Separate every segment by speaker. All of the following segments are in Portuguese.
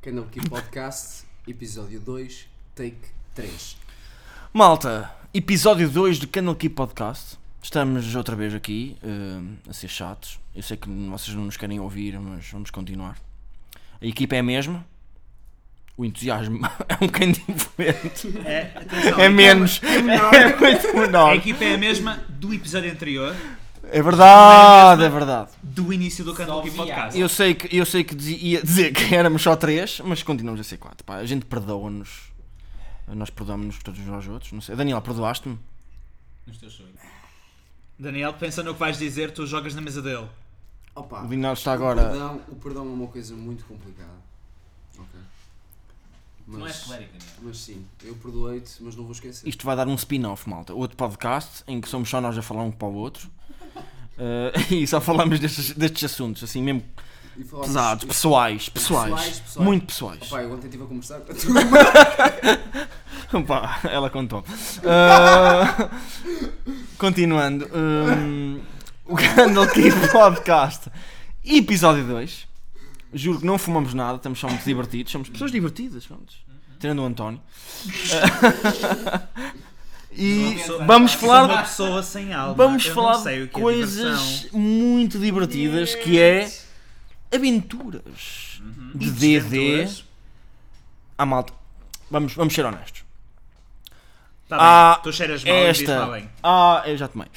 Speaker 1: Canal Keep Podcast, episódio 2, take 3.
Speaker 2: Malta, episódio 2 do Canal Key Podcast. Estamos outra vez aqui eh, a ser chatos. Eu sei que vocês não nos querem ouvir, mas vamos continuar. A equipa é a mesma. O entusiasmo é um bocadinho diferente.
Speaker 3: É, atenção,
Speaker 2: É menos. É muito
Speaker 3: A
Speaker 2: menor.
Speaker 3: equipa é a mesma do episódio anterior,
Speaker 2: É verdade, é verdade.
Speaker 3: do início do canal Geek Podcast.
Speaker 2: Eu sei que, eu sei que dizi- ia dizer que éramos só 3, mas continuamos a ser 4. A gente perdoa-nos. Nós perdoamos-nos todos uns aos outros. Não sei. Daniel, perdoaste-me?
Speaker 3: Daniel, pensa no que vais dizer, tu jogas na mesa dele.
Speaker 1: Opa,
Speaker 2: O Daniel está
Speaker 1: o,
Speaker 2: agora.
Speaker 1: perdão, o perdão é uma coisa muito complicada. Ok. Mas,
Speaker 4: Não é? és colérico, Daniel.
Speaker 1: Mas sim, eu perdoei-te, mas não vou esquecer.
Speaker 2: Isto vai dar um spin-off, malta. Outro podcast em que somos só nós a falar um para o outro. Eh, e só falamos destes, destes assuntos, assim mesmo
Speaker 1: E falámos-
Speaker 2: pesados,
Speaker 1: e-
Speaker 2: pessoais, pessoais,
Speaker 1: Pessoais, pessoais.
Speaker 2: muito pessoais.
Speaker 1: Opa, eu ontem estive a conversar com a
Speaker 2: Pá, ela contou. Ah, continuando, hum, o Candle Keep Podcast, episódio 2. Juro que não fumamos nada, estamos só muito divertidos. Somos pessoas divertidas, pronto. Tirando o António. Ah, e vamos
Speaker 3: Sou uma
Speaker 2: falar,
Speaker 3: pessoa sem alma.
Speaker 2: vamos
Speaker 3: eu não
Speaker 2: falar
Speaker 3: sei
Speaker 2: de
Speaker 3: o que é
Speaker 2: coisas
Speaker 3: diversão.
Speaker 2: muito divertidas que é aventuras de DD.
Speaker 3: Uhum. Desventuras.
Speaker 2: Ah, malta, vamos, vamos ser honestos.
Speaker 3: Tá
Speaker 2: Ah,
Speaker 3: bem, tu cheiras mal e dizes
Speaker 2: esta.
Speaker 3: mal bem.
Speaker 2: Há, eu já tomei.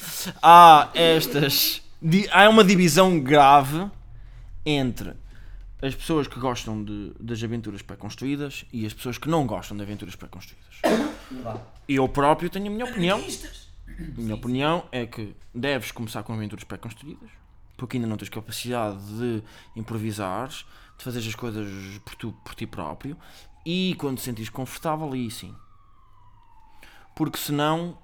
Speaker 2: Há estas. di- Há uma divisão grave entre as pessoas que gostam de, das aventuras pré-construídas e as pessoas que não gostam de aventuras pré-construídas. Eu próprio tenho a minha opinião. A minha opinião é que deves começar com aventuras pré-construídas, porque ainda não tens capacidade de improvisares, de fazer as coisas por, tu, por ti próprio, e quando te sentires confortável, aí sim. Porque senão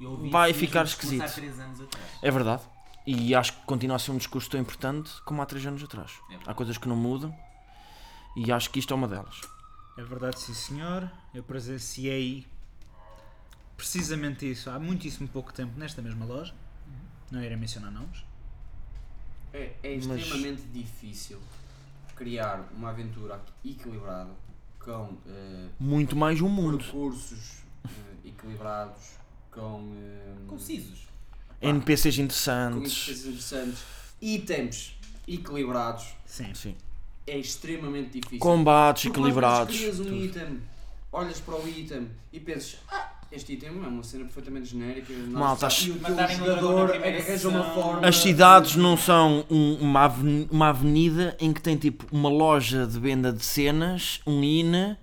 Speaker 4: Eu ouvi
Speaker 2: Vai
Speaker 4: esse
Speaker 2: ficar
Speaker 4: mesmo discurso
Speaker 2: esquisito.
Speaker 4: Há três anos atrás.
Speaker 2: é verdade. E acho que continua a ser um discurso tão importante como há três anos atrás.
Speaker 1: É
Speaker 4: verdade.
Speaker 2: há coisas que não mudam e acho que isto é uma delas.
Speaker 3: É verdade, sim senhor. Eu presenciei precisamente isso há muitíssimo pouco tempo nesta mesma loja. Não irei mencionar nomes.
Speaker 1: É, é
Speaker 2: Mas-
Speaker 1: extremamente difícil criar uma aventura equilibrada com eh,
Speaker 2: Muito mais um mundo.
Speaker 1: percursos eh, equilibrados, com, eh,
Speaker 4: Concisos.
Speaker 1: é
Speaker 2: NPCs
Speaker 1: com
Speaker 2: interessantes.
Speaker 1: interesses interessantes, itens equilibrados.
Speaker 3: Sim.
Speaker 2: Sim.
Speaker 1: É extremamente difícil.
Speaker 2: Combates
Speaker 1: Porque às vezes
Speaker 2: equilibrados.
Speaker 1: Crias um
Speaker 2: tudo.
Speaker 1: item, olhas para o item e pensas. "Ah, Este item é uma cena perfeitamente genérica. não
Speaker 2: Malta,
Speaker 1: sei". e o teu
Speaker 4: matarem um dragão
Speaker 1: jogador
Speaker 4: na primeira
Speaker 1: arranja uma
Speaker 4: sessão.
Speaker 1: forma.
Speaker 2: As cidades não são um- uma, aven- uma avenida em que tem tipo uma loja de venda de cenas, um INA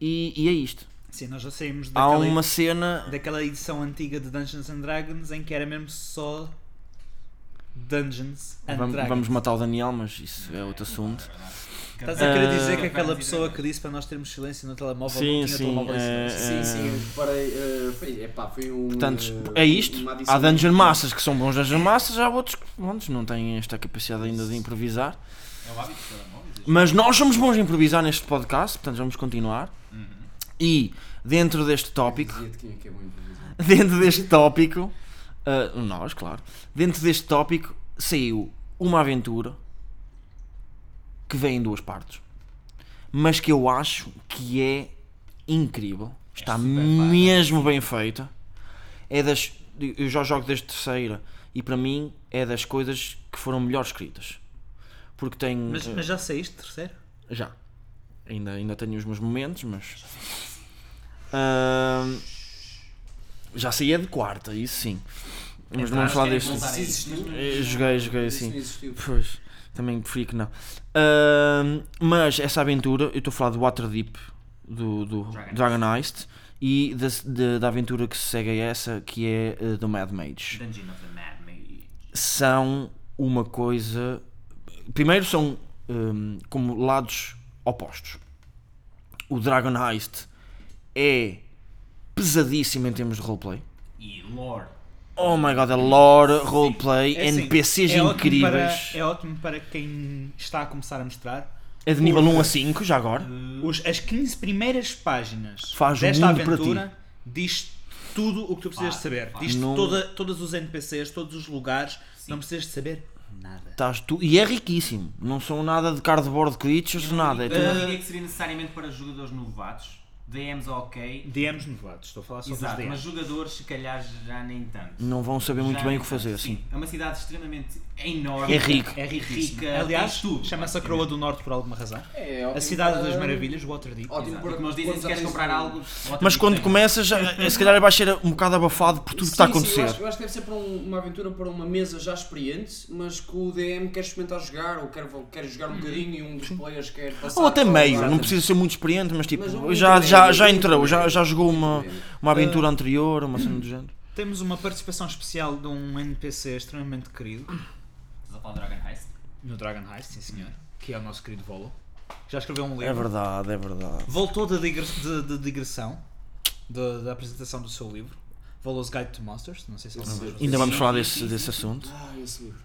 Speaker 2: e, e é isto.
Speaker 3: Sim, nós já saímos
Speaker 2: Há
Speaker 3: daquela,
Speaker 2: uma cena.
Speaker 3: daquela edição antiga de Dungeons and Dragons em que era mesmo só Dungeons and
Speaker 2: Vamos,
Speaker 3: Dragons.
Speaker 2: vamos matar o Daniel, mas isso é outro assunto.
Speaker 3: Estás a querer dizer
Speaker 2: Ah.
Speaker 3: que aquela pessoa que disse para nós termos silêncio no telemóvel
Speaker 2: Sim,
Speaker 3: não tinha
Speaker 2: sim,
Speaker 3: telemóvel em
Speaker 2: é-
Speaker 1: Sim,
Speaker 3: silêncio?
Speaker 1: sim, eu reparei. eh, foi, epá, foi um.
Speaker 2: Portanto,
Speaker 1: eh,
Speaker 2: é isto.
Speaker 1: uma adição
Speaker 2: Há dungeon
Speaker 1: muito-
Speaker 2: massas que são bons dungeon massas, há outros que pronto, não têm esta capacidade ainda de improvisar.
Speaker 4: É o hábito pelo amor de Deus.
Speaker 2: Mas nós somos bons a improvisar neste podcast, portanto vamos continuar.
Speaker 4: Uhum.
Speaker 2: E dentro deste tópico,
Speaker 1: Dizia de quem é que é bom improvisar.
Speaker 2: dentro deste tópico, ah, nós, claro, dentro deste tópico saiu uma aventura que vem em duas partes, mas que eu acho que é incrível, está
Speaker 4: super
Speaker 2: mesmo bem feita. É das, eu já jogo desde terceira e para mim é das coisas que foram melhor escritas, porque tem
Speaker 3: Mas,
Speaker 2: ah,
Speaker 3: mas já saíste, terceiro?
Speaker 2: já. Ainda, ainda tenho os meus momentos, mas. Ahm, já saía de quarta, isso sim.
Speaker 1: Então,
Speaker 2: Mas não vamos falar
Speaker 4: Querem
Speaker 2: disto.
Speaker 4: voltar a isso?
Speaker 1: Isso existiu?
Speaker 2: Eh, Joguei, joguei
Speaker 1: Isso não
Speaker 2: assim.
Speaker 1: existiu.
Speaker 2: Pois, também preferi que não. Ahm, mas essa aventura, eu estou a falar do Waterdeep, do, do
Speaker 4: Dragon
Speaker 2: Dragon Heist, e da, da- da aventura que se segue a essa, que é eh, do Mad Mage
Speaker 4: Dungeon of the Mad Mage.
Speaker 2: são uma coisa. Primeiro, são hum, como lados opostos. O Dragon Heist é pesadíssimo em termos de roleplay.
Speaker 4: E lore.
Speaker 2: Oh my god, é lore, roleplay,
Speaker 3: É assim,
Speaker 2: NPCs
Speaker 3: é ótimo
Speaker 2: incríveis.
Speaker 3: para- é ótimo para quem está a começar a mostrar.
Speaker 2: É de nível 1 a 5, já agora.
Speaker 3: Os- as 15 primeiras páginas
Speaker 2: Faz o
Speaker 3: desta
Speaker 2: mundo para
Speaker 3: aventura diz tudo o que tu precisas de saber. Diz
Speaker 2: Não-
Speaker 3: toda, todos os NPCs, todos os lugares, não precisas de saber Nada.
Speaker 2: Estás tu... E é riquíssimo. Não são nada de cardboard creatures, nada. É
Speaker 4: Eu não
Speaker 2: tudo...
Speaker 4: diria que seria necessariamente para jogadores novatos. DMs ok.
Speaker 3: DMs novados, estou a falar só
Speaker 4: Exato,
Speaker 3: dos DMs.
Speaker 4: mas jogadores se calhar já nem tanto.
Speaker 2: Não vão saber muito
Speaker 4: Já
Speaker 2: bem
Speaker 4: nem
Speaker 2: o que fazer,
Speaker 4: tanto,
Speaker 2: sim.
Speaker 4: É uma cidade extremamente enorme.
Speaker 2: É rico.
Speaker 4: É
Speaker 3: riquíssimo.
Speaker 4: rica.
Speaker 3: Aliás,
Speaker 4: tem tudo,
Speaker 3: chama-se a Croa do Norte por alguma razão.
Speaker 1: É
Speaker 3: A
Speaker 1: ótimo
Speaker 3: Cidade das
Speaker 1: para-
Speaker 3: Maravilhas, Waterdeep.
Speaker 1: Ótimo
Speaker 4: Exato.
Speaker 1: para-
Speaker 4: E como eles dizem,
Speaker 1: quando
Speaker 4: se
Speaker 1: já
Speaker 4: queres
Speaker 1: tens
Speaker 4: comprar
Speaker 1: o-
Speaker 4: algo.
Speaker 2: Mas quando
Speaker 4: começa
Speaker 2: começas, já, eh, se calhar vais ser um bocado abafado por tudo o que
Speaker 1: Sim,
Speaker 2: está a
Speaker 1: sim,
Speaker 2: acontecer.
Speaker 1: eu, acho, eu acho que deve ser para um- uma aventura para uma mesa já experiente, mas que o DM quer experimentar jogar, ou quer, quer jogar um bocadinho e um dos players quer passar.
Speaker 2: Uhum. Ou até
Speaker 1: para
Speaker 2: meio,
Speaker 1: jogar.
Speaker 2: não precisa ser muito experiente, mas tipo,
Speaker 1: Mas um
Speaker 2: já,
Speaker 1: muito
Speaker 2: já,
Speaker 1: bem,
Speaker 2: já
Speaker 1: muito
Speaker 2: entrou,
Speaker 1: bem.
Speaker 2: já, já jogou uma,
Speaker 1: Muito bem.
Speaker 2: uma aventura anterior, uma cena do género.
Speaker 3: Temos uma participação especial de um NPC extremamente querido
Speaker 4: Estás a falar de Dragon Heist?
Speaker 3: no Dragon Heist, sim senhor, que é o nosso querido Volo. que Já escreveu um livro.
Speaker 2: É verdade, é verdade.
Speaker 3: Voltou da digre- de, de digressão da- da apresentação do seu livro, Volo's Guide to Monsters. Não sei se vocês
Speaker 2: Ainda vamos falar desse, desse assunto.
Speaker 1: Ah, esse livro.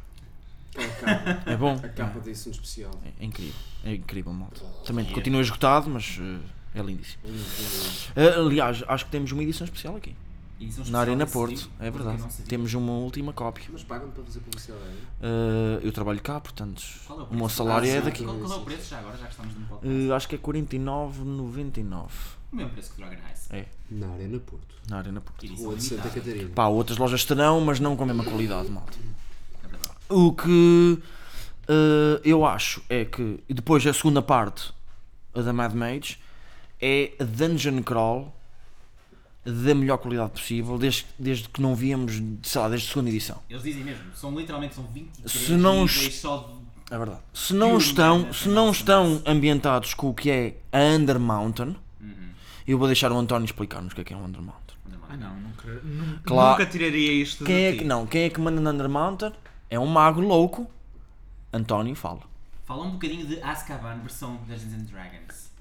Speaker 1: É a capa,
Speaker 2: É bom?
Speaker 1: a capa desse um especial.
Speaker 2: É incrível, é incrível, malta. Também continua esgotado, mas eh, é lindíssimo.
Speaker 1: Lindo, lindo,
Speaker 2: Eh, aliás, acho que temos uma edição especial aqui,
Speaker 4: E são
Speaker 2: na
Speaker 4: especial
Speaker 2: Arena
Speaker 4: desse
Speaker 2: Porto.
Speaker 4: tipo,
Speaker 2: É
Speaker 4: porque eu
Speaker 2: verdade.
Speaker 4: não sabia.
Speaker 2: Temos uma última cópia.
Speaker 1: Mas pagam para fazer publicidade é? aí.
Speaker 2: Eh, eu trabalho cá, portanto,
Speaker 4: Qual é o
Speaker 2: o meu
Speaker 4: preço?
Speaker 2: salário
Speaker 1: Ah,
Speaker 2: é
Speaker 1: sim.
Speaker 2: daqui.
Speaker 4: Qual, qual é o preço já agora? Já que estamos num podcast.
Speaker 2: Eh, acho que é 49,99
Speaker 4: O mesmo preço que Dragon Heist.
Speaker 1: Na Arena Porto.
Speaker 2: na Arena Porto.
Speaker 4: E isso
Speaker 1: Rua de Santa
Speaker 4: limitado.
Speaker 1: Catarina.
Speaker 2: Pá, outras lojas terão, mas não com a mesma qualidade, malta.
Speaker 4: É verdade.
Speaker 2: O que eh, eu acho é que e depois a segunda parte a da Mad Mage é a dungeon crawl da melhor qualidade possível, desde, desde que não víamos, sei lá, desde a segunda edição.
Speaker 4: Eles dizem mesmo, são literalmente são 23
Speaker 2: Se não
Speaker 4: níveis
Speaker 2: es-
Speaker 4: só de
Speaker 2: É verdade. Se não estão, se não estão ambientados com o que é a Under Mountain, eu vou deixar o António explicar-nos o que é que é um Under Mountain.
Speaker 3: Ah não, nunca, nu-
Speaker 2: Claro.
Speaker 3: nunca tiraria isto
Speaker 2: Quem
Speaker 3: de
Speaker 2: é
Speaker 3: ti.
Speaker 2: que não? Quem é que manda na Under Mountain? É um mago louco. António fala.
Speaker 4: Fala um bocadinho de Azkaban versão Dungeons and Dragons.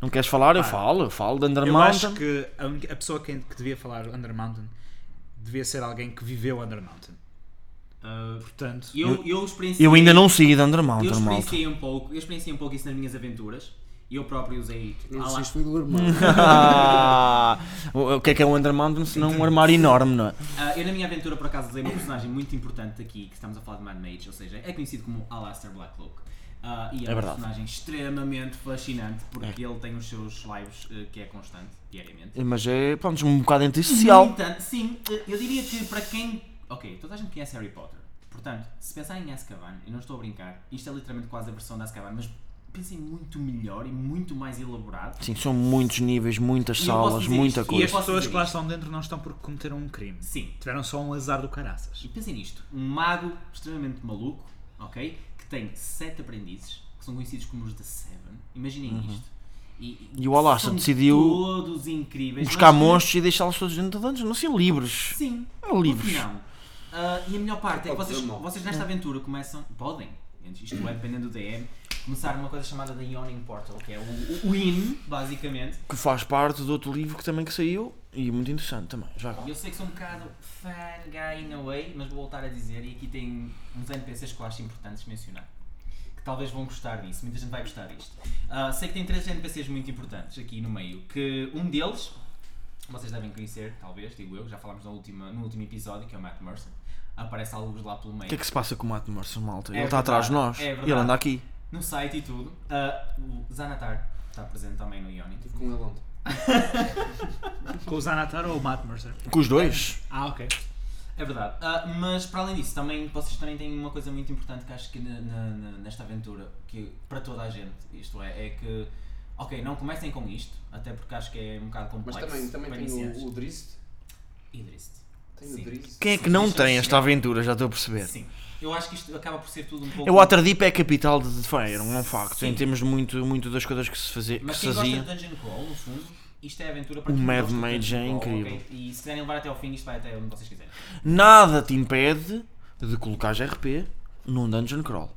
Speaker 2: Não queres falar? Eu falo, eu falo de Under
Speaker 3: Eu
Speaker 2: Mountain.
Speaker 3: acho que a, única- a pessoa que, que devia falar Under Mountain devia ser alguém que viveu Under Mountain.
Speaker 4: Ah,
Speaker 3: Portanto,
Speaker 4: eu, eu experienciei.
Speaker 2: Eu ainda não saí de Under
Speaker 4: eu
Speaker 2: Mountain, malta.
Speaker 4: experienciei um pouco, eu experienciei um pouco isso nas minhas aventuras. E eu próprio usei.
Speaker 1: Não
Speaker 4: Ah lá,
Speaker 1: sei se foi do irmão.
Speaker 2: Hum. Ah, o o que é que é um Under Mountain se não um armário enorme, não é?
Speaker 4: Ah, eu na minha aventura por acaso usei uma personagem muito importante aqui, que estamos a falar de Mad Mage, ou seja, é conhecido como Alastair Blacklock. Ah, e é,
Speaker 2: É
Speaker 4: um
Speaker 2: verdade.
Speaker 4: personagem extremamente fascinante porque ele tem os seus lives eh, que é constante, diariamente.
Speaker 2: Mas é, pronto, um bocado antissocial.
Speaker 4: No entanto, sim, eh, eu diria que para quem. Ok, toda a gente conhece Harry Potter. Portanto, se pensarem em Azkaban, eu não estou a brincar, isto é literalmente quase a versão da Azkaban, mas pensem muito melhor e muito mais elaborado.
Speaker 2: Sim, são muitos níveis, muitas
Speaker 4: E eu posso
Speaker 2: salas,
Speaker 4: dizer
Speaker 2: muita
Speaker 4: isto, e
Speaker 3: e
Speaker 2: coisa.
Speaker 3: as
Speaker 4: posso
Speaker 3: pessoas
Speaker 4: dizer
Speaker 3: que lá
Speaker 4: isto.
Speaker 3: estão dentro não estão porque cometeram um crime.
Speaker 4: Sim,
Speaker 3: Tiveram só um azar do caraças.
Speaker 4: E pensem nisto, um mago extremamente maluco, ok? Que tem sete aprendizes, que são conhecidos como os The Seven. Imaginem isto. E,
Speaker 2: Uhum. E o Alastair
Speaker 4: são
Speaker 2: decidiu
Speaker 4: todos incríveis.
Speaker 2: Buscar
Speaker 4: mas que-
Speaker 2: monstros e deixá-los todos dentro de dungeons, não sei, livres.
Speaker 4: Sim,
Speaker 2: Ah,
Speaker 4: por que
Speaker 2: livros.
Speaker 4: não? Ah, e a melhor parte é que
Speaker 1: Pode
Speaker 4: vocês,
Speaker 1: ser mal.
Speaker 4: vocês nesta aventura começam, podem, isto é dependendo do DM, começar uma coisa chamada The Yawning Portal, que é o, o, o IN, basicamente.
Speaker 2: Que faz parte de outro livro que também que saiu e muito interessante também. Já agora.
Speaker 4: E Eu sei que sou um bocado fan guy in a way, mas vou voltar a dizer, e aqui tem uns NPCs que eu acho importantes mencionar. Que talvez vão gostar disso, muita gente vai gostar disto. Ah, sei que tem três NPCs muito importantes aqui no meio, que um deles, vocês devem conhecer, talvez, digo eu, já falámos na última, no último episódio, que é o Matt Mercer. Aparece alguns lá pelo meio.
Speaker 2: O que é que se passa com o Matt Mercer, malta?
Speaker 4: É
Speaker 2: Ele está
Speaker 4: verdade,
Speaker 2: atrás de nós.
Speaker 4: é
Speaker 2: Ele
Speaker 4: verdade.
Speaker 2: anda aqui.
Speaker 4: No site e tudo. Ah, o Zanatar está presente também no Ionic.
Speaker 1: Tive com ele ontem.
Speaker 3: Com o Zanatar ou o Matt Mercer?
Speaker 2: Com os dois.
Speaker 3: Ah, ok.
Speaker 4: É verdade. Ah, mas para além disso, também, vocês também têm uma coisa muito importante que acho que na- na- na- nesta aventura, que para toda a gente, isto é, é que ok, não comecem com isto, até porque acho que é um bocado
Speaker 1: Mas
Speaker 4: complexo.
Speaker 1: também, também
Speaker 4: para
Speaker 1: tem
Speaker 4: iniciantes.
Speaker 1: o, o Drizzt.
Speaker 4: Idris.
Speaker 1: Tem o
Speaker 4: Sim.
Speaker 1: Drizzt.
Speaker 2: Quem é que não
Speaker 4: Deixa-me
Speaker 2: tem esta
Speaker 4: chegar.
Speaker 2: aventura? Já estou a perceber.
Speaker 4: Sim. Eu acho que isto acaba por ser tudo um pouco.
Speaker 2: A Waterdeep é a capital de Faerun, é um facto.
Speaker 4: Sim.
Speaker 2: Em termos de muito, muito das coisas que se, fazia, que
Speaker 4: Mas
Speaker 2: se
Speaker 4: quem gosta de
Speaker 2: fazia.
Speaker 4: Dungeon Crawl, no fundo, isto é a aventura para
Speaker 2: O
Speaker 4: quem
Speaker 2: Mad
Speaker 4: gosta de
Speaker 2: Mage
Speaker 4: Dungeon
Speaker 2: é
Speaker 4: Crawl,
Speaker 2: incrível.
Speaker 4: ok? E se quiserem levar até ao fim, isto vai até onde vocês quiserem.
Speaker 2: Nada te impede de colocar RP num dungeon crawl.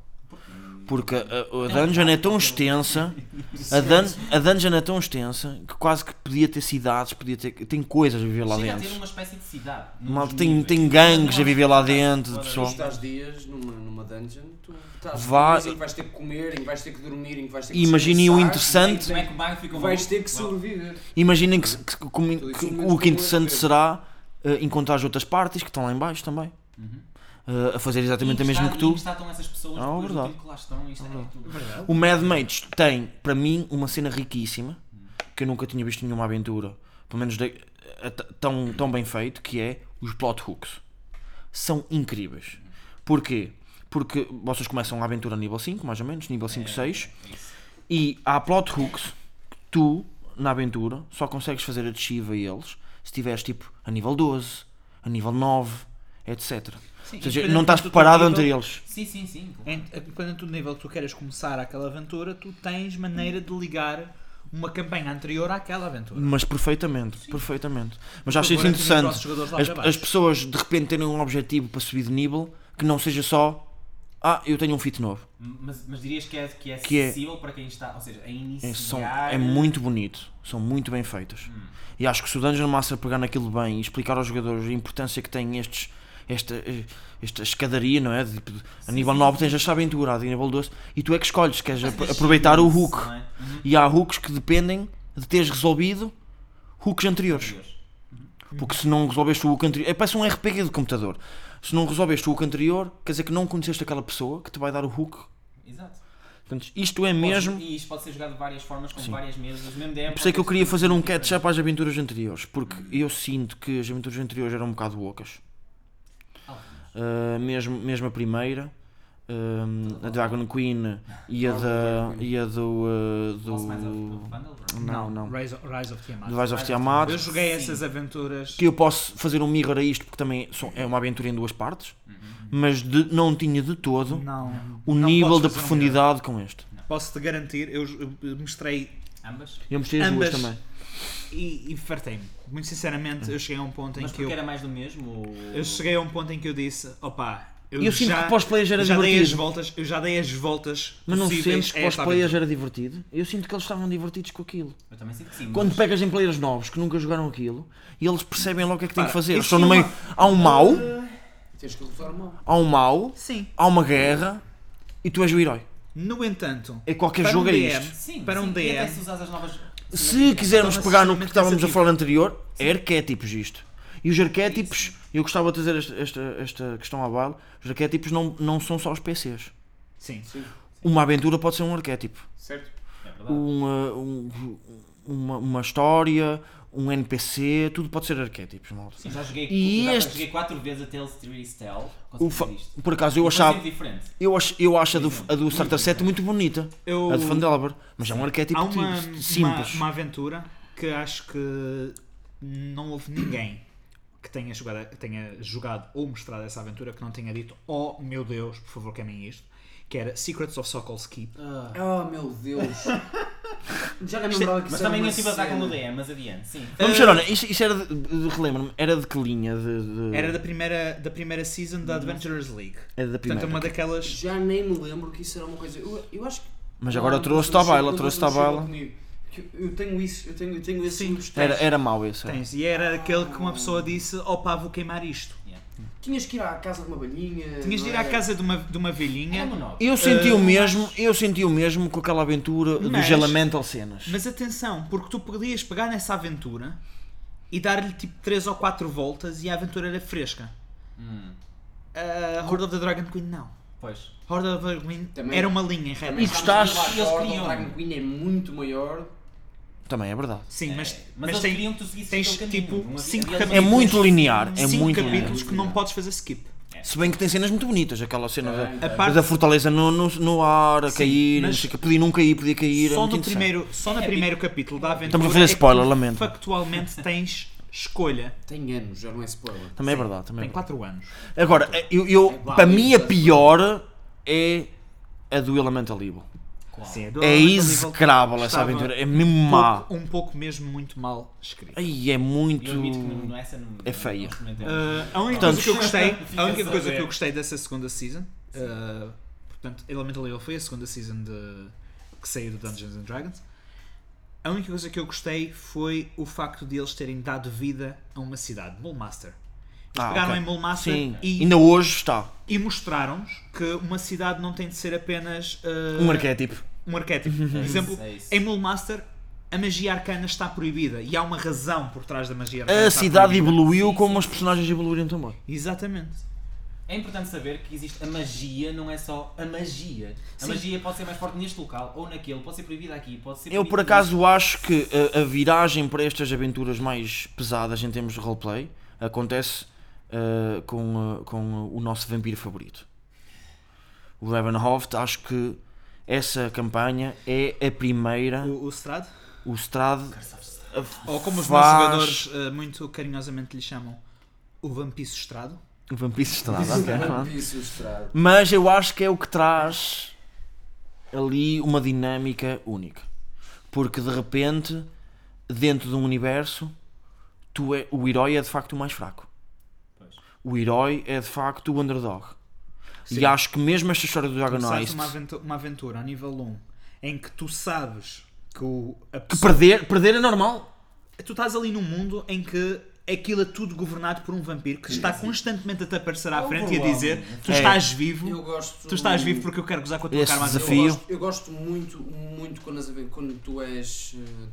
Speaker 2: Porque a, a- a dungeon é tão extensa, a, dun- a dungeon é tão extensa que quase que podia ter cidades, podia ter, tem coisas a viver lá
Speaker 4: Chega a ter
Speaker 2: dentro.
Speaker 4: uma espécie de cidade.
Speaker 2: Malta,
Speaker 4: nos
Speaker 2: tem-
Speaker 4: níveis.
Speaker 2: tem gangues a viver lá
Speaker 4: Não, não,
Speaker 2: dentro, de
Speaker 4: não,
Speaker 2: pessoal.
Speaker 1: Tu estás dias numa, numa dungeon, tu estás
Speaker 2: Vai-
Speaker 1: dias em que vais ter que comer, em que vais ter que dormir, em que vais ter que
Speaker 2: Imaginem o
Speaker 1: descansar,
Speaker 2: interessante,
Speaker 4: Como é que o bairro fica
Speaker 1: Vais
Speaker 4: maluco?
Speaker 1: ter que
Speaker 4: Bom.
Speaker 1: sobreviver.
Speaker 2: imaginem que, que- que- como-
Speaker 1: Tudo isso
Speaker 2: que-
Speaker 1: muito
Speaker 2: o que
Speaker 1: bom,
Speaker 2: interessante
Speaker 1: é.
Speaker 2: será eh, encontrar as outras partes que estão lá em baixo também. eh, a fazer exatamente
Speaker 4: Uhum. E
Speaker 2: a mesma
Speaker 4: está-
Speaker 2: que tu.
Speaker 4: E está estão essas pessoas
Speaker 2: Ah,
Speaker 4: depois do
Speaker 2: verdade.
Speaker 4: tempo que lá estão. Isto é tudo.
Speaker 3: Verdade.
Speaker 2: O Mad Mates tem, para mim, uma cena riquíssima que eu nunca tinha visto em nenhuma aventura, pelo menos de- eh, t- tão, tão bem feito, que é os plot hooks. São incríveis. Porquê? Porque vocês começam a aventura nível 5, mais ou menos, nível 5, 6, e há plot hooks que tu, na aventura, só consegues fazer adesiva a eles se estiveres tipo a nível 12, a nível 9, etc. Ou seja, não estás preparado entre eles.
Speaker 4: Sim, sim, sim. claro.
Speaker 2: É.
Speaker 3: Em- Dependendo do nível que tu queiras começar aquela aventura, tu tens maneira de ligar uma campanha anterior àquela aventura.
Speaker 2: Mas perfeitamente, perfeitamente. Mas acho
Speaker 3: Por
Speaker 2: isso
Speaker 3: favor, entre os
Speaker 2: interessante.
Speaker 3: nossos jogadores lá
Speaker 2: As,
Speaker 3: para baixo.
Speaker 2: as pessoas de repente terem um objetivo para subir de nível que não seja só ah, eu tenho um fit novo.
Speaker 4: Mas, mas dirias que é, que é
Speaker 2: Que é-
Speaker 4: acessível para quem está, ou seja, a
Speaker 2: É,
Speaker 4: iniciar...
Speaker 2: são- é muito bonito, são muito bem feitas.
Speaker 4: Hum.
Speaker 2: E acho que se o Dungeon Master pegar naquilo bem e explicar aos jogadores a importância que tem estes. Esta, esta escadaria, não é? Tipo, a nível 9 tens esta aventura, a nível 12, e tu é que escolhes, queres
Speaker 4: Mas
Speaker 2: apro-
Speaker 4: das
Speaker 2: aproveitar o
Speaker 4: skills,
Speaker 2: hook.
Speaker 4: não é? Uhum.
Speaker 2: E há hooks que dependem de teres resolvido hooks anteriores.
Speaker 4: Deus.
Speaker 2: Porque se não resolveste o hook anterior. É parece um RPG de computador. Se não resolveste o hook anterior, quer dizer que não conheceste aquela pessoa que te vai dar o hook.
Speaker 4: Exato.
Speaker 2: Portanto, isto é
Speaker 4: Pode-
Speaker 2: mesmo.
Speaker 4: E isto pode ser jogado de várias formas, com várias mesas, mesmo DM.
Speaker 2: Por isso é que eu queria fazer um catch-up às aventuras anteriores. Porque eu sinto que as aventuras anteriores eram um bocado ocas. Uh, mesmo, mesmo a primeira. um, a Dragon Queen e a, da, e a do. uh,
Speaker 4: Posso mais ao- ao
Speaker 2: do.
Speaker 4: bundle, bro?
Speaker 2: Não, não.
Speaker 3: Rise of, Rise of Tiamat.
Speaker 2: Do Rise of Tiamat.
Speaker 3: Eu joguei
Speaker 4: Sim.
Speaker 3: essas aventuras.
Speaker 2: que eu posso fazer um mirror a isto porque também são- é uma aventura em duas partes,
Speaker 4: Uhum.
Speaker 2: mas de- não tinha de todo
Speaker 3: Não.
Speaker 2: o
Speaker 3: não
Speaker 2: nível
Speaker 3: posso
Speaker 2: da
Speaker 3: fazer um
Speaker 2: profundidade com este.
Speaker 3: melhor. Posso-te garantir, eu, jo- eu mostrei
Speaker 4: Ambas?
Speaker 2: Eu mostrei as
Speaker 3: Ambas.
Speaker 2: duas também.
Speaker 3: e, e fartei-me. Muito sinceramente, eu cheguei a um ponto em
Speaker 4: Mas
Speaker 3: que
Speaker 4: porque
Speaker 3: eu.
Speaker 4: era mais do mesmo? Ou...
Speaker 3: Eu cheguei a um ponto em que eu disse, opa, eu,
Speaker 2: Eu sinto
Speaker 3: já,
Speaker 2: que pós-players era
Speaker 3: eu já dei as
Speaker 2: divertido.
Speaker 3: voltas, eu já dei as voltas
Speaker 2: Mas não
Speaker 3: possíveis
Speaker 2: sentes
Speaker 3: a
Speaker 2: que os
Speaker 3: esta
Speaker 2: players
Speaker 3: aventura.
Speaker 2: era divertido? Eu sinto que eles estavam divertidos com aquilo.
Speaker 4: Eu também sinto que sim.
Speaker 2: Quando
Speaker 4: mas-
Speaker 2: pegas em players novos que nunca jogaram aquilo e eles percebem logo o que é que têm que
Speaker 3: Para,
Speaker 2: fazer.
Speaker 3: isso
Speaker 2: Eles estão
Speaker 3: é
Speaker 2: no meio. Há um mau,
Speaker 1: Tens que levar mal.
Speaker 2: há um mau,
Speaker 3: Sim.
Speaker 2: há uma guerra e tu és o herói.
Speaker 3: No entanto,
Speaker 2: É qualquer
Speaker 3: para um
Speaker 2: jogo é
Speaker 3: DM, Então,
Speaker 2: isto.
Speaker 4: Sim,
Speaker 3: para um
Speaker 4: sim, E até se
Speaker 3: DM,
Speaker 4: usas as novas...
Speaker 2: Se quisermos
Speaker 3: Torna-se
Speaker 2: pegar no que
Speaker 3: extremamente
Speaker 2: estávamos a
Speaker 3: cansativo.
Speaker 2: falar anterior, é arquétipos isto. E os arquétipos, eu gostava de trazer esta, esta, esta questão à bala, os arquétipos não, não são só os PCs.
Speaker 3: sim.
Speaker 1: Sim,
Speaker 2: Uma aventura pode ser um arquétipo.
Speaker 1: certo.
Speaker 4: É verdade.
Speaker 2: Um, uh, um- uma, uma história, um NPC, tudo pode ser arquétipos, malta.
Speaker 4: Sim, já joguei,
Speaker 2: E
Speaker 4: já
Speaker 2: este-
Speaker 4: joguei quatro vezes a Tales 3 Tell.
Speaker 2: O
Speaker 4: Consegui
Speaker 2: fa-
Speaker 4: fazer isto.
Speaker 2: por acaso eu
Speaker 4: Foi
Speaker 2: achava,
Speaker 4: sempre diferente.
Speaker 2: eu acho, eu acho a do, a do Starter 7 muito bonita,
Speaker 3: Eu-
Speaker 2: a de Fandelver, mas é um arquétipo
Speaker 3: Há uma,
Speaker 2: tipo
Speaker 3: uma,
Speaker 2: simples.
Speaker 3: uma aventura que acho que não houve ninguém que tenha jogado, que tenha jogado ou mostrado essa aventura que não tenha dito oh meu Deus, por favor queimem isto, que era Secrets of Sokol's Keep.
Speaker 1: Ah, meu Deus. Já nem me lembrava que
Speaker 4: é-
Speaker 1: isso
Speaker 4: Mas
Speaker 1: era
Speaker 4: também
Speaker 1: uma
Speaker 4: eu tive ataque
Speaker 1: cena.
Speaker 4: no DM, mas adiante. Sim.
Speaker 2: Vamos
Speaker 3: Eh,
Speaker 2: ser honestos, isto, isto era de, de- relembro-me, era de que linha? De, de-
Speaker 3: Era da primeira, da primeira season da Adventurers League.
Speaker 2: era da
Speaker 3: Portanto, é
Speaker 2: primeira.
Speaker 3: uma daquelas
Speaker 1: Já nem me lembro que isso era uma coisa. Eu, eu acho que.
Speaker 2: Mas agora
Speaker 1: Ah,
Speaker 2: trouxe-te à
Speaker 1: quando
Speaker 2: baila,
Speaker 1: quando
Speaker 2: trouxe-te à
Speaker 1: chegou
Speaker 2: baila.
Speaker 1: comigo, que eu- Eu tenho isso, eu tenho, eu tenho esse
Speaker 3: Sim.
Speaker 1: gostar.
Speaker 2: Era, era mau esse. era.
Speaker 3: Tens, e era aquele que uma pessoa disse: opá, vou queimar isto.
Speaker 1: Tinhas que ir à casa de uma banhinha.
Speaker 3: Tinhas de ir à casa de uma, de uma
Speaker 4: É
Speaker 3: velhinha.
Speaker 4: monótono.
Speaker 2: Eu senti o
Speaker 3: Uh,
Speaker 2: mesmo, eu senti o mesmo com aquela aventura
Speaker 3: Mas-
Speaker 2: dos Elemental Cenas.
Speaker 3: Mas atenção, porque tu podias pegar nessa aventura e dar-lhe tipo 3 ou 4 voltas e a aventura era fresca.
Speaker 4: Hum,
Speaker 3: Ah, Horde of the Dragon Queen, não.
Speaker 4: Pois.
Speaker 3: Horde of the Dragon Queen
Speaker 1: Também-
Speaker 3: era uma linha em
Speaker 1: É,
Speaker 3: reta.
Speaker 2: E gostaste?
Speaker 1: Eles
Speaker 4: Eles
Speaker 1: criam.
Speaker 4: queriam.
Speaker 1: O Dragon Queen é muito maior.
Speaker 2: Também é verdade.
Speaker 3: Sim, mas,
Speaker 4: É,
Speaker 3: mas,
Speaker 4: eles
Speaker 3: tem,
Speaker 4: queriam que tu seguisses
Speaker 3: tens,
Speaker 4: aquele
Speaker 3: tipo,
Speaker 4: caminho. Não havia- assim
Speaker 3: cinco
Speaker 4: havia
Speaker 3: capítulos.
Speaker 2: É
Speaker 4: dois-
Speaker 2: muito linear, é
Speaker 3: cinco
Speaker 2: muito linear.
Speaker 3: capítulos que não podes fazer skip.
Speaker 2: Se bem que tem cenas muito bonitas, aquela cena da,
Speaker 3: A parte-
Speaker 2: da fortaleza no, no, no ar, a cair, não
Speaker 3: mas-
Speaker 2: sei o quê, podia não cair, podia cair. é
Speaker 3: Só
Speaker 2: muito
Speaker 3: no,
Speaker 2: interessante.
Speaker 3: primeiro, só
Speaker 4: É,
Speaker 3: no primeiro capítulo da aventura.
Speaker 2: Estamos a fazer
Speaker 3: é que
Speaker 2: spoiler,
Speaker 3: tu
Speaker 2: lamento.
Speaker 3: Factualmente tens escolha.
Speaker 1: Tem anos, já não é spoiler.
Speaker 2: Também é verdade. Também é
Speaker 3: Tem É
Speaker 2: verdade.
Speaker 3: 4 anos.
Speaker 2: Agora, eu, eu-
Speaker 1: válido,
Speaker 2: para mim a
Speaker 1: tá-se
Speaker 2: pior é a do Elemental Evil.
Speaker 3: Sim,
Speaker 2: É
Speaker 3: adorava nível que
Speaker 2: execrável essa
Speaker 3: estava
Speaker 2: aventura, é
Speaker 3: um
Speaker 2: mesmo má.
Speaker 3: pouco- Um pouco mesmo muito mal escrito.
Speaker 2: Aí é
Speaker 4: Eu admito que não,
Speaker 2: muito.
Speaker 4: não, essa não,
Speaker 2: É feia.
Speaker 4: não experimentei.
Speaker 3: Ah, a
Speaker 2: Portanto,
Speaker 3: única coisa que eu gostei,
Speaker 4: Fica
Speaker 3: a única
Speaker 4: só
Speaker 3: coisa
Speaker 4: a
Speaker 3: que eu
Speaker 4: ver.
Speaker 3: gostei dessa segunda season, ah, portanto, Elemental Evil foi a segunda season de, que saiu do Dungeons and Dragons. A única coisa que eu gostei foi o facto de eles terem dado vida a uma cidade, Molmaster. Eles
Speaker 2: Ah,
Speaker 3: pegaram
Speaker 2: ok.
Speaker 3: em Molmaster
Speaker 2: Sim,
Speaker 3: e,
Speaker 2: ainda hoje está.
Speaker 3: e mostraram-nos que uma cidade não tem de ser apenas ah,
Speaker 2: Um arquétipo.
Speaker 3: um arquétipo. Por exemplo,
Speaker 4: é isso.
Speaker 3: em Molmaster a magia arcana está proibida e há uma razão por trás da magia
Speaker 2: A
Speaker 3: arcana. estar
Speaker 2: cidade
Speaker 3: proibida.
Speaker 2: evoluiu como os personagens evoluíram também.
Speaker 3: Exatamente.
Speaker 4: É importante saber que existe a magia, não é só a magia. A
Speaker 3: Sim.
Speaker 4: magia pode ser mais forte neste local ou naquele, pode ser proibida aqui, pode ser
Speaker 2: Eu por
Speaker 4: proibida
Speaker 2: acaso acho que a, a viragem para estas aventuras mais pesadas em termos de roleplay acontece eh, com, eh, com eh, o nosso vampiro favorito. O Ravenhoft, acho que essa campanha é a primeira.
Speaker 3: O, o Strad,
Speaker 2: O Strad
Speaker 3: ou como os meus
Speaker 2: Faz-
Speaker 3: jogadores eh, muito carinhosamente lhe chamam, o Vampiço Estrado.
Speaker 2: O vampiro estrada, Ah, ok, pronto.
Speaker 1: Isso é estrado.
Speaker 2: Mas eu acho que é o que traz ali uma dinâmica única. Porque de repente, dentro de um universo, tu é, o herói é de facto o mais fraco.
Speaker 4: Pois.
Speaker 2: O herói é de facto o underdog. E acho que mesmo esta história do Dragon
Speaker 3: Começaste
Speaker 2: Heist,
Speaker 3: uma aventura, uma aventura a nível 1 em que tu sabes que o, a
Speaker 2: que
Speaker 3: pessoa,
Speaker 2: perder, perder é normal.
Speaker 3: tu estás ali num mundo em que aquilo é tudo governado por um vampiro que está constantemente a te aparecer
Speaker 4: É
Speaker 3: à
Speaker 4: um
Speaker 3: frente e a
Speaker 4: overwhelming.
Speaker 3: dizer tu
Speaker 2: É.
Speaker 3: estás vivo,
Speaker 1: Eu gosto.
Speaker 3: tu estás vivo porque eu quero gozar com a tua
Speaker 2: Esse
Speaker 3: cara mais
Speaker 1: Eu
Speaker 2: desafio.
Speaker 1: gosto- Eu gosto muito, muito quando, as aven- quando tu és. eh,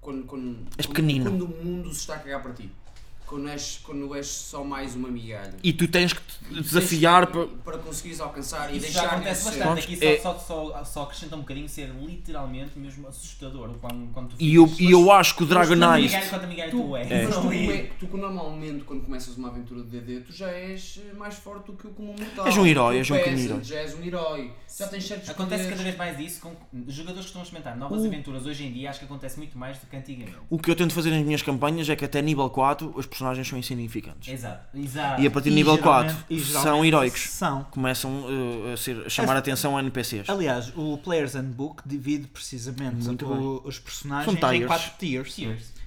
Speaker 1: Quando, quando,
Speaker 2: És
Speaker 1: quando-
Speaker 2: pequenino.
Speaker 1: Quando, o mundo se está a cagar para ti. Quando és, quando és só mais uma migalha.
Speaker 2: E tu tens que te desafiar.
Speaker 1: para,
Speaker 2: Para...
Speaker 1: para conseguires alcançar e
Speaker 4: Isso já
Speaker 1: deixar
Speaker 4: acontece
Speaker 1: crescer.
Speaker 4: bastante,
Speaker 2: Pronto,
Speaker 4: aqui
Speaker 2: é-
Speaker 4: só, só, só, só acrescenta um bocadinho ser literalmente mesmo assustador o quando, quando tu
Speaker 2: E eu,
Speaker 4: ficas-
Speaker 2: e eu acho que o
Speaker 4: Mas
Speaker 2: Dragon
Speaker 4: quando
Speaker 2: Heist.
Speaker 4: Miguel- quando Miguel
Speaker 1: Tu,
Speaker 4: tu és,
Speaker 1: mas tu,
Speaker 4: não é?
Speaker 1: é- tu normalmente quando começas uma aventura de DD tu já és eh, mais forte do que o comum mortal.
Speaker 2: És um herói,
Speaker 1: Tu
Speaker 2: és um pequeno
Speaker 1: peasant,
Speaker 2: herói.
Speaker 1: Já és um herói. Já tens certos
Speaker 4: Acontece cada
Speaker 1: poderes.
Speaker 4: vez mais isso com jogadores que estão a experimentar novas aventuras hoje em dia, acho que acontece muito mais do que antigamente.
Speaker 2: O que eu tento fazer nas minhas campanhas é que até nível 4 os personagens são insignificantes.
Speaker 4: Exato, exato.
Speaker 2: E a partir
Speaker 3: E
Speaker 2: do nível
Speaker 3: geralmente-
Speaker 2: 4
Speaker 3: e
Speaker 2: são
Speaker 3: geralmente
Speaker 2: heróicos.
Speaker 3: São.
Speaker 2: começam uh, a, ser, a chamar a atenção a NPCs.
Speaker 3: Aliás, o Players Handbook divide precisamente
Speaker 2: Muito
Speaker 3: o- os personagens
Speaker 2: São
Speaker 3: em
Speaker 2: tiers.
Speaker 3: 4 tiers.
Speaker 4: Cheers.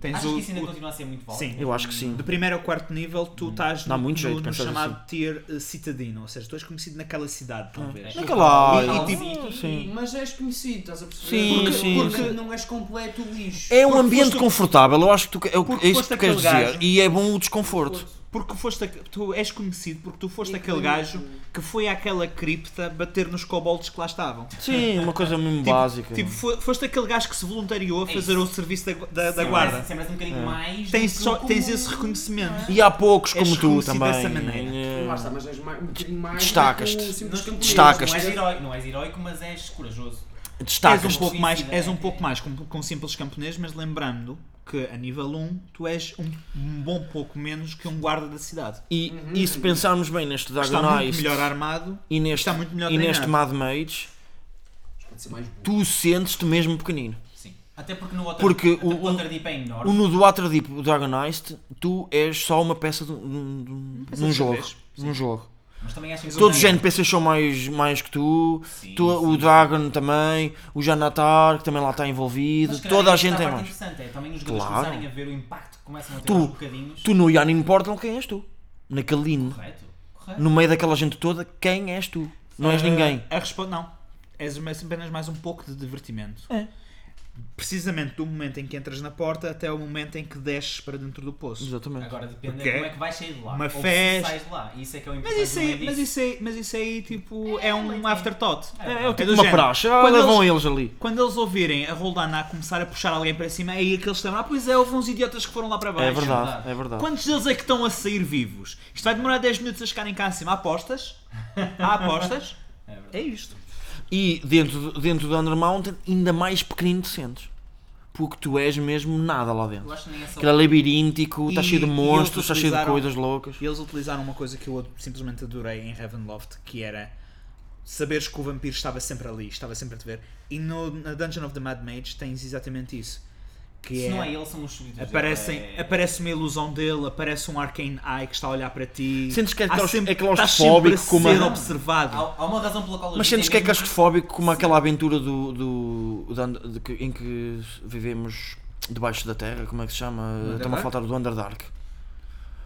Speaker 3: Tens
Speaker 4: Acho
Speaker 3: o,
Speaker 4: que isso ainda é
Speaker 3: o-
Speaker 4: continua a ser muito bom.
Speaker 3: Sim.
Speaker 2: Eu acho que sim.
Speaker 3: do primeiro ao quarto nível, tu estás
Speaker 2: Hum. Dá
Speaker 3: no,
Speaker 2: muito
Speaker 3: no-
Speaker 2: jeito
Speaker 3: no
Speaker 2: pensar
Speaker 3: chamado
Speaker 2: assim. Hum.
Speaker 3: tier eh, citadino, ou seja, tu és conhecido naquela cidade, talvez.
Speaker 2: Naquela
Speaker 4: E-
Speaker 2: área.
Speaker 4: e tipo-
Speaker 2: Sim.
Speaker 1: Mas és conhecido, estás a perceber?
Speaker 2: Sim,
Speaker 1: porque,
Speaker 2: sim,
Speaker 1: porque
Speaker 2: sim.
Speaker 1: não és completo lixo.
Speaker 2: É um
Speaker 3: Porque
Speaker 2: ambiente
Speaker 3: foste-
Speaker 2: confortável, eu acho que tu, é, o-
Speaker 3: Porque
Speaker 2: é isso que
Speaker 3: foste
Speaker 2: tu queres
Speaker 3: aquele
Speaker 2: dizer.
Speaker 3: gajo.
Speaker 2: E é bom o desconforto.
Speaker 3: Porque foste, aque- tu és conhecido porque tu foste
Speaker 1: E
Speaker 3: aquele
Speaker 1: que-
Speaker 3: gajo que foi àquela cripta bater nos cobolds que lá estavam.
Speaker 2: Sim, uma coisa mesmo
Speaker 3: Tipo-
Speaker 2: básica.
Speaker 3: Tipo, fo- foste aquele gajo que se voluntariou a
Speaker 4: É
Speaker 3: fazer
Speaker 4: isso.
Speaker 3: o serviço da, da, da
Speaker 4: Sempre
Speaker 3: guarda.
Speaker 4: és- sempre és um
Speaker 2: É.
Speaker 4: bocadinho mais.
Speaker 3: Tens,
Speaker 4: do que
Speaker 3: só,
Speaker 4: o
Speaker 3: tens
Speaker 4: comum,
Speaker 3: esse reconhecimento.
Speaker 2: e há poucos como
Speaker 3: És
Speaker 2: tu
Speaker 3: conhecido
Speaker 2: também.
Speaker 3: dessa maneira.
Speaker 2: É.
Speaker 1: Lá está, mas és mais, um bocadinho mais.
Speaker 2: Destacas-te.
Speaker 1: do que o simples
Speaker 4: Não, é
Speaker 1: camponês.
Speaker 2: Destacas-te.
Speaker 4: não és herói, não és heróico, mas és corajoso.
Speaker 3: És um
Speaker 2: Destacas-te.
Speaker 3: pouco mais,
Speaker 4: Suicida,
Speaker 3: és um
Speaker 4: é.
Speaker 3: pouco mais com, com simples camponês, mas lembrando que a nível 1 tu és um, um bom pouco menos que um guarda da cidade.
Speaker 2: E, e se pensarmos bem neste
Speaker 3: Está
Speaker 2: Dragon
Speaker 3: muito
Speaker 2: Heist
Speaker 3: melhor armado.
Speaker 2: e neste,
Speaker 3: está muito melhor
Speaker 2: e neste
Speaker 3: treinado.
Speaker 2: Mad Mage,
Speaker 1: Pode ser mais burro.
Speaker 2: tu sentes-te mesmo pequenino.
Speaker 4: Sim. Até porque no Water,
Speaker 2: Porque
Speaker 4: até
Speaker 2: o-
Speaker 4: porque Waterdeep é enorme.
Speaker 2: O no do Waterdeep, o Dragon Heist, tu és só uma peça de, um- de um-
Speaker 3: peça
Speaker 2: num
Speaker 3: de
Speaker 2: jogo.
Speaker 3: xadrez.
Speaker 2: Num jogo.
Speaker 4: mas também acho que
Speaker 2: Todos os
Speaker 4: também-
Speaker 2: NPCs são mais, mais que tu,
Speaker 4: Sim,
Speaker 2: tu-
Speaker 4: sim.
Speaker 2: o Dragon também, o Janatar que também lá está envolvido,
Speaker 4: Mas, caralho,
Speaker 2: toda a
Speaker 4: esta
Speaker 2: gente é
Speaker 4: parte
Speaker 2: mais.
Speaker 4: interessante, é também os jogadores
Speaker 2: Claro.
Speaker 4: começarem a ver o impacto que começam a ter
Speaker 2: Tu-
Speaker 4: aos bocadinhos.
Speaker 2: Tu no Yanni Portal quem és tu? Naquele line,
Speaker 4: Correto? Correto.
Speaker 2: no meio daquela gente toda, quem és tu? Não és
Speaker 3: Ah,
Speaker 2: ninguém.
Speaker 3: A resposta não. És mais- apenas mais um pouco de divertimento.
Speaker 2: É.
Speaker 3: Precisamente do momento em que entras na porta até o momento em que desces para dentro do poço.
Speaker 2: Exatamente.
Speaker 4: Agora depende
Speaker 3: Porque
Speaker 4: de como é que vais sair de lá.
Speaker 3: uma
Speaker 4: ou se
Speaker 3: festa-
Speaker 4: sais de lá. Isso é que é o
Speaker 3: Mas
Speaker 4: importante.
Speaker 3: isso,
Speaker 4: no meio
Speaker 3: aí, mas,
Speaker 4: disso.
Speaker 3: isso aí, mas isso aí tipo é um afterthought.
Speaker 4: É, é
Speaker 2: É, o
Speaker 3: do
Speaker 2: tipo uma
Speaker 3: género.
Speaker 2: praxe, ah,
Speaker 3: Quando
Speaker 2: levam eles ali.
Speaker 3: Quando eles ouvirem a Roldana a começar a puxar alguém para cima, é aí que eles estão. Ah, pois é, houve uns idiotas que foram lá para baixo.
Speaker 2: É verdade,
Speaker 4: verdade.
Speaker 2: é verdade.
Speaker 3: Quantos deles é que estão a sair vivos? Isto vai demorar 10 minutos a chegarem cá acima. Há apostas? Há apostas?
Speaker 4: É verdade.
Speaker 3: É isto.
Speaker 2: E dentro, do- dentro do Under Mountain, ainda mais pequenino te sentes. Porque tu és mesmo nada lá
Speaker 4: Eu
Speaker 2: dentro.
Speaker 4: acho que nem é só.
Speaker 2: Aquele labiríntico, está
Speaker 3: E-
Speaker 2: cheio de
Speaker 3: e eles
Speaker 2: monstros, está cheio de
Speaker 3: utilizaram-
Speaker 2: coisas loucas.
Speaker 3: E eles utilizaram uma coisa que eu simplesmente adorei em Ravenloft, que era saberes que o vampiro estava sempre ali, estava sempre a te ver. E no, na Dungeon of the Mad Mage tens exatamente isso. Que
Speaker 4: Se
Speaker 3: é,
Speaker 4: não é ele, são os súditos.
Speaker 3: aparecem,
Speaker 4: É-
Speaker 3: aparece uma ilusão dele, aparece um arcane eye que está a olhar para ti.
Speaker 2: Sentes que é
Speaker 3: Há
Speaker 2: claus- é
Speaker 3: estás
Speaker 2: claustrofóbico,
Speaker 3: sempre a
Speaker 2: como a-
Speaker 3: ser observado.
Speaker 4: Há, há uma razão pela qual eles
Speaker 2: Mas sentes que é
Speaker 4: dizem
Speaker 2: claustrofóbico como aquela aventura do, do, da- de que- em que vivemos debaixo da terra, como é que se chama? Está-me a
Speaker 3: Underdark?
Speaker 2: faltar do Underdark.
Speaker 4: mesmo.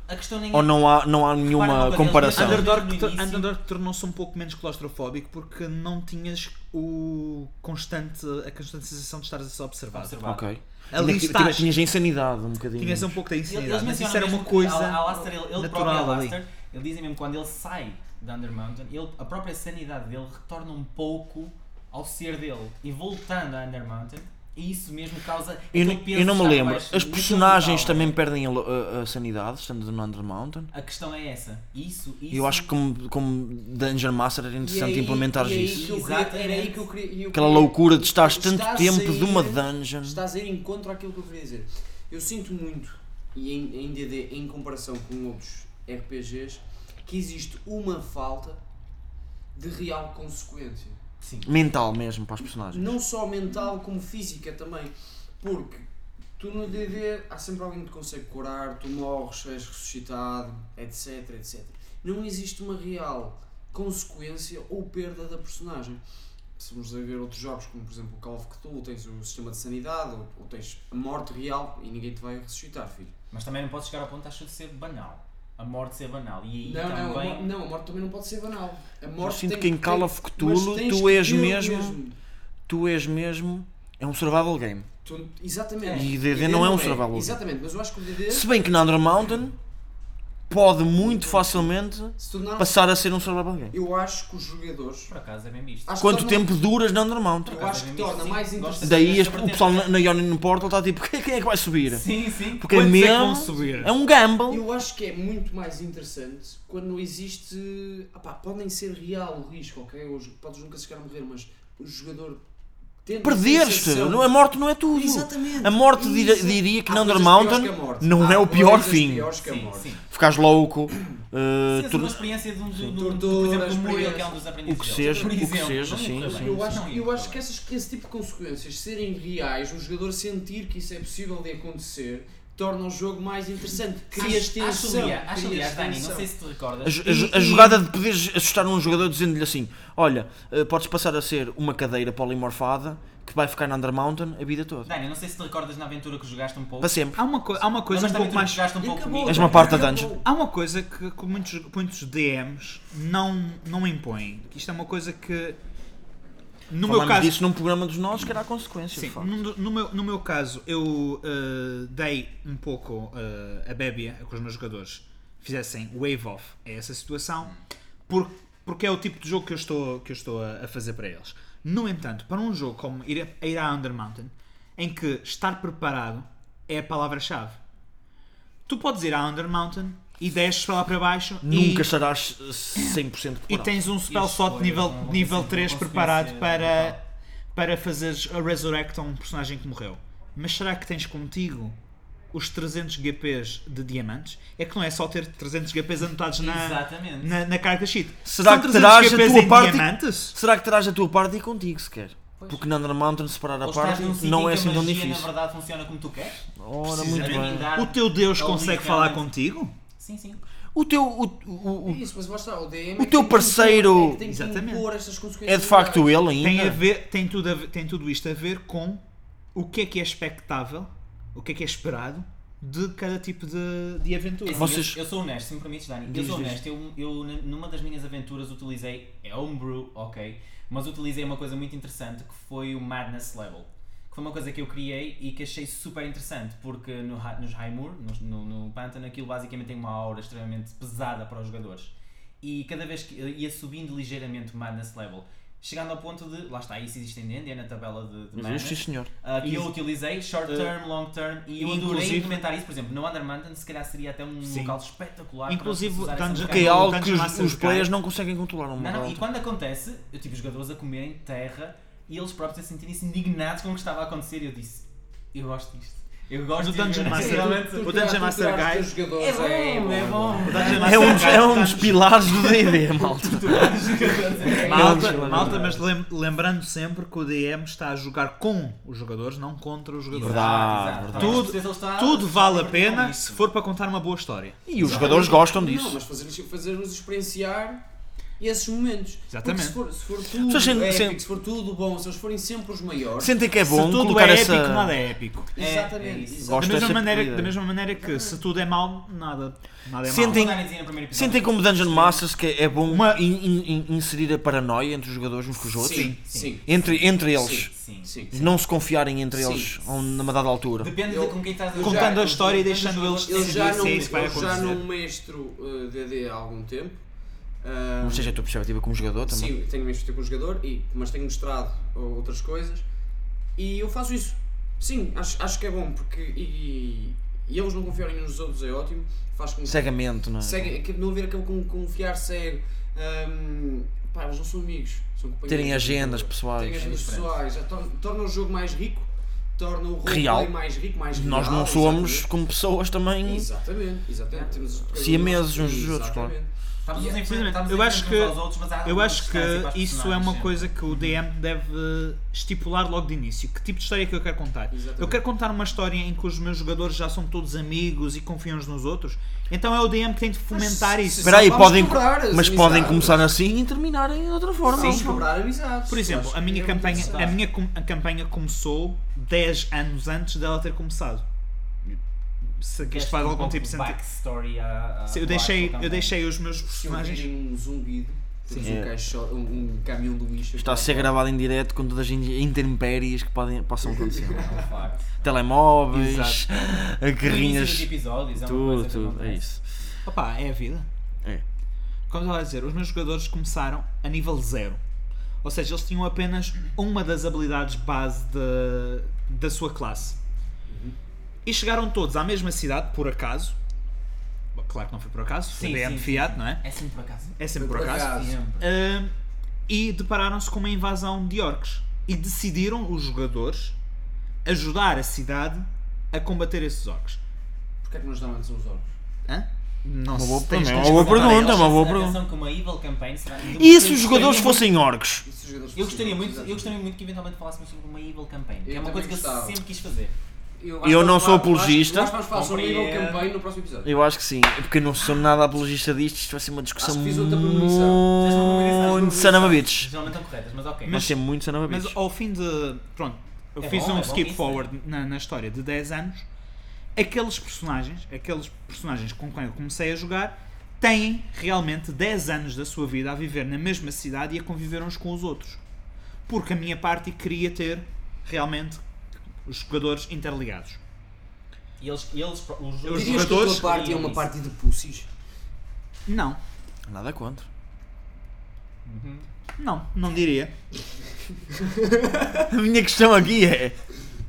Speaker 4: A questão nem
Speaker 2: Ou
Speaker 4: é.
Speaker 2: não há, não há
Speaker 4: Repara uma
Speaker 2: nenhuma
Speaker 4: coisa,
Speaker 2: comparação?
Speaker 4: eles-
Speaker 3: Underdark,
Speaker 4: No início-
Speaker 3: Underdark tornou-se um pouco menos claustrofóbico porque não tinhas o constante, a constante sensação de estares a ser observado.
Speaker 4: observado.
Speaker 2: Ok.
Speaker 3: Ali
Speaker 2: Tinha- tinha-
Speaker 3: estás.
Speaker 2: Tinhas a insanidade um bocadinho.
Speaker 3: Tinhas um pouco da
Speaker 4: Eles-
Speaker 3: insanidade,
Speaker 4: Eles
Speaker 3: mas isso era
Speaker 4: mencionam mesmo
Speaker 3: uma
Speaker 4: que
Speaker 3: coisa
Speaker 4: Al- Alastair, ele, ele próprio
Speaker 3: natural ali.
Speaker 4: Alastair, ele dizem mesmo que quando ele sai da Undermountain, ele, a própria sanidade dele retorna um pouco ao ser dele. E voltando à Undermountain, E isso mesmo causa.
Speaker 2: Eu,
Speaker 4: aquele
Speaker 2: não-
Speaker 4: peso
Speaker 2: eu não me
Speaker 4: estar
Speaker 2: lembro.
Speaker 4: abaixo
Speaker 2: As
Speaker 4: do
Speaker 2: personagens
Speaker 4: brutal. né?
Speaker 2: também perdem a, lo- a- a sanidade, estando no Under Mountain.
Speaker 4: A questão é essa. Isso, isso.
Speaker 2: Eu acho que como, como Danger Master era interessante
Speaker 1: E é aí-
Speaker 2: implementares
Speaker 1: e aí
Speaker 2: isso.
Speaker 1: que eu queria- era aí
Speaker 4: Exatamente.
Speaker 1: que eu queria. e eu
Speaker 2: Aquela
Speaker 1: queria-
Speaker 2: loucura de estares tanto
Speaker 1: Estás a
Speaker 2: tempo de uma
Speaker 1: ir-
Speaker 2: dungeon.
Speaker 1: Estás a ir em contra aquilo que eu queria dizer. Eu sinto muito, e em, em DD, em comparação com outros RPGs, que existe uma falta de real consequência.
Speaker 4: Sim.
Speaker 2: Mental mesmo para os personagens.
Speaker 1: Não só mental, como física também. Porque tu no DD há sempre alguém que te consegue curar, tu morres, és ressuscitado, etc, etc. Não existe uma real consequência ou perda da personagem. Se vamos a ver outros jogos, como por exemplo o Call of Cthulhu, tens o sistema de sanidade, ou, ou tens a morte real e ninguém te vai ressuscitar, filho.
Speaker 4: Mas também não podes chegar ao ponto acho, de ser banal. A morte ser banal. E aí
Speaker 1: Não, não, a,
Speaker 4: também.
Speaker 1: mo- não, a morte também não pode ser banal. A
Speaker 2: Eu
Speaker 1: morte
Speaker 2: sinto
Speaker 1: tem
Speaker 2: que em Call
Speaker 1: tem-
Speaker 2: of
Speaker 1: mas
Speaker 2: Cthulhu
Speaker 1: tens
Speaker 2: tu
Speaker 1: que
Speaker 2: és
Speaker 1: ter o
Speaker 2: mesmo. Tu és mesmo. É um survival game.
Speaker 1: Tu- exatamente.
Speaker 2: E DD não é um survival.
Speaker 1: Exatamente, mas eu acho que o DD
Speaker 2: Se bem que na Under Mountain pode muito facilmente
Speaker 1: se tornar
Speaker 2: passar a ser um survival game.
Speaker 1: Eu acho que os jogadores.
Speaker 4: Por acaso é bem visto. é
Speaker 1: acho que
Speaker 2: Quanto
Speaker 1: torna-
Speaker 2: tempo duras na Under Mountain?
Speaker 1: Eu acho que torna mais interessante.
Speaker 2: Daí as-
Speaker 4: Sim,
Speaker 2: o pessoal na, na Yoni no Portal está tipo, quem, quem é que vai subir?
Speaker 4: Sim, sim.
Speaker 2: Porque é
Speaker 3: Quantos é que vão
Speaker 2: mesmo.
Speaker 3: subir?
Speaker 2: É um gamble.
Speaker 1: Eu acho que é muito mais interessante quando não existe. Ah pá, podem ser real o risco, ok? Os- Podes nunca chegar a morrer, mas o jogador. tenta a
Speaker 2: Perderes-te.
Speaker 1: sensação-
Speaker 2: não- A morte não é tudo.
Speaker 1: Exatamente.
Speaker 2: A morte dir-
Speaker 1: Exa-
Speaker 2: diria que
Speaker 1: Há
Speaker 2: na Under
Speaker 1: coisas
Speaker 2: Mountain
Speaker 1: piores que a morte.
Speaker 2: não
Speaker 1: Há
Speaker 2: é o pior
Speaker 1: coisas
Speaker 2: fim.
Speaker 1: piores que a
Speaker 4: Sim,
Speaker 1: morte.
Speaker 4: sim.
Speaker 2: Ficares louco. uh,
Speaker 4: Sim,
Speaker 2: tur-
Speaker 4: uma experiência de um de, um- de,
Speaker 1: Tortura,
Speaker 4: um- por exemplo, do Muriel,
Speaker 1: experiência.
Speaker 4: que é um dos aprendizes.
Speaker 2: O que
Speaker 4: deles.
Speaker 2: seja,
Speaker 4: Por
Speaker 2: o que
Speaker 4: exemplo,
Speaker 2: seja,
Speaker 4: não
Speaker 2: sim,
Speaker 4: correu bem.
Speaker 1: Eu acho,
Speaker 4: Não ia
Speaker 1: eu
Speaker 4: correr
Speaker 1: acho que,
Speaker 4: bem.
Speaker 1: essas, que esse tipo de consequências serem reais, o jogador sentir que isso é possível de acontecer, torna o jogo mais interessante. Crias
Speaker 4: Acho- acho
Speaker 1: tensão.
Speaker 4: aliás- Acho
Speaker 1: crias
Speaker 4: aliás, Dani, não
Speaker 1: tensão.
Speaker 4: sei se te
Speaker 2: A,
Speaker 4: recordas.
Speaker 2: jo- a jo- a jogada de poderes assustar um jogador dizendo-lhe assim: Olha, uh, podes passar a ser uma cadeira polimorfada que vai ficar na Under Mountain a vida toda.
Speaker 4: Dani, não sei se te recordas na aventura que jogaste um pouco.
Speaker 2: Para sempre.
Speaker 3: Há uma, coi- há uma coisa
Speaker 4: Mas
Speaker 3: um
Speaker 4: na
Speaker 3: pouco
Speaker 4: aventura
Speaker 3: mais
Speaker 4: que jogaste um
Speaker 1: E
Speaker 4: pouco
Speaker 1: acabou,
Speaker 4: comigo.
Speaker 2: És uma parte da
Speaker 1: acabou.
Speaker 2: dungeon.
Speaker 3: Há uma coisa que, que muitos, muitos DMs não, não impõem. que Isto é uma coisa que. No meu
Speaker 2: Falámos
Speaker 3: caso.
Speaker 2: disso num programa dos nossos que era a consequência.
Speaker 3: Sim,
Speaker 2: de facto.
Speaker 3: no, no meu, no meu caso, eu eh, dei um pouco eh, a bébia a que os meus jogadores fizessem wave off a essa situação, por- porque é o tipo de jogo que eu estou, que eu estou a, a fazer para eles. No entanto, para um jogo como ir a, ir à Under Mountain, em que estar preparado é a palavra-chave, tu podes ir à Under Mountain e desces para lá para baixo
Speaker 2: Nunca
Speaker 3: e,
Speaker 2: estarás uh, 100%
Speaker 3: e
Speaker 2: preparado.
Speaker 3: tens um spell
Speaker 4: as
Speaker 3: slot
Speaker 4: escolhas
Speaker 3: nível,
Speaker 4: não vão
Speaker 3: nível
Speaker 4: ser
Speaker 3: 3
Speaker 4: uma
Speaker 3: preparado
Speaker 4: consequência
Speaker 3: para,
Speaker 4: brutal.
Speaker 3: para fazeres a resurrect a um personagem que morreu. Mas será que tens contigo os 300 GPs de diamantes? É que não é só ter 300 GPs anotados na,
Speaker 4: Exatamente.
Speaker 3: na, na carga sheet.
Speaker 2: Será
Speaker 3: São
Speaker 2: que
Speaker 3: 300
Speaker 2: terás a
Speaker 3: GPs
Speaker 2: tua
Speaker 3: em
Speaker 2: parte-
Speaker 3: diamantes?
Speaker 2: Será que terás a tua parte e contigo sequer? Porque na Under Mountain separar a
Speaker 4: Ou estás
Speaker 2: parte
Speaker 4: num um sítio
Speaker 2: não é
Speaker 4: em que a
Speaker 2: assim tão
Speaker 4: magia,
Speaker 2: difícil.
Speaker 4: Na verdade funciona como tu queres.
Speaker 2: Ora,
Speaker 4: Precisas
Speaker 2: muito
Speaker 4: de
Speaker 2: bem.
Speaker 4: andar-
Speaker 3: O teu Deus
Speaker 4: Ou
Speaker 3: consegue
Speaker 4: literalmente-
Speaker 3: falar contigo?
Speaker 4: Sim, sim.
Speaker 2: O teu, o, o-
Speaker 1: É
Speaker 2: o-
Speaker 1: Isso, mas lá está, o DM
Speaker 2: O
Speaker 1: é que
Speaker 2: teu
Speaker 1: tem que
Speaker 2: parceiro-
Speaker 1: impor- é que tem que
Speaker 3: Exatamente.
Speaker 1: impor estas consequências
Speaker 2: é de facto
Speaker 1: reais.
Speaker 2: ele
Speaker 3: Tem, a
Speaker 2: ainda?
Speaker 3: ver, tem, tudo a ver- tem tudo isto a ver com o que é que é expectável, o que é que é esperado de cada tipo de, de aventura.
Speaker 4: Assim,
Speaker 2: Vocês-
Speaker 4: eu, eu sou honesto, se me permites, Dani.
Speaker 2: Diz,
Speaker 4: eu sou
Speaker 2: diz.
Speaker 4: honesto. Eu, eu, n- numa das minhas aventuras, utilizei é homebrew, ok. Mas utilizei uma coisa muito interessante que foi o Madness Level. Que foi uma coisa que eu criei e que achei super interessante. Porque no, ha- nos Highmoor, nos- no, no Pântano, aquilo basicamente tem uma aura extremamente pesada para os jogadores. E cada vez que eu ia subindo ligeiramente o Madness Level. Chegando ao ponto de, lá está, isso existe em D&D na tabela de, de
Speaker 3: é?
Speaker 4: Madness.
Speaker 2: Existe, sim, senhor.
Speaker 4: Ah, que eu
Speaker 3: Easy.
Speaker 4: utilizei, short term, long term, e eu
Speaker 3: e
Speaker 4: adorei
Speaker 3: Ah, inclusive-
Speaker 4: implementar isso, por exemplo, no Under Mountain se calhar seria até um
Speaker 3: Sim.
Speaker 4: local espetacular
Speaker 3: Inclusive,
Speaker 4: para
Speaker 3: Dungeon-
Speaker 4: tanto
Speaker 2: Que é
Speaker 3: Tem
Speaker 2: algo
Speaker 3: tantos
Speaker 2: que os,
Speaker 3: massas
Speaker 2: os
Speaker 3: de
Speaker 2: players
Speaker 3: cara.
Speaker 2: não conseguem controlar uma
Speaker 4: não, não,
Speaker 2: não,
Speaker 4: e quando acontece, eu tive jogadores a comerem terra e eles próprios a sentirem-se indignados com o que estava a acontecer e eu disse, eu gosto disto, eu gosto
Speaker 3: No
Speaker 4: de
Speaker 3: Dungeon
Speaker 4: ver-
Speaker 3: Master-
Speaker 4: Realmente-
Speaker 3: O Dungeon Master
Speaker 1: Torturar os
Speaker 3: Guy-
Speaker 1: teus jogadores
Speaker 4: É bom, é bom, é bom.
Speaker 2: É um, dos- é um dos pilares do D&D, malta.
Speaker 3: Malta,
Speaker 2: Não,
Speaker 3: malta, mas lem- lembrando sempre que o DM está a jogar com os jogadores, não contra os jogadores.
Speaker 2: Verdade.
Speaker 4: Ah,
Speaker 3: Tudo-
Speaker 4: tudo,
Speaker 3: Tudo vale a pena se for para contar uma boa história.
Speaker 2: E os jogadores gostam
Speaker 1: Não,
Speaker 2: disso.
Speaker 1: mas fazer-nos fazer-nos experienciar esses momentos.
Speaker 3: Exatamente.
Speaker 1: Porque se for, se for tudo
Speaker 2: Pessoas sentem-
Speaker 1: épico,
Speaker 2: sentem-
Speaker 1: se for tudo bom, se eles forem sempre os maiores.
Speaker 2: Sentem que é bom
Speaker 3: se tudo
Speaker 2: colocar
Speaker 3: é épico,
Speaker 2: essa...
Speaker 3: nada é épico.
Speaker 4: É, é
Speaker 1: Exatamente.
Speaker 4: isso.
Speaker 1: exatamente.
Speaker 2: Gosto
Speaker 3: da, mesma
Speaker 2: dessa
Speaker 3: maneira,
Speaker 2: ideia.
Speaker 3: da mesma maneira que se tudo é mau, nada, nada é
Speaker 2: Sentem-
Speaker 3: mau.
Speaker 2: Sentem como Dungeon Masters que é bom
Speaker 3: Uma-
Speaker 2: in- in- in- inserir a paranoia entre os jogadores uns com os outros.
Speaker 1: Sim, sim.
Speaker 2: Entre, entre eles.
Speaker 4: Sim,
Speaker 1: Sim.
Speaker 2: Não se confiarem entre
Speaker 1: Sim.
Speaker 2: eles a um- numa dada altura.
Speaker 4: Depende
Speaker 1: Eu-
Speaker 4: de com quem estás a
Speaker 1: eu
Speaker 4: jogar.
Speaker 1: Contando
Speaker 3: a história e
Speaker 4: Quando os
Speaker 3: deixando
Speaker 4: jogadores
Speaker 3: eles
Speaker 1: Eu
Speaker 4: têm
Speaker 1: já
Speaker 3: Sim,
Speaker 1: não,
Speaker 3: sim, isso vai
Speaker 4: é
Speaker 1: eu já
Speaker 3: acontecer.
Speaker 1: não mestro uh, DD há algum tempo. Ah,
Speaker 2: Não é seja a tua perspectiva como jogador também.
Speaker 1: Sim, tenho mestrado com o jogador, e, mas tenho mostrado outras coisas. E eu faço isso. Sim, acho, acho que é bom, porque. E, e eles não confiarem uns nos outros é ótimo. Faz com que.
Speaker 2: Cegamente, não é?
Speaker 1: segue- que não haver aquele com, confiar cego. Hum, pá, eles não são amigos. São companheiros.
Speaker 2: Terem agendas
Speaker 1: Tem
Speaker 2: pessoais. é
Speaker 1: as redes pessoais, já tor- torna o jogo mais rico, torna o roleplay
Speaker 2: Real.
Speaker 1: mais rico, mais real.
Speaker 2: Nós não somos
Speaker 1: exatamente.
Speaker 2: como pessoas também.
Speaker 1: Exatamente, exatamente. Temos os-
Speaker 2: Siameses uns dos outros, claro.
Speaker 1: Exatamente.
Speaker 4: Estamos
Speaker 1: Yeah.
Speaker 4: a enfrentar- estamos a
Speaker 3: Eu acho
Speaker 4: enfrentar
Speaker 3: que-
Speaker 4: uns aos outros, mas há
Speaker 3: Eu
Speaker 4: uma
Speaker 3: acho que
Speaker 4: distância para as
Speaker 3: isso é
Speaker 4: personagens
Speaker 3: uma
Speaker 4: sempre.
Speaker 3: coisa que o DM deve estipular logo de início. Que tipo de história é que eu quero contar?
Speaker 1: Exatamente.
Speaker 3: Eu quero contar uma história em que os meus jogadores já são todos amigos e confiam uns nos outros. Então é o DM que tem de fomentar
Speaker 1: Mas se-
Speaker 3: isso.
Speaker 1: se-
Speaker 2: Espera aí,
Speaker 1: Vamos
Speaker 2: podem,
Speaker 1: cobrar as
Speaker 2: mas podem
Speaker 1: amizades.
Speaker 2: começar assim e terminarem de outra forma.
Speaker 1: Vamos cobrar amizades.
Speaker 3: Por exemplo,
Speaker 1: Acho
Speaker 3: a
Speaker 1: que
Speaker 3: minha
Speaker 1: é
Speaker 3: campanha,
Speaker 1: muito
Speaker 3: a minha com- a campanha começou 10 anos antes dela ter começado. Se que isto faz
Speaker 4: Deste um
Speaker 3: algum
Speaker 4: pouco
Speaker 3: tipo de
Speaker 4: de
Speaker 3: sentido.
Speaker 4: backstory à- à-
Speaker 3: Se Eu
Speaker 4: à
Speaker 3: deixei,
Speaker 4: Blackpool
Speaker 3: eu deixei os meus
Speaker 1: Se ouvirem
Speaker 3: personagens.
Speaker 1: um zumbido, temos
Speaker 2: Sim.
Speaker 1: um, caixote, um, um caminhão do lixo.
Speaker 2: Está a ser gravado em direto com todas as intempéries que podem, possam acontecer.
Speaker 4: também, de facto.
Speaker 2: Telemóveis,
Speaker 3: Exato.
Speaker 4: Início dos
Speaker 2: guerrinhas,
Speaker 4: episódios, é uma
Speaker 2: tudo,
Speaker 4: coisa que
Speaker 2: tudo. É
Speaker 4: acontece.
Speaker 2: isso.
Speaker 3: Opa, é a vida.
Speaker 2: É.
Speaker 3: Como eu estava a dizer, os meus jogadores começaram a nível zero. Ou seja, eles tinham apenas uma das habilidades base da, da sua classe. E chegaram todos à mesma cidade, por acaso. Bom, Claro que não foi por acaso, foi
Speaker 4: Sim,
Speaker 3: DM
Speaker 4: sim,
Speaker 3: Fiat,
Speaker 4: sim.
Speaker 3: não é?
Speaker 4: É sempre por acaso.
Speaker 3: É sempre
Speaker 1: Foi
Speaker 3: por
Speaker 1: por
Speaker 3: acaso.
Speaker 1: acaso. Ah,
Speaker 4: Sempre.
Speaker 3: Ahm, e depararam-se com uma invasão de orcs. E decidiram, os jogadores, ajudar a cidade a combater esses orcs.
Speaker 1: Porquê é que nós não antes os orcos?
Speaker 3: Hã? Não
Speaker 2: Uma boa-
Speaker 3: sei, tens-
Speaker 2: também é
Speaker 3: tens
Speaker 2: uma
Speaker 3: que
Speaker 2: boa
Speaker 3: perguntar a
Speaker 2: pergunta,
Speaker 3: eles.
Speaker 2: uma boa pergunta.
Speaker 4: Atenção que uma evil campaign será...
Speaker 2: E se os jogadores
Speaker 4: Eu
Speaker 2: fossem orcs?
Speaker 1: E se os jogadores
Speaker 4: Eu gostaria,
Speaker 1: fossem
Speaker 4: muito, eu
Speaker 1: orcos?
Speaker 4: gostaria muito que eventualmente falássemos sobre uma evil campaign, que
Speaker 1: Eu
Speaker 4: é uma
Speaker 1: também
Speaker 4: coisa que eu
Speaker 1: gostava.
Speaker 4: sempre quis fazer.
Speaker 1: acho
Speaker 2: eu
Speaker 1: que
Speaker 2: não
Speaker 1: nós
Speaker 2: sou
Speaker 1: vamos falar-
Speaker 2: apologista.
Speaker 1: Nós vamos falar sobre o nível
Speaker 4: Compreendo.
Speaker 1: campanha no próximo episódio.
Speaker 2: Eu acho que sim, porque eu não sou nada apologista disto, isto vai ser uma discussão
Speaker 1: Acho que
Speaker 2: muito
Speaker 1: fiz outra
Speaker 2: Um
Speaker 1: premonição.
Speaker 4: Fizeste uma premonição,
Speaker 2: muito
Speaker 4: fizeste uma
Speaker 2: sanamabits.
Speaker 4: Geralmente estão corretas, mas ok.
Speaker 2: Vai ser muito sanamabits.
Speaker 3: Mas ao fim de. Pronto, eu
Speaker 4: É
Speaker 3: fiz
Speaker 4: bom,
Speaker 3: um
Speaker 4: é bom
Speaker 3: skip
Speaker 4: isso.
Speaker 3: forward na, na história de 10 anos. Aqueles personagens, aqueles personagens com quem eu comecei a jogar, têm realmente 10 anos da sua vida a viver na mesma cidade e a conviver uns com os outros. Porque a minha parte queria ter realmente os jogadores interligados.
Speaker 4: E eles, e eles, os
Speaker 3: Os
Speaker 4: jogadores...
Speaker 1: Dirias que a
Speaker 3: jogadores
Speaker 1: tua parte é uma parte de pussies?
Speaker 3: Não,
Speaker 2: Nada contra.
Speaker 4: Uhum.
Speaker 3: não, não diria.
Speaker 2: A minha questão aqui é: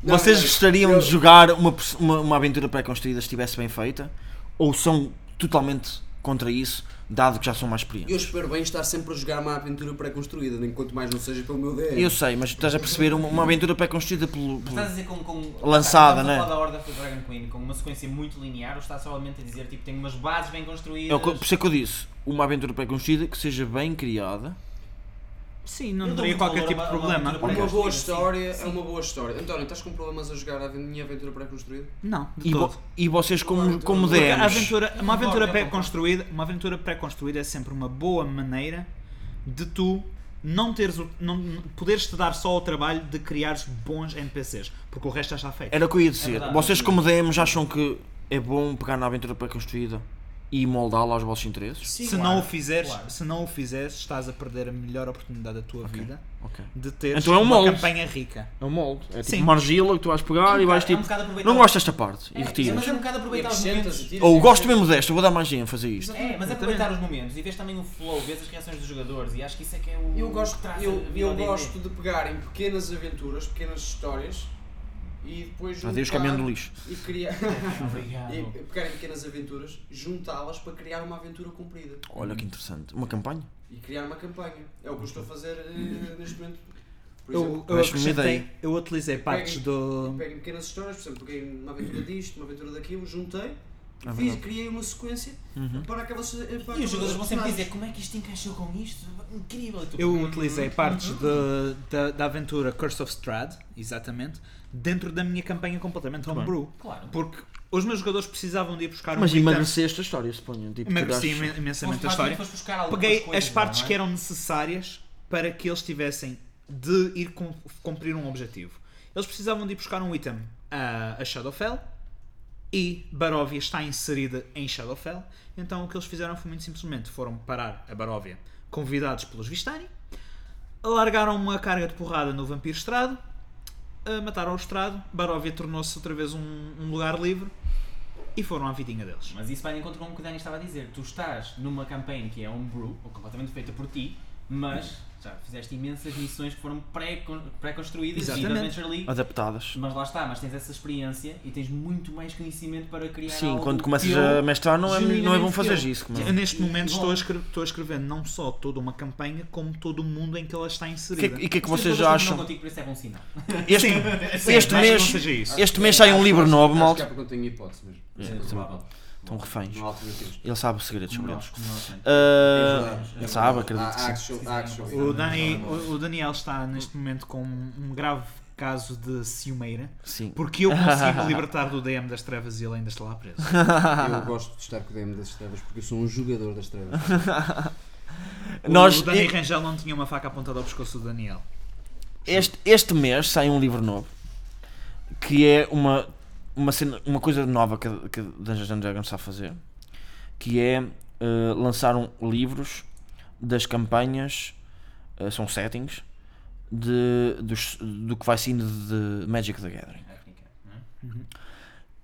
Speaker 1: Não,
Speaker 2: vocês
Speaker 1: não,
Speaker 2: gostariam
Speaker 1: eu-
Speaker 2: de jogar uma, pers- uma, uma aventura pré-construída se estivesse bem feita? Ou são totalmente contra isso, dado que já são mais
Speaker 1: Eu
Speaker 2: experientes?
Speaker 1: espero bem estar sempre a jogar uma aventura pré-construída, enquanto mais não seja pelo meu
Speaker 2: Eu,
Speaker 1: DM.
Speaker 2: sei, mas estás a perceber uma, uma aventura pré-construída pelo.
Speaker 4: Mas
Speaker 2: pelo-
Speaker 4: Estás a dizer com. com
Speaker 2: Tipo, Lançada,
Speaker 4: estás
Speaker 2: né?
Speaker 4: a falar da Horda of the Dragon Queen com uma sequência muito linear ou estás somente a dizer tipo tem umas bases bem construídas?
Speaker 2: É o que- por isso é que eu disse: uma aventura pré-construída que seja bem criada.
Speaker 3: Sim, não
Speaker 4: Eu dou
Speaker 3: teria
Speaker 4: muito
Speaker 3: qualquer
Speaker 4: valor a
Speaker 3: tipo
Speaker 4: uma-
Speaker 3: de
Speaker 4: a uma
Speaker 3: problema.
Speaker 4: aventura
Speaker 1: É uma boa
Speaker 4: pré-construída, sim.
Speaker 1: história, é uma boa história. António, estás com problemas a jogar a ave- minha aventura pré-construída?
Speaker 3: Não, de
Speaker 2: E, vo-
Speaker 3: todo.
Speaker 2: e vocês, como,
Speaker 1: Concordo.
Speaker 2: como
Speaker 1: Porque
Speaker 3: Porque a
Speaker 2: DMs,
Speaker 3: aventura, uma aventura
Speaker 4: concordo.
Speaker 3: pré-construída, uma aventura pré-construída é sempre uma boa maneira de tu não teres o, não não- poderes te dar só o trabalho de criares bons NPCs, porque o resto já está feito.
Speaker 2: era o que eu ia dizer.
Speaker 4: verdade,
Speaker 2: vocês,
Speaker 4: é
Speaker 2: como DMs, acham que é bom pegar na aventura pré-construída e moldá-la aos vossos interesses?
Speaker 1: Sim,
Speaker 3: se não o fizeres,
Speaker 4: claro.
Speaker 3: se não o fizeres, estás a perder a melhor oportunidade da tua vida
Speaker 2: Ok.
Speaker 3: de teres
Speaker 2: Então é um
Speaker 3: uma
Speaker 2: molde.
Speaker 3: campanha rica.
Speaker 2: É um molde. É tipo
Speaker 3: Sim.
Speaker 2: uma argila que tu vais pegar e vais
Speaker 4: É um
Speaker 2: tipo.
Speaker 4: bocado aproveitar-
Speaker 2: Não gosto desta parte e
Speaker 4: É,
Speaker 2: retiras.
Speaker 4: Mas é um bocado aproveitar os
Speaker 1: acrescentas
Speaker 4: momentos.
Speaker 1: e tiras.
Speaker 2: Ou gosto mesmo desta, vou dar mais ênfase a isto.
Speaker 4: É, mas é aproveitar os momentos e vês também o flow, vês as reações dos jogadores e acho que isso é que é o.
Speaker 1: Eu gosto,
Speaker 4: que traz a
Speaker 1: eu,
Speaker 4: vida
Speaker 1: eu
Speaker 4: ao D&D.
Speaker 1: gosto de pegar em pequenas aventuras, pequenas histórias e depois juntar
Speaker 2: Adeus caminhão do lixo.
Speaker 1: e criar
Speaker 4: Obrigado.
Speaker 1: e pegar em pequenas aventuras, juntá-las para criar uma aventura comprida
Speaker 2: Olha que interessante. Uma campanha?
Speaker 1: e criar uma campanha. É o que eu estou a fazer eh, neste momento. Por exemplo,
Speaker 3: Eu, eu,
Speaker 2: parece-me é uma
Speaker 3: acrescentei-
Speaker 2: ideia.
Speaker 3: eu utilizei partes
Speaker 2: ah,
Speaker 3: do.
Speaker 1: Pego em pequenas histórias, por exemplo, peguei uma aventura disto, uma aventura daquilo, juntei,
Speaker 2: É
Speaker 1: fiz,
Speaker 2: verdade. Uhum.
Speaker 1: criei uma sequência para aquelas. eh, para
Speaker 4: E
Speaker 1: aquelas
Speaker 4: os jogadores vão sempre
Speaker 1: personagens.
Speaker 4: dizer como é que isto encaixou com isto? Incrível! E tu-
Speaker 3: Eu utilizei partes de- da, da aventura Curse of Strahd, exatamente, dentro da minha campanha completamente
Speaker 2: bem.
Speaker 3: homebrew.
Speaker 4: Claro.
Speaker 3: Porque os meus jogadores precisavam de ir buscar
Speaker 2: Mas
Speaker 3: um item.
Speaker 2: emagreceste a história, suponho. Tipo,
Speaker 3: Emagreci
Speaker 2: tiraste-
Speaker 4: assim,
Speaker 3: imen- imensamente
Speaker 4: Foste
Speaker 3: a história.
Speaker 4: basicamente, foste buscar algumas
Speaker 3: Peguei
Speaker 4: coisas,
Speaker 3: as partes
Speaker 4: não é?
Speaker 3: que eram necessárias para que eles tivessem de ir cum- cumprir um objetivo. Eles precisavam de ir buscar um item a, a Shadowfell e Baróvia está inserida em Shadowfell. Então o que eles fizeram foi muito simplesmente foram parar a Baróvia convidados pelos Vistani, largaram uma carga de porrada no Vampiro Estrado, eh, mataram o Estrado, Baróvia tornou-se outra vez um, um lugar livre e foram à vidinha deles.
Speaker 4: Mas isso vai de encontro com o que o Dani estava a dizer. Tu estás numa campanha que é um brew, ou completamente feita por ti, mas já fizeste imensas missões que foram pré-con- pré-construídas e da
Speaker 3: Exatamente.
Speaker 4: Adventure League.
Speaker 2: Adaptadas.
Speaker 4: Mas lá está, mas tens essa experiência e tens muito mais conhecimento para criar
Speaker 2: Sim,
Speaker 4: algo
Speaker 2: quando começas
Speaker 4: teu.
Speaker 2: a mestrar não é, não é bom
Speaker 4: genuinamente
Speaker 2: fazer
Speaker 4: teu.
Speaker 2: isso.
Speaker 3: Eu
Speaker 2: Mano.
Speaker 3: neste momento
Speaker 4: Bom.
Speaker 3: estou a, escre- estou a escrever não só toda uma campanha, como todo o mundo em que ela está
Speaker 2: O que é
Speaker 3: inserida.
Speaker 2: que- E o que é que
Speaker 4: As
Speaker 2: vocês
Speaker 4: pessoas não
Speaker 2: acham?
Speaker 4: contigo, por isso é bom sinal.
Speaker 2: Este,
Speaker 3: Sim,
Speaker 2: este
Speaker 3: mais que Não
Speaker 2: mês,
Speaker 3: seja isso.
Speaker 2: este mês sai um livro novo,
Speaker 1: mal. Acho que
Speaker 2: malta.
Speaker 1: é porque eu tenho hipótese mesmo.
Speaker 4: É provável.
Speaker 2: Estão reféns.
Speaker 1: Não há alternativas.
Speaker 2: Ele sabe os segredos sobre eles.
Speaker 4: Nós, nós, né?
Speaker 2: Ah,
Speaker 1: É
Speaker 2: ele
Speaker 1: verdade.
Speaker 2: sabe, acredito que
Speaker 4: Ah,
Speaker 1: Há- há
Speaker 2: sim.
Speaker 1: action- há action.
Speaker 4: O
Speaker 3: O, Dani, o, o Daniel está neste momento com um grave caso de ciumeira,
Speaker 2: Sim.
Speaker 3: porque eu consigo libertar do DM das trevas e ele ainda está lá preso.
Speaker 1: Eu gosto de estar com o DM das trevas porque eu sou um jogador das trevas.
Speaker 2: Nós,
Speaker 3: o Dani Rangel não tinha uma faca apontada ao pescoço do Daniel.
Speaker 2: este, este mês sai um livro novo que é uma, uma, cena, uma coisa nova que, que Dungeons and Dragons está a fazer que é eh, lançaram livros das campanhas eh, são settings de, dos- do que vai sendo de Magic the Gathering
Speaker 4: Técnica, não é?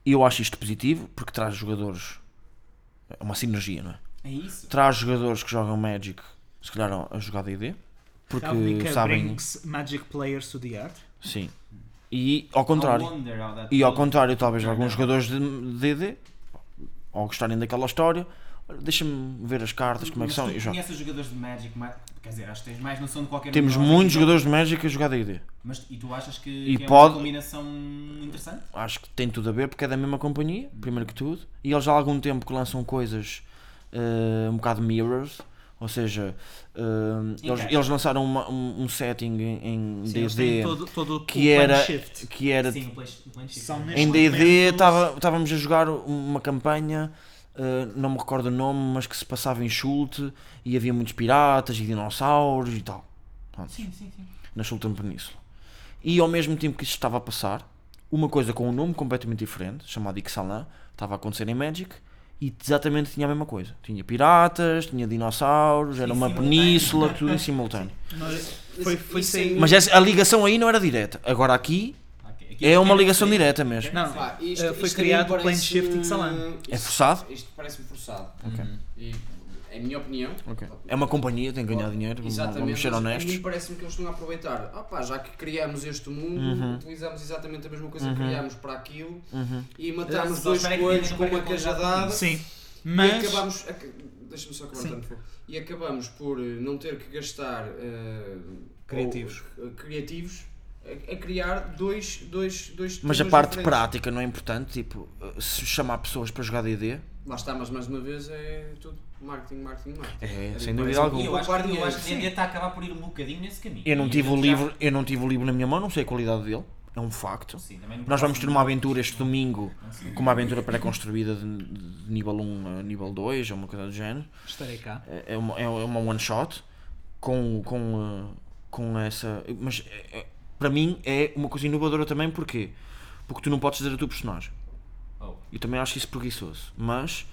Speaker 2: e eu acho isto positivo porque traz jogadores é uma sinergia não é?
Speaker 4: É isso.
Speaker 2: traz jogadores que jogam Magic se calhar a- a jogar D&D porque
Speaker 3: Ravnica
Speaker 2: sabem
Speaker 3: brings Magic Players to the Art.
Speaker 2: sim e ao contrário
Speaker 4: I wonder how that
Speaker 2: E ao
Speaker 4: goes.
Speaker 2: contrário, talvez alguns jogadores de DD, ao gostarem daquela história, olha, deixa-me ver as cartas, como é que
Speaker 4: Mas
Speaker 2: são.
Speaker 4: tu
Speaker 2: e jogo.
Speaker 4: conheces os jogadores de Magic, mais- quer dizer, acho que tens mais noção de qualquer
Speaker 2: Temos
Speaker 4: nome.
Speaker 2: muitos jogadores de Magic a jogar DD.
Speaker 4: Mas e tu achas que,
Speaker 2: E
Speaker 4: que é
Speaker 2: pode-
Speaker 4: uma combinação interessante?
Speaker 2: Acho que tem tudo a ver porque é da mesma companhia, primeiro que tudo, e eles já há algum tempo que lançam coisas eh, um bocado mirrors. Ou seja, eh, eles,
Speaker 4: Encaixa.
Speaker 2: eles lançaram uma- um, um setting em em
Speaker 3: Sim, eles têm
Speaker 2: DD
Speaker 3: todo, todo o
Speaker 2: que era,
Speaker 3: plan shift.
Speaker 2: que era
Speaker 4: Sim, o Play- o Planescape.
Speaker 3: São neste
Speaker 2: Em D&D
Speaker 3: momento-
Speaker 2: estava- estávamos a jogar uma campanha, eh, não me recordo o nome, mas que se passava em Schulte e havia muitos piratas e dinossauros e tal,
Speaker 4: Sim, sim, sim.
Speaker 2: na Chultan Península. E ao mesmo tempo que isto estava a passar, uma coisa com um nome completamente diferente, chamado Ixalan, estava a acontecer em Magic e exatamente tinha a mesma coisa. Tinha piratas, tinha dinossauros, era
Speaker 4: Sim,
Speaker 2: uma
Speaker 4: simultâneo.
Speaker 2: península, tudo em simultâneo.
Speaker 3: Nós- Foi, foi
Speaker 1: Isso
Speaker 3: sair.
Speaker 1: é-
Speaker 2: Mas essa- a ligação aí não era direta, agora aqui
Speaker 4: Ok. Aqui
Speaker 2: é uma
Speaker 4: quero
Speaker 2: ligação
Speaker 4: saber.
Speaker 2: direta mesmo.
Speaker 3: Não,
Speaker 1: Pá, isto-
Speaker 3: eh, foi
Speaker 1: isto a mim
Speaker 3: criado o
Speaker 1: parece-me-
Speaker 3: Plane Shifting Salon.
Speaker 2: É forçado?
Speaker 1: Isto parece-me forçado.
Speaker 2: Ok.
Speaker 1: E é a minha opinião.
Speaker 2: É uma companhia, tem que ganhar dinheiro, vamos-
Speaker 1: Exatamente.
Speaker 2: vamos ser
Speaker 1: mas A
Speaker 2: honestos.
Speaker 1: mim parece-me que eles estão a aproveitar. Ah pá, já que criámos este mundo,
Speaker 2: Uhum.
Speaker 1: utilizamos exatamente a mesma coisa que criámos para aquilo e
Speaker 4: Eu
Speaker 1: matámos
Speaker 4: só
Speaker 1: dois
Speaker 4: espero que
Speaker 1: coelhos
Speaker 4: ninguém
Speaker 1: com uma
Speaker 4: perca a qualidade
Speaker 1: cajadada.
Speaker 3: Sim,
Speaker 1: E
Speaker 3: mas
Speaker 1: acabamos. ac- Deixa-me só acabar
Speaker 3: Sim.
Speaker 1: tanto. E acabamos por eh, não ter que gastar eh,
Speaker 3: Criativos.
Speaker 1: ou, eh, criativos a, a criar dois, dois, dois
Speaker 2: Mas a
Speaker 1: temas
Speaker 2: parte
Speaker 1: diferentes.
Speaker 2: prática não é importante, tipo, se chamar pessoas para jogar DD,
Speaker 1: Lá está, mas mais uma vez é tudo marketing, marketing, marketing.
Speaker 2: é,
Speaker 1: Ali
Speaker 2: sem
Speaker 1: parece-me
Speaker 2: dúvida
Speaker 4: E
Speaker 2: alguma.
Speaker 4: eu acho
Speaker 1: Poupar
Speaker 4: que eu
Speaker 1: dinheiro,
Speaker 4: acho que ainda está a acabar por ir um bocadinho nesse caminho.
Speaker 2: Eu não
Speaker 4: E
Speaker 2: tive o
Speaker 4: já-
Speaker 2: livro, eu não tive o livro na minha mão, não sei a qualidade dele, é um facto.
Speaker 4: Sim, também não
Speaker 2: Nós vamos
Speaker 4: posso-
Speaker 2: ter uma aventura este domingo,
Speaker 4: Não sei.
Speaker 2: com uma aventura pré-construída de, de nível 1 a nível 2, ou uma coisa do género.
Speaker 3: estarei cá.
Speaker 2: É é uma, é uma one shot com, com, eh, com essa. Mas eh, eh, para mim é uma coisa inovadora também, porquê? Porque tu não podes dizer a tua personagem.
Speaker 4: Oh.
Speaker 2: Eu também acho isso preguiçoso. Mas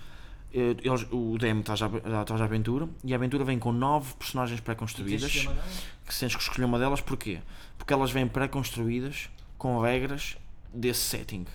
Speaker 2: eh, eles- o DM estás à, estás à aventura e a aventura vem com nove personagens
Speaker 4: Tens de
Speaker 2: pré-construídas
Speaker 4: chamar ela?
Speaker 2: que tens que escolher uma delas, porquê? Porque elas vêm pré-construídas com regras desse setting.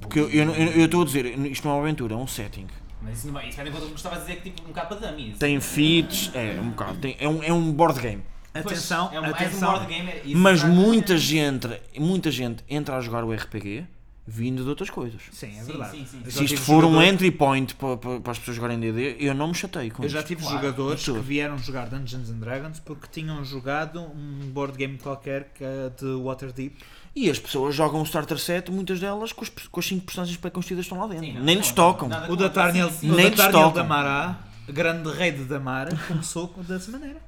Speaker 2: Porque eu eu não- eu- eu estou a dizer, isto não é uma aventura, é um setting.
Speaker 4: Mas isso não vai. Isso vai ter conta que gostava de dizer que tipo um capa dummies.
Speaker 2: Tem feats, é um bocado, tem- é, um, é um board game.
Speaker 4: Pois,
Speaker 3: Atenção,
Speaker 4: é um, mais um
Speaker 3: atenção.
Speaker 4: board game. é- isso
Speaker 2: Mas
Speaker 4: traz-
Speaker 2: muita gente, muita gente entra a jogar o RPG vindo de outras coisas.
Speaker 3: Sim, é
Speaker 4: Sim,
Speaker 3: verdade.
Speaker 4: sim, sim.
Speaker 3: Eu já
Speaker 2: Se isto
Speaker 3: tive
Speaker 2: for um
Speaker 3: jogadores-
Speaker 2: entry point para, as pessoas jogarem DD, eu não me chatei com
Speaker 3: Eu já
Speaker 2: isto.
Speaker 3: tive
Speaker 4: Claro,
Speaker 3: jogadores
Speaker 2: tudo.
Speaker 3: que vieram jogar Dungeons and Dragons porque tinham jogado um board game qualquer que é de Waterdeep.
Speaker 2: E as pessoas jogam o starter set, muitas delas, com, os, com as 5 personagens pré-constituídas estão lá dentro.
Speaker 4: Sim, não,
Speaker 2: Nem
Speaker 4: não,
Speaker 2: lhes
Speaker 4: Ah, não,
Speaker 2: tocam.
Speaker 4: nada
Speaker 3: O da
Speaker 4: contra,
Speaker 3: Tarniel,
Speaker 4: sim, sim.
Speaker 2: Nem
Speaker 3: o da Tarniel
Speaker 2: tocam.
Speaker 3: da Mará, grande rei de Damara, começou com- dessa maneira.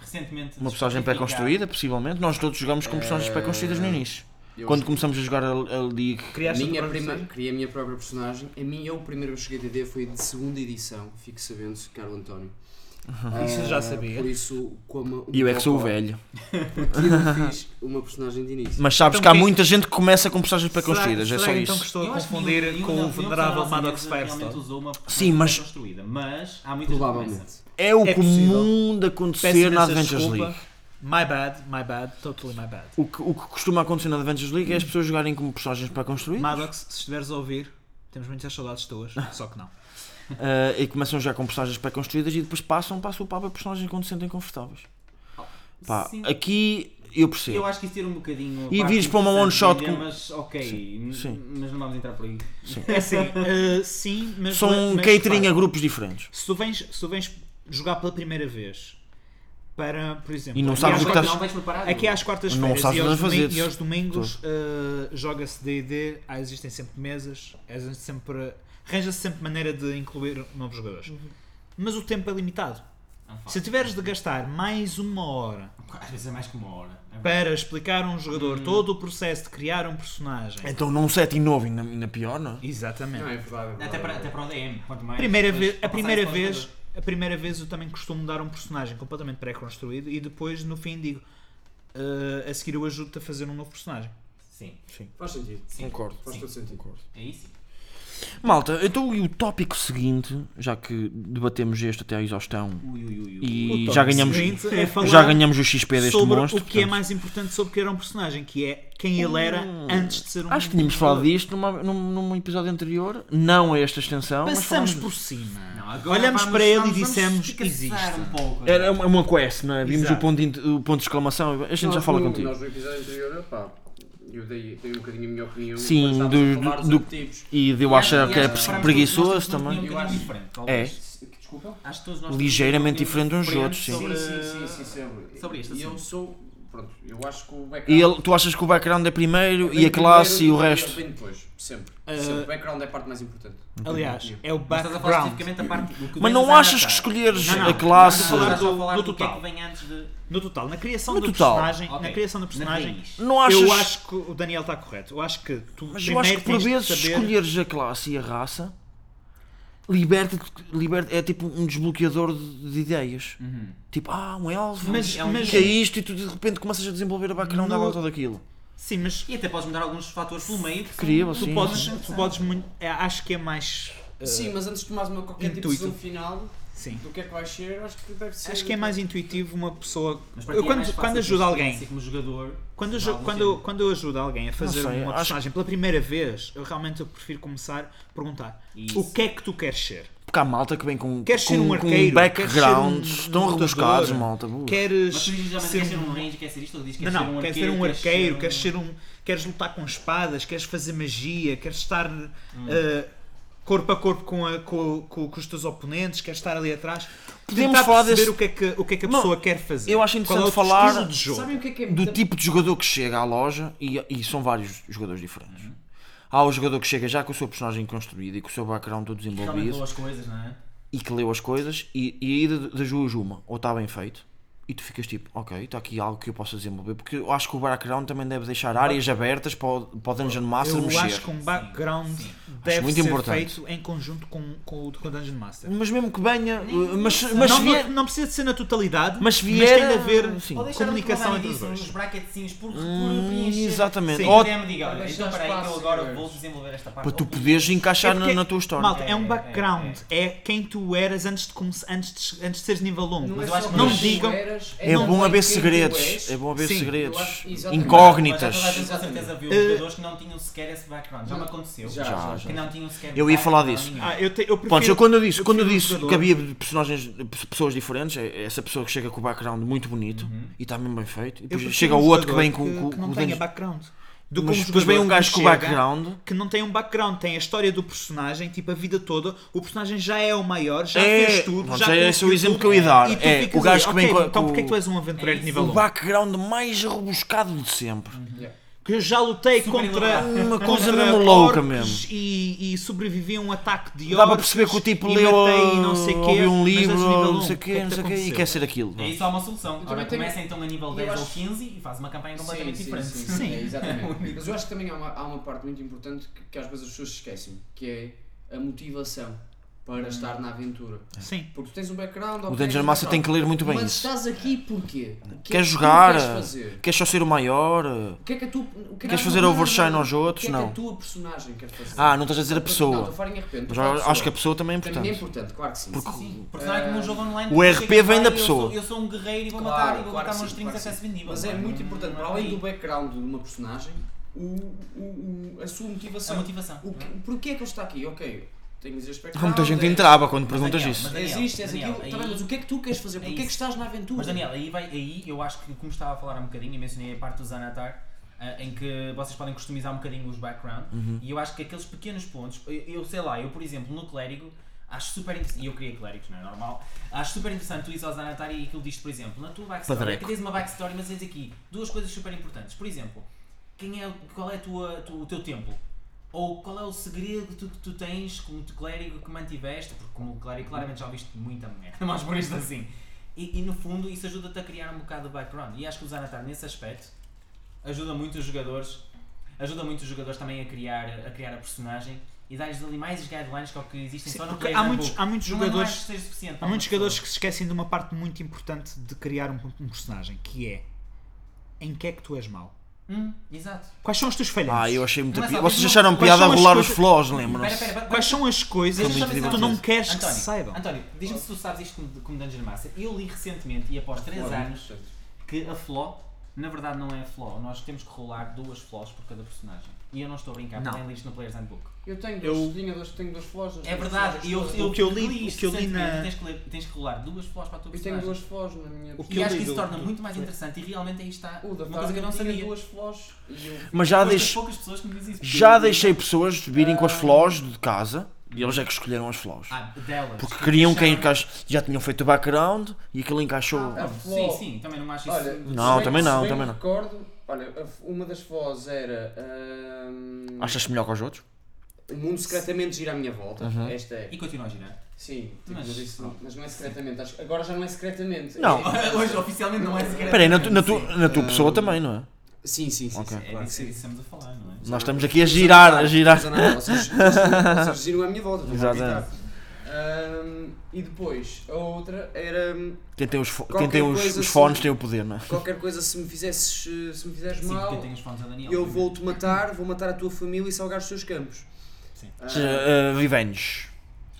Speaker 4: Recentemente.
Speaker 2: Uma personagem pré-construída, possivelmente. Nós todos jogamos com personagens pré-construídas no início.
Speaker 1: Eu-
Speaker 2: Quando começamos a jogar a, a League.
Speaker 3: Criaste
Speaker 1: minha
Speaker 3: outro
Speaker 1: prima,
Speaker 3: personagem?
Speaker 1: criei a minha própria personagem. A minha, eu, o primeiro que cheguei a DD foi de segunda edição. Fico sabendo, Carlos António.
Speaker 3: Isso eu já
Speaker 1: Ah,
Speaker 3: sabia.
Speaker 1: Por isso, como.
Speaker 2: E eu é que sou o velho.
Speaker 1: Eu fiz uma personagem de início.
Speaker 2: Mas sabes
Speaker 3: Então,
Speaker 2: que há
Speaker 3: quem-
Speaker 2: muita gente que começa com personagens
Speaker 3: Será-
Speaker 2: pré-construídas, é
Speaker 3: será
Speaker 2: só
Speaker 3: então que
Speaker 2: isso.
Speaker 3: estou a
Speaker 4: Eu acho que nenhum-
Speaker 3: confundir
Speaker 4: nenhum-
Speaker 3: com
Speaker 4: nenhum
Speaker 3: o venerável
Speaker 4: personagem
Speaker 3: Maddox
Speaker 4: realmente
Speaker 3: Firestone?
Speaker 4: usou uma
Speaker 2: Sim, mas-
Speaker 4: construída, mas há muitas diferenças.
Speaker 1: Provavelmente.
Speaker 2: É o
Speaker 3: É
Speaker 2: comum de
Speaker 3: Peço
Speaker 2: acontecer na
Speaker 3: imensa
Speaker 2: Adventures
Speaker 3: desculpa.
Speaker 2: League.
Speaker 3: My bad, my bad, totally my bad.
Speaker 2: O que, o que costuma acontecer na Adventures League é as pessoas jogarem como personagens pré-construídas.
Speaker 3: Ah. Maddox, se estiveres a ouvir, temos muitas saudades tuas, só que não.
Speaker 2: Ah, e começam já com personagens pré-construídas e depois passam para a sua própria personagem quando se sentem confortáveis. Pá,
Speaker 4: Sim.
Speaker 2: aqui eu percebo.
Speaker 4: Eu acho que isso tira um bocadinho. a
Speaker 2: E
Speaker 4: parte
Speaker 2: vires para uma one
Speaker 4: interessante
Speaker 2: shot
Speaker 4: da ideia,
Speaker 2: com-
Speaker 4: Mas ok, n-
Speaker 2: sim.
Speaker 4: mas não vamos entrar por aí.
Speaker 3: É assim, eh, sim, mas.
Speaker 2: São um
Speaker 3: mas,
Speaker 2: catering
Speaker 3: repara,
Speaker 2: a grupos diferentes.
Speaker 3: Se tu, vens, se tu vens jogar pela primeira vez para, por exemplo.
Speaker 2: E não
Speaker 3: aqui
Speaker 2: sabes
Speaker 3: às
Speaker 2: o que
Speaker 3: quartas-
Speaker 2: estás-
Speaker 4: Não vais preparado.
Speaker 3: Aqui às quartas-feiras
Speaker 2: Não sabes
Speaker 3: e,
Speaker 2: o que
Speaker 3: aos
Speaker 2: vais
Speaker 3: domi-
Speaker 2: fazer.
Speaker 3: e aos domingos eh, joga-se D&D, ah, existem sempre mesas, existem sempre, arranja-se sempre maneira de incluir novos jogadores. Mas o tempo é limitado.
Speaker 4: Não falo.
Speaker 3: Se tiveres de gastar mais uma hora
Speaker 4: Ah, Às vezes é mais que uma hora. É verdade.
Speaker 3: para explicar a um jogador todo o processo de criar um personagem...
Speaker 2: Então num setting novo e na, na pior, não é?
Speaker 3: Exatamente.
Speaker 1: Não, é verdade. é
Speaker 4: Até para, até
Speaker 1: verdade.
Speaker 4: para o DM. Quanto mais.
Speaker 3: primeira
Speaker 4: depois
Speaker 3: vez, a
Speaker 4: passares
Speaker 3: primeira
Speaker 4: para o
Speaker 3: vez,
Speaker 4: jogador.
Speaker 3: a primeira vez eu também costumo dar um personagem completamente pré-construído e depois no fim digo "Ah, a seguir eu ajudo-te a fazer um novo personagem.
Speaker 4: Sim,
Speaker 1: Faz sentido.
Speaker 4: sim.
Speaker 2: Concordo.
Speaker 1: Faz todo sentido.
Speaker 2: Concordo.
Speaker 4: É isso?
Speaker 2: Malta, então e o tópico seguinte, já que debatemos este até à exaustão
Speaker 4: Ui, ui, ui. ui.
Speaker 2: e
Speaker 3: O
Speaker 2: já
Speaker 3: tópico
Speaker 2: ganhamos,
Speaker 3: seguinte é falar
Speaker 2: já ganhamos o XP deste
Speaker 3: sobre
Speaker 2: monstro.
Speaker 3: o que é
Speaker 2: portanto,
Speaker 3: mais importante sobre criar um personagem, que é quem ele era antes de ser um
Speaker 2: Hum. Acho que tínhamos falado
Speaker 3: jogador.
Speaker 2: disto numa- num, num episódio anterior, não a esta extensão. mas
Speaker 3: Passamos
Speaker 2: falámos-
Speaker 3: por cima.
Speaker 4: Não, agora
Speaker 3: Olhamos
Speaker 4: vamos-
Speaker 3: para ele
Speaker 4: vamos-
Speaker 3: e dissemos
Speaker 4: vamos descansar
Speaker 3: existe.
Speaker 4: Um pouco.
Speaker 2: Era uma, uma quest, não é? Vimos
Speaker 3: Exato.
Speaker 2: o ponto, de int- o ponto de exclamação. A gente já
Speaker 1: Nós
Speaker 2: fala
Speaker 1: no-
Speaker 2: contigo.
Speaker 1: Nós no episódio anterior, opá, eu dei, dei um bocadinho a minha opinião.
Speaker 2: Sim,
Speaker 1: quando
Speaker 2: do-
Speaker 1: estávamos a falar
Speaker 2: do-
Speaker 1: dos
Speaker 2: do-
Speaker 1: objetivos.
Speaker 2: E de eu achar
Speaker 4: Aliás,
Speaker 2: que é
Speaker 4: para mim,
Speaker 2: pres-
Speaker 4: todos nós
Speaker 2: preguiçoso
Speaker 4: temos uma
Speaker 2: também. É.
Speaker 4: opinião um
Speaker 1: Eu
Speaker 4: bocadinho
Speaker 1: acho-
Speaker 4: diferente, talvez.
Speaker 1: Desculpa?
Speaker 4: Acho que todos nós
Speaker 2: Ligeiramente
Speaker 3: um
Speaker 4: temos uma
Speaker 2: diferente uns dos
Speaker 4: opinião
Speaker 2: outros, sim.
Speaker 4: sobre-
Speaker 1: Sim, sim, sim, sim, sobre, assim.
Speaker 4: sobre isto,
Speaker 1: E eu
Speaker 4: sim.
Speaker 1: sou. Pronto, eu acho que o background.
Speaker 2: E ele- tu achas que o background é primeiro
Speaker 1: vem
Speaker 2: e a classe e
Speaker 1: primeiro
Speaker 2: o resto?
Speaker 1: Vem depois, sempre.
Speaker 3: Ah.
Speaker 1: sempre. O background é a parte mais importante.
Speaker 3: Aliás, é o
Speaker 4: Mas estás a falar
Speaker 3: background.
Speaker 4: especificamente da parte do que
Speaker 2: Mas não
Speaker 4: vens a
Speaker 2: achas
Speaker 4: adaptar.
Speaker 2: que escolheres
Speaker 3: Não, não.
Speaker 2: a classe.
Speaker 3: Não, não.
Speaker 4: Estás a falar
Speaker 3: do
Speaker 4: do que é
Speaker 3: total.
Speaker 4: que vem antes de.
Speaker 3: No total, na criação
Speaker 2: No
Speaker 3: do
Speaker 2: total.
Speaker 3: personagem,
Speaker 4: Ok.
Speaker 3: na criação do personagem,
Speaker 4: raiz.
Speaker 2: Não achas.
Speaker 3: eu acho que o Daniel está correto. Eu acho que tu
Speaker 2: Mas eu
Speaker 3: primeiro
Speaker 2: acho que por
Speaker 3: tens de
Speaker 2: vezes
Speaker 3: saber...
Speaker 2: escolheres a classe e a raça liberta, liberta é tipo um desbloqueador de, de ideias. Tipo, ah, um elfo.
Speaker 3: Mas-
Speaker 2: é um-
Speaker 3: mas-
Speaker 2: que é isto? E tu de repente começas a desenvolver a background à
Speaker 3: No-
Speaker 2: volta daquilo.
Speaker 3: Sim, mas
Speaker 4: E até podes mudar alguns fatores pelo meio. que são-
Speaker 2: Incrível,
Speaker 3: tu
Speaker 2: sim.
Speaker 3: podes,
Speaker 2: sim.
Speaker 3: tu podes muito, é, acho que é mais eh,
Speaker 1: Sim, mas antes de tomares uma qualquer tipo de
Speaker 3: intuito.
Speaker 1: decisão final
Speaker 3: sim.
Speaker 1: do que é que vais ser, acho que deve ser.
Speaker 3: Acho que é mais intuitivo uma pessoa.
Speaker 4: Mas para
Speaker 3: Eu
Speaker 4: ti é
Speaker 3: quando,
Speaker 4: mais fácil
Speaker 3: quando
Speaker 4: ter
Speaker 3: ajudo
Speaker 4: experiência
Speaker 3: alguém,
Speaker 4: Como jogador.
Speaker 3: quando,
Speaker 4: de
Speaker 3: aju-
Speaker 4: algum
Speaker 3: quando,
Speaker 4: tempo.
Speaker 3: quando eu ajudo alguém a fazer
Speaker 2: sei, eu
Speaker 3: uma
Speaker 2: acho-
Speaker 3: personagem pela primeira vez, eu realmente eu prefiro começar a perguntar
Speaker 4: Isso.
Speaker 3: o que é que tu queres ser?
Speaker 2: Porque há malta que vem com,
Speaker 3: Queres
Speaker 2: com,
Speaker 3: ser um
Speaker 2: com
Speaker 3: arqueiro?
Speaker 2: backgrounds
Speaker 3: Queres ser um
Speaker 2: tão
Speaker 3: lutador?
Speaker 2: rebuscados, malta. boa.
Speaker 3: Queres
Speaker 4: Mas tu dizes, mas
Speaker 3: ser
Speaker 4: queres ser
Speaker 3: um
Speaker 4: um range, queres ser isto, ou dizes
Speaker 3: Não,
Speaker 4: queres ser um
Speaker 3: não,
Speaker 4: arqueiro.
Speaker 3: queres ser um arqueiro, queres ser um. Queres lutar com espadas, queres fazer magia, queres estar eh, corpo a corpo com, a- com- com- com os teus oponentes, queres estar ali atrás.
Speaker 2: Podemos
Speaker 3: Tentar
Speaker 2: falar
Speaker 3: perceber
Speaker 2: desse-
Speaker 3: o que é que, o que, é que a
Speaker 2: Não,
Speaker 3: pessoa quer fazer.
Speaker 2: eu acho
Speaker 3: Qual é o
Speaker 2: interessante falar-
Speaker 3: estilo de jogo.
Speaker 1: Sabem o que é que é
Speaker 2: do
Speaker 1: muito-
Speaker 2: tipo de jogador que chega à loja e, e são vários jogadores diferentes. Há o jogador que chega já com o seu personagem construído e com o seu background todo
Speaker 4: Realmente
Speaker 2: desenvolvido
Speaker 4: as coisas, não é?
Speaker 2: e que leu as coisas e, e aí da- das duas uma, ou está bem feito e tu ficas tipo, ok, está aqui algo que eu posso desenvolver porque eu acho que o background também deve deixar áreas abertas para o, para o Dungeon Master
Speaker 3: Eu
Speaker 2: mexer.
Speaker 3: acho que um background deve
Speaker 2: Acho muito
Speaker 3: ser
Speaker 2: importante.
Speaker 3: feito em conjunto com, com, o- com o Dungeon Master.
Speaker 2: Mas mesmo que venha, uh, mas, mas
Speaker 3: não,
Speaker 2: se vier-
Speaker 3: não precisa de ser na totalidade,
Speaker 2: Mas se
Speaker 3: mas tem
Speaker 2: vier,
Speaker 3: de haver
Speaker 2: sim.
Speaker 4: Ou deixar
Speaker 3: comunicação
Speaker 4: um
Speaker 3: entre os
Speaker 4: disso, uns
Speaker 3: dois.
Speaker 4: bracketzinhos por, por
Speaker 2: Hum,
Speaker 4: preencher.
Speaker 2: exatamente.
Speaker 4: Sim,
Speaker 2: Ou-
Speaker 4: o DM diga, olha,
Speaker 1: Para
Speaker 4: então
Speaker 1: deixar
Speaker 4: espera aí que eu
Speaker 1: espaço,
Speaker 4: agora
Speaker 1: senhores.
Speaker 4: vou desenvolver esta parte.
Speaker 2: para tu
Speaker 4: Ou-
Speaker 2: poderes encaixar
Speaker 3: É
Speaker 2: na,
Speaker 3: porque-
Speaker 2: na tua história.
Speaker 3: Malta,
Speaker 4: É,
Speaker 3: é, um
Speaker 4: é,
Speaker 3: background, é, quem tu eras antes de, come- antes de, antes de seres nível 1.
Speaker 1: Não,
Speaker 4: Mas
Speaker 1: é
Speaker 4: eu acho
Speaker 1: só
Speaker 4: que
Speaker 1: quem
Speaker 3: não
Speaker 1: tu
Speaker 4: me
Speaker 3: digam.
Speaker 1: eras,
Speaker 2: É
Speaker 1: não
Speaker 2: bom
Speaker 1: quem
Speaker 2: haver
Speaker 1: tu
Speaker 2: segredos,
Speaker 1: és.
Speaker 2: é bom haver
Speaker 3: Sim, eu
Speaker 2: segredos,
Speaker 1: acho- exatamente.
Speaker 4: Mas já
Speaker 2: incógnitas.
Speaker 4: toda a gente com certeza viu jogadores que não tinham sequer esse background. Já me aconteceu.
Speaker 1: Já, já,
Speaker 4: Que não tinham sequer
Speaker 2: Eu ia falar
Speaker 4: background
Speaker 2: disso.
Speaker 4: nenhum.
Speaker 3: Ah, eu, te, eu prefiro,
Speaker 2: Pronto, eu quando eu disse, quando eu
Speaker 3: prefiro
Speaker 2: disse
Speaker 3: jogador.
Speaker 2: que havia personagens, pessoas diferentes, é essa pessoa que chega com o background muito bonito e está mesmo bem feito, e
Speaker 3: Uhum. eu
Speaker 2: depois
Speaker 3: prefiro
Speaker 2: chega
Speaker 3: um
Speaker 2: o outro que
Speaker 3: jogador
Speaker 2: vem com, com,
Speaker 3: que não
Speaker 2: com
Speaker 3: tenha
Speaker 2: dentes-
Speaker 3: background. Do que
Speaker 2: mas
Speaker 3: um
Speaker 2: depois vem
Speaker 3: jogador
Speaker 2: um gajo
Speaker 3: que
Speaker 2: com
Speaker 3: chega,
Speaker 2: background.
Speaker 3: que não tem um background, tem a história do personagem, tipo a vida toda. O personagem já é o maior, já
Speaker 2: É,
Speaker 3: fez tudo.
Speaker 2: pronto,
Speaker 3: Já
Speaker 2: já é
Speaker 3: conseguiu
Speaker 2: esse o exemplo
Speaker 3: tudo,
Speaker 2: que eu ia dar.
Speaker 3: E tu
Speaker 2: É,
Speaker 3: ficas
Speaker 2: o gajo
Speaker 3: ali,
Speaker 2: que vem
Speaker 3: "Ok,
Speaker 2: com-
Speaker 3: Então
Speaker 2: com-
Speaker 3: porque é que tu és um aventureiro de
Speaker 4: É
Speaker 3: nível
Speaker 2: O
Speaker 3: 1?
Speaker 2: background mais rebuscado de sempre.
Speaker 3: Uhum.
Speaker 1: Yeah.
Speaker 3: que eu já lutei
Speaker 4: Super
Speaker 3: contra
Speaker 4: elaborado.
Speaker 2: Uma coisa
Speaker 3: contra
Speaker 2: mesmo louca
Speaker 3: orcs
Speaker 2: mesmo.
Speaker 3: E, e sobrevivi a um ataque de orcs.
Speaker 2: Dá para perceber que o tipo
Speaker 3: e
Speaker 2: leu
Speaker 3: matei e não sei
Speaker 2: uh,
Speaker 3: quê,
Speaker 2: ouviu um
Speaker 3: mas és
Speaker 2: livro,
Speaker 3: nível
Speaker 2: não
Speaker 3: um,
Speaker 2: sei
Speaker 3: o
Speaker 2: o
Speaker 3: que
Speaker 2: quê,
Speaker 3: é que
Speaker 2: não
Speaker 3: te
Speaker 2: sei o quê, e
Speaker 3: aconteceu?
Speaker 2: quer ser aquilo.
Speaker 4: É isso, há uma solução. Ora,
Speaker 1: também tenho-
Speaker 4: começa então a nível
Speaker 1: Eu
Speaker 4: 10 ou
Speaker 1: acho-
Speaker 4: 15 e faz uma campanha É completamente
Speaker 1: sim,
Speaker 4: diferente.
Speaker 1: Sim, sim,
Speaker 3: Sim.
Speaker 1: é, exatamente. Mas eu acho que também há uma, há uma parte muito importante que, que às vezes as pessoas se esquecem, que é a motivação para estar na aventura.
Speaker 3: Sim.
Speaker 1: Porque tu tens um background.
Speaker 2: O
Speaker 1: ok,
Speaker 2: Dungeon
Speaker 1: um
Speaker 2: Master tem que
Speaker 1: background.
Speaker 2: ler muito bem
Speaker 1: Mas
Speaker 2: isso.
Speaker 1: estás aqui porquê? O que é
Speaker 2: Queres
Speaker 1: que tu
Speaker 2: jogar?
Speaker 1: Queres fazer?
Speaker 2: Queres só ser o maior? uh,
Speaker 1: O que é que a tu, o que é que
Speaker 2: Queres
Speaker 1: a
Speaker 2: fazer
Speaker 1: tua-
Speaker 2: overshine aos
Speaker 1: o
Speaker 2: outros?
Speaker 1: que é Que
Speaker 2: Não.
Speaker 1: a tua personagem quer fazer?
Speaker 2: Ah, não estás a dizer a
Speaker 1: Não,
Speaker 2: pessoa.
Speaker 1: estou a falar em RP.
Speaker 2: Mas eu acho que a pessoa também é
Speaker 1: Também é
Speaker 2: importante.
Speaker 1: importante, claro que sim.
Speaker 2: Porque-
Speaker 1: sim.
Speaker 4: Sim, porque não é como um jogo online.
Speaker 2: O
Speaker 4: tu
Speaker 2: RP
Speaker 4: chegas lá
Speaker 2: vem da
Speaker 4: e eu
Speaker 2: pessoa.
Speaker 4: sou- Eu sou um guerreiro e vou
Speaker 1: Claro,
Speaker 4: matar e vou
Speaker 1: claro
Speaker 4: matar
Speaker 1: que
Speaker 4: meus
Speaker 1: sim, claro
Speaker 4: strings
Speaker 1: que
Speaker 4: até
Speaker 1: sim.
Speaker 4: ser vendível.
Speaker 1: Mas é muito importante, para
Speaker 4: Hum.
Speaker 1: além do background de uma personagem, o, o- o- a sua
Speaker 4: A
Speaker 1: motivação.
Speaker 4: motivação.
Speaker 1: O que, porquê é que ele está aqui? Ok, tens este
Speaker 2: Há
Speaker 1: background.
Speaker 2: muita gente
Speaker 1: é-
Speaker 2: entrava quando perguntas
Speaker 4: Daniel,
Speaker 2: isso.
Speaker 4: mas-
Speaker 1: Existe, és
Speaker 4: Daniel,
Speaker 1: aquilo. Tá
Speaker 4: aí-
Speaker 1: bem, mas o que é que tu queres fazer?
Speaker 4: É
Speaker 1: Porquê é que
Speaker 4: isso.
Speaker 1: estás na aventura?
Speaker 4: Mas Daniel, aí, vai, aí eu acho que, como estava a falar há um bocadinho, e mencionei a parte do Zanatar, ah, em que vocês podem customizar um bocadinho os background, e eu acho que aqueles pequenos pontos, eu, eu sei lá, eu por exemplo, no clérigo, acho super interessante, e eu queria clérigos, não é normal, acho super interessante tu ires ao Zanatar e aquilo diz por exemplo, na tua backstory,
Speaker 2: Padreco.
Speaker 4: que tens uma backstory, mas tens aqui duas coisas super importantes, por exemplo, quem é, qual é a tua, tu- o teu templo? Ou qual é o segredo que tu, que tu tens como tu clérigo que mantiveste? Porque como clérigo claramente já viste muita merda, mas por isto assim. E, e, no fundo isso ajuda-te a criar um bocado de background. E acho que o Zanatar nesse aspecto ajuda muito os jogadores, ajuda muito os jogadores também a criar a, criar a personagem e dar-lhes ali mais guidelines que, é o que existem
Speaker 3: Sim,
Speaker 4: só no
Speaker 3: porque
Speaker 4: player
Speaker 3: há muitos-
Speaker 4: handbook.
Speaker 3: há muitos
Speaker 4: Não é- não
Speaker 3: jogadores-
Speaker 4: acho que seja suficiente para
Speaker 3: Há muitos
Speaker 4: uma pessoa.
Speaker 3: jogadores que se esquecem de uma parte muito importante de criar um, um personagem, que é em que é que tu és mau?
Speaker 4: Hum, exato.
Speaker 3: Quais são os teus falhanços?
Speaker 2: Ah, eu achei muito
Speaker 4: Mas,
Speaker 2: pi...
Speaker 4: sabe,
Speaker 2: Vocês
Speaker 4: não-
Speaker 2: acharam
Speaker 3: quais
Speaker 2: piada a
Speaker 3: são as
Speaker 2: rolar os
Speaker 3: coisas-
Speaker 2: flós, lembram-se?
Speaker 4: Pera, pera, pera,
Speaker 3: Quais são as coisas
Speaker 2: Foi muito
Speaker 3: que é tu
Speaker 2: divertido.
Speaker 3: não queres que
Speaker 4: António,
Speaker 3: se saibam?
Speaker 4: António, diz-me se tu sabes isto como, como Dungeon Master. Eu li recentemente e após 3
Speaker 1: Claro,
Speaker 4: anos que a Flaw, na verdade não é a Flaw, nós temos que rolar duas Flaws por cada personagem. E eu não estou a brincar,
Speaker 3: Não.
Speaker 4: não. li isto no Player's Handbook.
Speaker 1: Eu tenho
Speaker 3: Eu-
Speaker 1: dois, tinha dois, tenho duas flores.
Speaker 4: É verdade, eu, eu,
Speaker 3: O que eu li-
Speaker 4: isto
Speaker 3: o que eu li na-
Speaker 4: recentemente, Tens que, ler- tens que rolar duas Flaws para a tua
Speaker 1: Eu tenho
Speaker 4: personagem.
Speaker 1: duas flores na minha.
Speaker 3: O que
Speaker 4: E
Speaker 3: eu
Speaker 4: acho
Speaker 3: li
Speaker 4: que isso
Speaker 3: do-
Speaker 4: torna
Speaker 3: do-
Speaker 4: muito mais interessante e realmente aí está
Speaker 1: O da
Speaker 4: uma coisa que eu
Speaker 1: Fátima
Speaker 4: não sabia.
Speaker 1: tinha duas flores e eu.
Speaker 2: Mas já
Speaker 4: Foste das
Speaker 2: deixei.
Speaker 4: poucas pessoas que me dizem isso.
Speaker 2: Já deixei pessoas virem com as flós de casa e eles é que escolheram as flós.
Speaker 4: Ah, delas.
Speaker 2: Porque queriam quem
Speaker 4: Deixaram-
Speaker 2: encaixa. Já tinham feito o background e aquilo encaixou.
Speaker 1: Ah, a
Speaker 4: Sim,
Speaker 1: Flaw.
Speaker 4: sim, também não acho isso.
Speaker 1: Olha,
Speaker 2: Não,
Speaker 1: se bem-
Speaker 2: também
Speaker 1: se
Speaker 2: não,
Speaker 1: bem
Speaker 2: também
Speaker 1: me
Speaker 2: não.
Speaker 1: recordo, olha, a f- uma das vozes era. ahm,
Speaker 2: Achas melhor que os outros?
Speaker 1: O mundo secretamente gira à minha volta.
Speaker 2: Uhum.
Speaker 1: Esta é.
Speaker 4: E continua a girar.
Speaker 1: Sim, tipo,
Speaker 4: Mas-
Speaker 1: mas, isso não- mas não é secretamente. Acho, agora já não é secretamente.
Speaker 2: Não.
Speaker 1: É-
Speaker 4: Hoje oficialmente não é sequer.
Speaker 2: Espera aí, na, tu- na tu- na tua
Speaker 1: Ah,
Speaker 2: pessoa também, não é?
Speaker 1: Sim, sim, sim.
Speaker 2: Ok.
Speaker 1: sim,
Speaker 4: É
Speaker 1: claro que
Speaker 4: disso é disso que
Speaker 1: sim. Ah,
Speaker 4: estamos a falar, não é?
Speaker 2: Nós estamos aqui a girar, a girar.
Speaker 1: Mas não, Vocês vocês giram à minha volta. estou a
Speaker 2: Exatamente.
Speaker 1: habitar. Ahm, e depois, a outra era hum,
Speaker 2: Quem tem os, fo- quem
Speaker 1: Qualquer
Speaker 2: tem os,
Speaker 1: coisa
Speaker 2: os
Speaker 1: assim.
Speaker 2: fones tem o poder, não é?
Speaker 1: qualquer coisa se me fizesses, eh, se me fizeres
Speaker 4: Sim, porque
Speaker 1: mal,
Speaker 4: eu tenho os fones a Daniel.
Speaker 1: eu vou-te matar, vou matar a tua família e salgar os teus campos.
Speaker 4: Sim.
Speaker 1: Ah,
Speaker 2: Ou seja, eh, Revenge.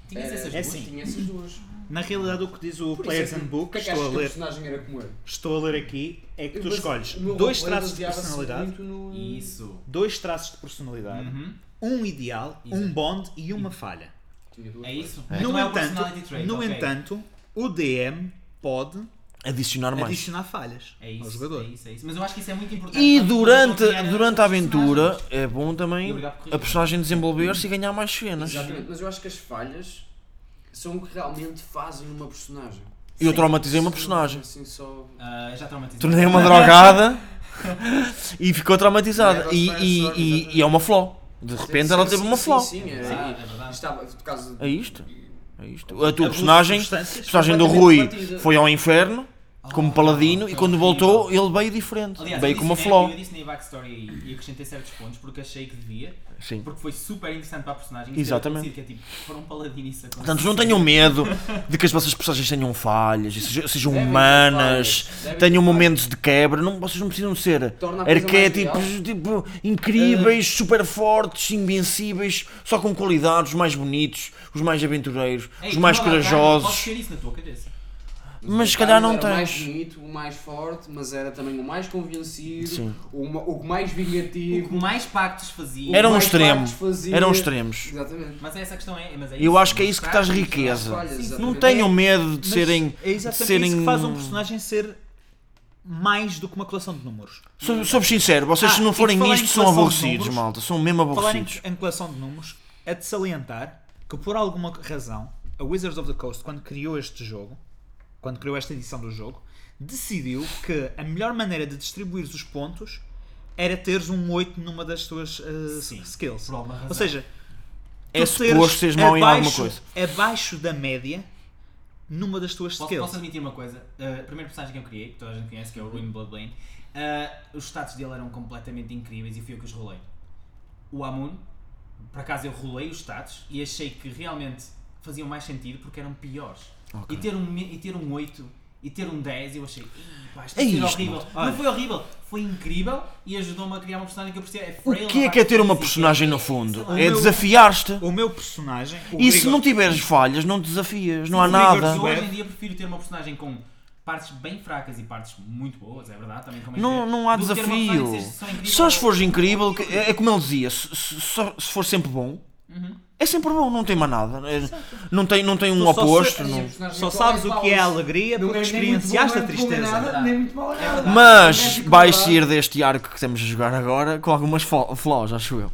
Speaker 4: Tinhas
Speaker 1: era-
Speaker 4: essas
Speaker 3: é
Speaker 4: duas?
Speaker 3: assim.
Speaker 1: Tinha essas duas.
Speaker 3: Na realidade, o que diz o
Speaker 1: Por
Speaker 3: Players
Speaker 1: isso é que-
Speaker 3: Handbook,
Speaker 1: o que é que
Speaker 3: estou,
Speaker 1: achas
Speaker 3: a
Speaker 1: que o
Speaker 3: ler,
Speaker 1: personagem era como eu?
Speaker 3: estou a ler aqui, é que tu
Speaker 1: Eu base-
Speaker 3: escolhes
Speaker 1: o meu
Speaker 3: dois
Speaker 1: roleplay
Speaker 3: traços de
Speaker 1: baseava-se
Speaker 3: personalidade,
Speaker 1: muito no-
Speaker 4: Isso.
Speaker 3: dois traços de personalidade,
Speaker 4: Uhum.
Speaker 3: um ideal, um
Speaker 4: Exato. Uhum.
Speaker 3: bond e uma falha.
Speaker 1: Tinha duas
Speaker 4: É isso?
Speaker 3: No,
Speaker 4: Então é o personality
Speaker 3: entanto,
Speaker 4: trait,
Speaker 3: no
Speaker 4: ok.
Speaker 3: entanto, o DM pode
Speaker 2: Adicionar mais.
Speaker 3: adicionar falhas
Speaker 4: É
Speaker 3: ao
Speaker 4: isso,
Speaker 3: jogador.
Speaker 4: é isso, é isso. Mas eu acho que isso é muito importante.
Speaker 2: E
Speaker 4: para-
Speaker 2: durante,
Speaker 4: para criar
Speaker 2: durante a
Speaker 4: personagens.
Speaker 2: aventura é bom também
Speaker 4: E obrigado por corrigir.
Speaker 2: a personagem desenvolver-se e ganhar mais cenas.
Speaker 1: Exatamente, mas eu acho que as falhas são o que realmente fazem uma personagem.
Speaker 2: Eu traumatizei uma personagem.
Speaker 1: Assim só.
Speaker 4: Ah, já traumatizei.
Speaker 2: Tornei uma drogada e ficou traumatizada.
Speaker 1: Era
Speaker 2: E,
Speaker 1: o
Speaker 2: e,
Speaker 1: Spencer,
Speaker 2: e-
Speaker 1: exatamente.
Speaker 2: e é uma fló. De repente ela
Speaker 1: Sim,
Speaker 2: teve
Speaker 1: sim,
Speaker 2: uma
Speaker 1: sim,
Speaker 2: fló.
Speaker 1: Sim, é,
Speaker 4: Ah,
Speaker 1: é,
Speaker 4: é verdade.
Speaker 1: Estava por causa de.
Speaker 2: É isto. É isto. A tua
Speaker 3: Abuso de
Speaker 2: personagem,
Speaker 3: substâncias,
Speaker 2: a personagem do Rui
Speaker 1: completamente partida.
Speaker 2: foi ao inferno como
Speaker 4: Ah,
Speaker 2: paladino
Speaker 4: foi
Speaker 2: e quando
Speaker 4: horrível.
Speaker 2: voltou ele veio diferente.
Speaker 4: Aliás,
Speaker 2: veio
Speaker 4: eu
Speaker 2: com uma
Speaker 4: disse, né,
Speaker 2: fló.
Speaker 4: Eu disse na backstory aí e acrescentei certos pontos porque achei que devia,
Speaker 2: Sim.
Speaker 4: porque foi super interessante para a personagem.
Speaker 2: Exatamente.
Speaker 4: Que é tipo, foram um paladino isso aconteceu.
Speaker 2: Portanto, não tenham medo de que as vossas personagens tenham falhas, e sejam, sejam
Speaker 1: Devem ter
Speaker 2: humanas,
Speaker 1: falhas, devem ter
Speaker 2: tenham
Speaker 1: falhas.
Speaker 2: momentos de quebra. Não, vocês não precisam ser
Speaker 1: Torna a coisa mais
Speaker 2: arquétipos tipo, incríveis, super fortes, invencíveis, só com qualidades, os mais bonitos, os mais aventureiros,
Speaker 4: Ei,
Speaker 2: os mais
Speaker 4: tu, Alan,
Speaker 2: corajosos.
Speaker 4: Podes ter isso na tua cabeça.
Speaker 2: Mas se calhar não
Speaker 1: era o mais
Speaker 2: tens.
Speaker 1: bonito, o mais forte, mas era também o mais convencido,
Speaker 2: Sim.
Speaker 1: o, ma- o mais
Speaker 4: O
Speaker 1: vingativo.
Speaker 4: que mais pactos fazia.
Speaker 2: Eram
Speaker 1: o mais
Speaker 2: um extremo,
Speaker 1: partes fazia.
Speaker 2: eram extremos.
Speaker 1: Exatamente.
Speaker 4: Mas essa questão é. Mas é
Speaker 2: Eu acho que é
Speaker 4: mas
Speaker 2: isso que
Speaker 4: pactos,
Speaker 2: traz riqueza.
Speaker 1: falhas,
Speaker 2: Não
Speaker 1: exatamente.
Speaker 2: tenham medo de
Speaker 3: Mas
Speaker 2: serem.
Speaker 3: é exatamente
Speaker 2: serem-
Speaker 3: isso que faz um personagem ser mais do que uma coleção de números.
Speaker 2: Sou, sou sincero, vocês se
Speaker 3: Ah,
Speaker 2: não
Speaker 3: e
Speaker 2: forem
Speaker 3: falar em
Speaker 2: isto são
Speaker 3: relação aos
Speaker 2: aborrecidos,
Speaker 3: números,
Speaker 2: malta. São mesmo
Speaker 3: Falar em,
Speaker 2: aborrecidos.
Speaker 3: em coleção de números, é de salientar que por alguma razão a Wizards of the Coast, quando criou este jogo, quando criou esta edição do jogo, decidiu que a melhor maneira de distribuir os pontos era teres um 8 numa das tuas eh,
Speaker 4: Sim,
Speaker 3: skills.
Speaker 4: por alguma razão.
Speaker 3: Ou seja,
Speaker 2: É
Speaker 3: tu
Speaker 2: suposto seres mau em alguma coisa.
Speaker 3: abaixo da média numa das tuas
Speaker 4: Posso,
Speaker 3: skills.
Speaker 4: posso admitir uma coisa? Uh, a primeira personagem que eu criei, que toda a gente conhece, que é o Ruin Bloodbane, uh, os status dele eram completamente incríveis e fui eu que os rolei. O Amun, por acaso eu rolei os status e achei que realmente faziam mais sentido porque eram piores.
Speaker 2: Ok.
Speaker 4: E, ter um, me- e ter um 8 e ter um 10, eu achei, "Ih, pá, isto
Speaker 2: É
Speaker 4: é
Speaker 2: isto,
Speaker 4: horrível.
Speaker 2: malta.
Speaker 4: Não foi horrível, foi incrível e ajudou-me a criar uma personagem que eu percebi. É
Speaker 2: O
Speaker 4: frail,
Speaker 2: que é
Speaker 4: não
Speaker 2: que é
Speaker 4: vai
Speaker 2: ter uma
Speaker 4: física,
Speaker 2: personagem
Speaker 4: é-
Speaker 2: no fundo?
Speaker 4: sei lá.
Speaker 2: É
Speaker 3: meu-
Speaker 2: desafiar-te.
Speaker 3: O meu personagem. o
Speaker 2: E se
Speaker 3: Grigor-
Speaker 2: não tiveres falhas, não te desafias, não há
Speaker 3: Sim, Grigor,
Speaker 2: nada.
Speaker 4: Eu
Speaker 3: Não é?
Speaker 4: hoje em dia prefiro ter uma personagem com partes bem fracas e partes muito boas, é verdade, também como é que
Speaker 2: Não,
Speaker 4: é,
Speaker 2: não há
Speaker 4: do que ter uma
Speaker 2: desafio.
Speaker 4: personagem que seja incrível
Speaker 2: Só se
Speaker 4: ou-
Speaker 2: fores incrível, que- é é como ele dizia, se, se- só- se for sempre bom, É sempre bom, não tem mais nada. É- Não tem, não tem um
Speaker 3: Tu só
Speaker 2: oposto.
Speaker 3: se-
Speaker 2: não-
Speaker 3: Só sabes o que é a alegria porque experienciaste a tristeza.
Speaker 1: Nada, nem muito mal nada.
Speaker 2: Mas
Speaker 1: Não é
Speaker 2: vais
Speaker 1: dificuldade.
Speaker 2: sair deste arco que estamos a jogar agora com algumas fo- flaws, acho eu.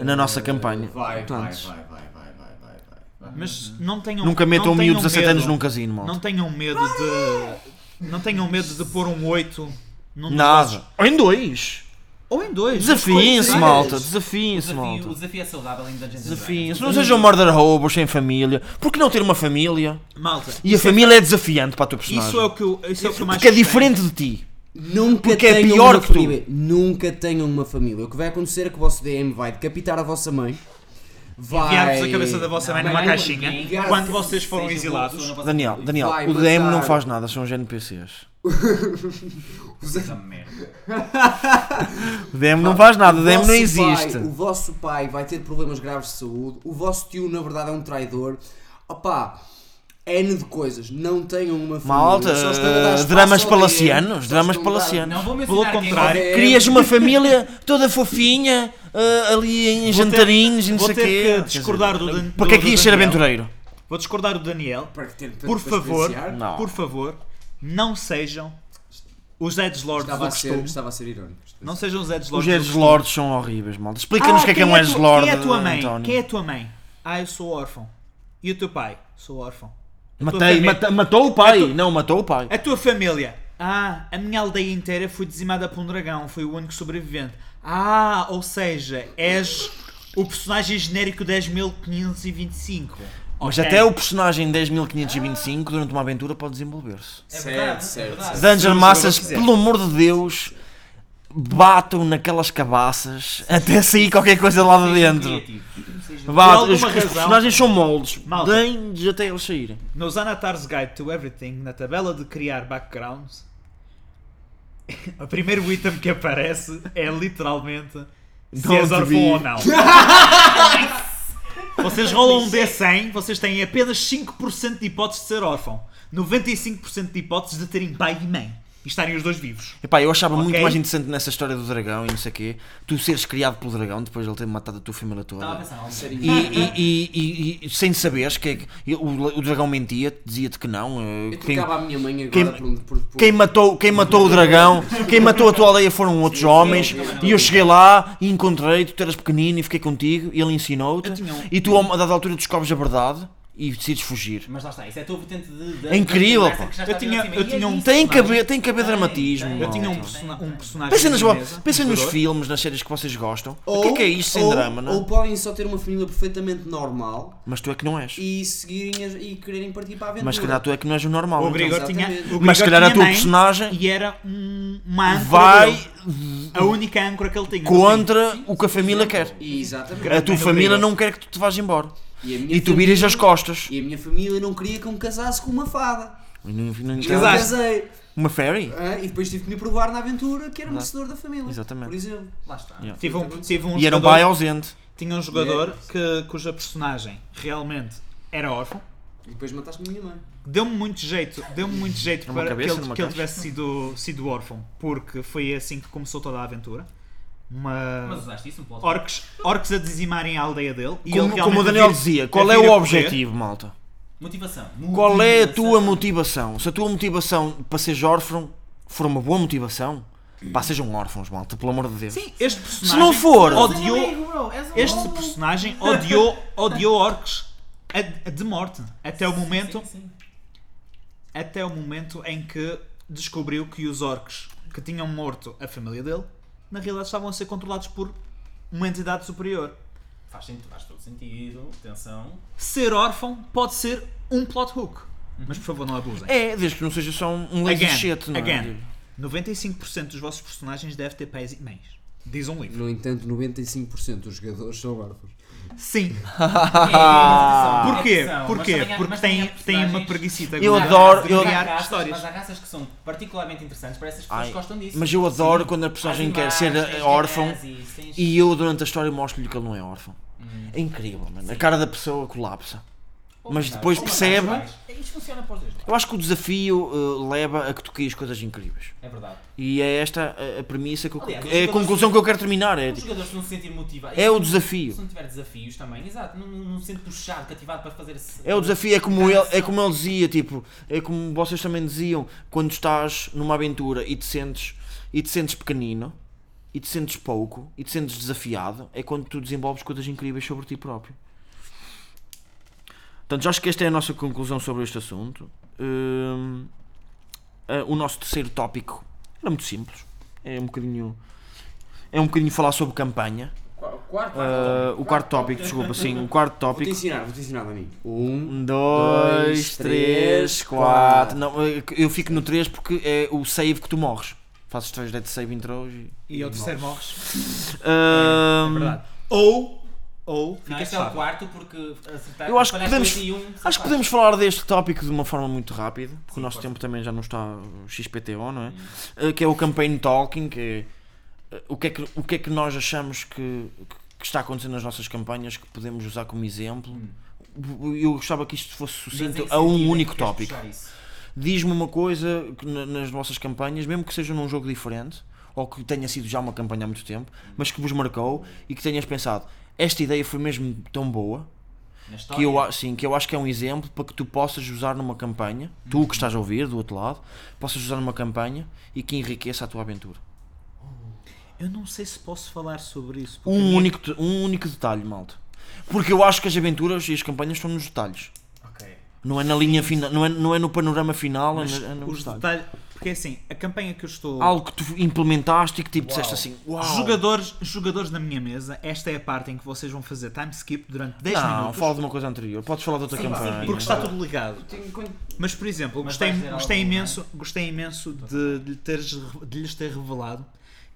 Speaker 1: Eh,
Speaker 2: na nossa campanha.
Speaker 1: Vai, vai,
Speaker 2: Portanto.
Speaker 1: vai, vai, vai, vai, vai, vai. vai.
Speaker 3: Mas não tenham
Speaker 2: Nunca metam
Speaker 3: não
Speaker 2: um miúdo
Speaker 3: tenham
Speaker 2: de 17 anos
Speaker 3: medo.
Speaker 2: num casino,
Speaker 3: Não
Speaker 2: malta.
Speaker 3: tenham medo de. Não tenham medo de pôr um 8 num dos vossos-
Speaker 2: Nada. Em dois.
Speaker 3: Ou em dois.
Speaker 2: Desafiem-se,
Speaker 3: Mas-
Speaker 2: malta.
Speaker 4: O
Speaker 2: Desafiem-se,
Speaker 4: desafio, o
Speaker 2: malta.
Speaker 4: desafio é saudável em Dungeons and
Speaker 2: Desafiem-se.
Speaker 4: Dragons.
Speaker 2: Não sejam murder robos sem família. Por que não ter uma família?
Speaker 3: Malta.
Speaker 2: E a
Speaker 3: isso é-
Speaker 2: família é desafiante para a tua personagem.
Speaker 3: Isso é o que eu, isso é o que eu mais
Speaker 2: Porque é
Speaker 3: gostei.
Speaker 2: diferente de ti.
Speaker 1: Nunca
Speaker 2: Porque é
Speaker 1: tenham
Speaker 2: pior
Speaker 1: uma
Speaker 2: que tu.
Speaker 1: família. Nunca tenham uma família. O que vai acontecer é que o vosso DM vai decapitar a vossa mãe. Vai.
Speaker 3: Enviar-vos a cabeça da vossa mãe
Speaker 1: Não,
Speaker 3: numa
Speaker 1: não,
Speaker 3: caixinha
Speaker 1: ninguém-
Speaker 3: quando vocês
Speaker 4: Seja
Speaker 3: foram
Speaker 4: boa
Speaker 3: exilados.
Speaker 4: pessoa, não passa-
Speaker 2: Daniel, Daniel,
Speaker 1: Vai
Speaker 2: o DM não
Speaker 1: matar.
Speaker 2: faz nada, são os NPCs.
Speaker 4: Puta é merda.
Speaker 2: O DM não faz nada, o DM
Speaker 1: vosso
Speaker 2: não
Speaker 1: pai-
Speaker 2: existe.
Speaker 1: o vosso pai vai ter problemas graves de saúde. O vosso tio, na verdade, é um traidor. Opá, N de coisas. Não tenham uma família.
Speaker 2: Malta, eh,
Speaker 1: Só estão a dar espaço
Speaker 2: dramas
Speaker 1: ao DM,
Speaker 2: palacianos,
Speaker 1: só
Speaker 2: dramas
Speaker 1: estão a dar-
Speaker 2: palacianos.
Speaker 4: Não vou
Speaker 3: Pelo
Speaker 4: mencionar quem
Speaker 3: contrário,
Speaker 1: é-
Speaker 2: Crias uma família toda fofinha, ah, ali em
Speaker 3: Vou ter-
Speaker 2: jantarinhos e não
Speaker 3: vou
Speaker 2: sei
Speaker 3: ter
Speaker 2: quê.
Speaker 3: que
Speaker 2: Quer
Speaker 3: discordar
Speaker 2: dizer,
Speaker 3: do Dan-
Speaker 2: Porque é
Speaker 3: do-
Speaker 2: que ias
Speaker 3: do
Speaker 2: ser
Speaker 3: Daniel.
Speaker 2: aventureiro?
Speaker 3: Vou discordar do Daniel.
Speaker 1: Para que ter- para-
Speaker 3: Por
Speaker 1: para
Speaker 3: favor,
Speaker 1: experienciar.
Speaker 2: Não.
Speaker 3: Por favor, não sejam os Edgelords do
Speaker 1: Estava a, ser,
Speaker 3: costume.
Speaker 1: estava a ser irónico.
Speaker 3: Não sejam os Edgelords
Speaker 2: Os
Speaker 3: do
Speaker 2: Edge
Speaker 3: costume.
Speaker 2: Lords são horríveis, malta. Explica-nos
Speaker 3: Ah,
Speaker 2: o que é que é
Speaker 3: quem
Speaker 2: um Edge Lord.
Speaker 3: Quem é a tua mãe?
Speaker 2: António.
Speaker 3: Quem é a tua mãe? Ah, eu sou órfão. E o teu pai? Sou órfão. A tua
Speaker 2: Matei,
Speaker 3: família-
Speaker 2: mata- matou o pai.
Speaker 3: É tu-
Speaker 2: Não, matou o pai.
Speaker 3: A tua família? Ah, a minha aldeia inteira foi dizimada por um dragão, fui o único sobrevivente. Ah, ou seja, és o personagem genérico 10.525.
Speaker 2: Mas
Speaker 3: Ok.
Speaker 2: até o personagem 10.525 durante uma aventura pode desenvolver-se.
Speaker 4: É
Speaker 1: Certo,
Speaker 4: verdade,
Speaker 1: certo,
Speaker 4: é verdade.
Speaker 2: Dungeon
Speaker 3: Ah, Sim,
Speaker 2: Masters,
Speaker 3: se eu quiser.
Speaker 2: pelo amor de Deus, batam naquelas cabaças até sair qualquer coisa lá de
Speaker 4: Sejam
Speaker 2: dentro.
Speaker 4: criativos. Sejam-
Speaker 2: Vá,
Speaker 3: Por
Speaker 2: os,
Speaker 3: alguma
Speaker 2: os
Speaker 3: razão-
Speaker 2: personagens são moldes.
Speaker 3: Malta.
Speaker 2: Deem-lhes até eles saírem.
Speaker 3: Nos Anatar's Guide to Everything, na tabela de criar backgrounds, o primeiro item que aparece é literalmente se
Speaker 2: Don't
Speaker 3: és
Speaker 2: be.
Speaker 3: órfão ou não. vocês rolam um D100, vocês têm apenas 5% de hipótese de ser órfão, 95% de hipótese de terem pai e mãe e estarem os dois vivos.
Speaker 2: Epá, eu achava muito
Speaker 3: Ok.
Speaker 2: mais interessante nessa história do dragão e não sei o quê. Tu seres criado pelo dragão depois de ele ter matado a tua família
Speaker 4: Estava a
Speaker 2: toda.
Speaker 4: pensar,
Speaker 1: Ser
Speaker 2: E, e- e- e- e sem saberes que é que- e o, o dragão mentia, dizia-te que não. eh,
Speaker 1: Eu
Speaker 2: quem-
Speaker 1: tocava à minha mãe agora
Speaker 2: quem-
Speaker 1: por, um- por, por
Speaker 2: Quem matou, quem matou o dragão, quem matou a tua aldeia foram outros homens, e eu cheguei lá e encontrei-te, tu eras pequenino e fiquei contigo, e ele ensinou-te,
Speaker 3: Eu tinha um-
Speaker 2: e tu a uma dada altura descobres a verdade e decides fugir.
Speaker 4: Mas lá está, isso é a tua vertente de. de
Speaker 2: É incrível,
Speaker 4: de conversa
Speaker 2: pá.
Speaker 4: que já
Speaker 3: Eu
Speaker 4: está
Speaker 3: tinha-
Speaker 4: acima.
Speaker 3: eu
Speaker 4: E é
Speaker 3: tinha um-
Speaker 4: isso,
Speaker 2: Tem que
Speaker 4: mano.
Speaker 2: haver, tem que haver
Speaker 4: Tem,
Speaker 2: dramatismo.
Speaker 4: tem.
Speaker 3: É, Eu tinha um,
Speaker 2: malta.
Speaker 3: persona- um personagem.
Speaker 2: Pensem, nas,
Speaker 3: de mesa,
Speaker 2: pensem
Speaker 3: um
Speaker 2: nos
Speaker 3: jogador.
Speaker 2: filmes, nas séries que vocês gostam. o que é que é isto sem
Speaker 1: ou-
Speaker 2: drama, não é?
Speaker 1: Ou podem só ter uma família perfeitamente normal
Speaker 2: Mas tu é que não és.
Speaker 1: e seguirem as- e quererem partir para a aventura.
Speaker 2: Mas se calhar tu é que não és o normal.
Speaker 3: O
Speaker 2: então.
Speaker 3: Grigor tinha.
Speaker 1: Exatamente.
Speaker 3: o
Speaker 2: Mas se
Speaker 3: Grigor
Speaker 2: calhar a tua
Speaker 3: tinha mãe
Speaker 2: personagem
Speaker 3: E era um, uma âncora. dele.
Speaker 2: vai
Speaker 3: A única âncora que ele tinha.
Speaker 2: contra o que a família quer.
Speaker 1: E, exatamente.
Speaker 2: A tua
Speaker 3: Grigor.
Speaker 2: família não quer que tu te vás embora.
Speaker 1: E, a minha
Speaker 2: E tu
Speaker 1: família-
Speaker 2: viras as costas.
Speaker 1: E a minha família não queria que eu me casasse com uma fada.
Speaker 2: E não- não-
Speaker 1: E eu
Speaker 3: Casaste.
Speaker 1: casei.
Speaker 2: Uma fairy?
Speaker 1: hã? E depois tive que me provar na aventura que era
Speaker 2: Exato.
Speaker 1: merecedor da família.
Speaker 2: Exatamente.
Speaker 1: Por exemplo.
Speaker 4: Lá está.
Speaker 2: Yeah.
Speaker 3: Tive um, tive um
Speaker 2: E era um
Speaker 3: jogador-
Speaker 2: pai ausente.
Speaker 3: Tinha um jogador que, cuja personagem realmente era órfão.
Speaker 1: E depois mataste-me a minha mãe.
Speaker 3: Deu-me muito jeito, deu-me muito jeito
Speaker 2: Numa
Speaker 3: para
Speaker 2: cabeça,
Speaker 3: que ele,
Speaker 2: numa
Speaker 3: que ele
Speaker 2: caixa?
Speaker 3: tivesse sido, sido órfão, porque foi assim que começou toda a aventura. Uma...
Speaker 4: Mas usaste isso um plot.
Speaker 3: Orcs, orcs a dizimarem a aldeia dele. E ele
Speaker 2: Como, como o
Speaker 3: realmente
Speaker 2: Daniel
Speaker 3: a vir-
Speaker 2: dizia,
Speaker 3: a
Speaker 2: qual é
Speaker 3: vir a
Speaker 2: o
Speaker 3: correr.
Speaker 2: objetivo, malta?
Speaker 4: Motivação.
Speaker 2: Qual é a
Speaker 4: Motivação.
Speaker 2: tua motivação? Se a tua motivação para seres órfão for uma boa motivação, pá, sejam órfãos, malta, pelo amor de Deus.
Speaker 3: Sim, este personagem.
Speaker 2: Se não for-
Speaker 4: És um
Speaker 3: Odiou,
Speaker 4: amigo, bro, és um
Speaker 3: este
Speaker 4: lobo.
Speaker 3: personagem odiou, odiou orcs a- a de morte. Até o momento
Speaker 4: Sim, sim.
Speaker 3: até o momento em que descobriu que os orcs que tinham morto a família dele, na realidade estavam a ser controlados por uma entidade superior.
Speaker 4: Faz sentido, faz todo sentido. Atenção.
Speaker 3: Ser órfão pode ser um plot hook, mas por favor não abusem.
Speaker 2: É, desde que não seja só um laser
Speaker 3: Again,
Speaker 2: shit, não é?
Speaker 3: again, 95% dos vossos personagens deve ter pais e mães. Diz um livro.
Speaker 1: No entanto, 95% dos jogadores são árvores.
Speaker 3: Sim.
Speaker 4: É, Ah,
Speaker 3: Porquê? Porquê? Porque têm, têm uma preguicita
Speaker 2: Eu
Speaker 3: agora
Speaker 2: adoro-
Speaker 3: de
Speaker 2: eu-
Speaker 3: criar
Speaker 4: há raças,
Speaker 3: histórias.
Speaker 4: Mas há raças que são particularmente interessantes para essas pessoas
Speaker 2: Ai,
Speaker 4: que gostam disso.
Speaker 2: Mas eu adoro
Speaker 4: Sim.
Speaker 2: quando a personagem
Speaker 4: As
Speaker 2: quer ser
Speaker 4: imagens, tens
Speaker 2: órfão
Speaker 4: nazis, tens-
Speaker 2: e eu durante a história mostro-lhe que ele não é órfão. É incrível, mano. A cara da pessoa colapsa. Mas depois percebe-
Speaker 4: Isto funciona para os dois lados.
Speaker 2: Eu acho que o desafio eh, leva a que tu crias coisas incríveis.
Speaker 4: É verdade.
Speaker 2: E é esta a, a premissa que eu,
Speaker 4: Aliás,
Speaker 2: é a
Speaker 4: os
Speaker 2: conclusão
Speaker 4: jogadores-
Speaker 2: que eu quero terminar. É,
Speaker 4: Os jogadores não se sentem motivados.
Speaker 2: é o desafio.
Speaker 4: Se não tiver desafios também, exato, não, não, não se sente puxado, cativado para fazer esse-
Speaker 2: É o desafio, é como, ele, é como ele dizia, tipo, é como vocês também diziam, quando estás numa aventura e te sentes, e te sentes pequenino, e te sentes pouco, e te sentes desafiado, é quando tu desenvolves coisas incríveis sobre ti próprio. Portanto, acho que esta é a nossa conclusão sobre este assunto. Hum, ah, o nosso terceiro tópico era muito simples. É um bocadinho. É um bocadinho falar sobre campanha.
Speaker 1: Qua- Quarto.
Speaker 2: Ah, o quarto tópico, desculpa, sim, o quarto
Speaker 1: Vou-te
Speaker 2: tópico.
Speaker 1: ensinar, vou-te ensinar, Dani. Um.
Speaker 2: Um, dois,
Speaker 1: Dois,
Speaker 2: três,
Speaker 1: três,
Speaker 2: quatro.
Speaker 1: quatro.
Speaker 2: Não, eu- eu fico no três porque é o save que tu morres. Fazes três dead save intros e.
Speaker 3: E ao terceiro morres.
Speaker 4: É,
Speaker 2: Ahm,
Speaker 3: Verdade. Ou, ou,
Speaker 4: Não,
Speaker 3: ficas
Speaker 4: este é o
Speaker 3: estável.
Speaker 4: quarto porque acertar
Speaker 2: Eu acho que
Speaker 4: falhar dois
Speaker 2: podemos-
Speaker 4: e um, são
Speaker 2: acho que
Speaker 4: quatro.
Speaker 2: podemos falar deste tópico de uma forma muito rápida, porque
Speaker 4: Sim,
Speaker 2: o nosso
Speaker 4: força.
Speaker 2: tempo também já não está XPTO, não é? Ah, que é o campaign talking, que é ah, o que é que, o que, é que nós achamos que, que está acontecendo nas nossas campanhas que podemos usar como exemplo.
Speaker 4: Hum.
Speaker 2: Eu gostava que isto fosse
Speaker 4: Mas em que
Speaker 2: sucinto a
Speaker 4: sentido é
Speaker 2: um
Speaker 4: que
Speaker 2: único
Speaker 4: queres
Speaker 2: tópico.
Speaker 4: puxar isso?
Speaker 2: diz-me uma coisa que na- nas vossas campanhas, mesmo que seja num jogo diferente, ou que tenha sido já uma campanha há muito tempo, mas que vos marcou e que tenhas pensado, esta ideia foi mesmo tão boa
Speaker 4: Na
Speaker 2: que
Speaker 4: história?
Speaker 2: eu, a- sim, que eu acho que é um exemplo para que tu possas usar numa campanha, tu que estás a ouvir do outro lado, possas usar numa campanha e que enriqueça a tua aventura.
Speaker 3: Eu não sei se posso falar sobre isso. porque a
Speaker 2: Um
Speaker 3: minha-
Speaker 2: único, de- um único detalhe, malta. Porque eu acho que as aventuras e as campanhas estão nos detalhes.
Speaker 4: Ok.
Speaker 2: Não é na linha final, não é, não é no panorama final, é
Speaker 3: Mas
Speaker 2: na- é nos
Speaker 3: os
Speaker 2: detalhes.
Speaker 3: detalhes. Porque é assim, a campanha que eu estou.
Speaker 2: Algo que tu implementaste e que tipo disseste
Speaker 4: Uau.
Speaker 2: assim, uau.
Speaker 3: Jogadores, jogadores na minha mesa, esta é a parte em que vocês vão fazer time skip durante 10
Speaker 2: não,
Speaker 3: minutos.
Speaker 2: fala de uma coisa anterior. Podes falar de outra
Speaker 4: Sim,
Speaker 2: campanha.
Speaker 4: sim,
Speaker 3: Porque está tudo ligado.
Speaker 1: Tenho quanto-
Speaker 3: Mas, por exemplo,
Speaker 4: Mas
Speaker 3: gostei,
Speaker 4: vais dizer
Speaker 3: gostei,
Speaker 4: algum, é?
Speaker 3: imenso, gostei imenso de, de lhe teres, de lhes ter revelado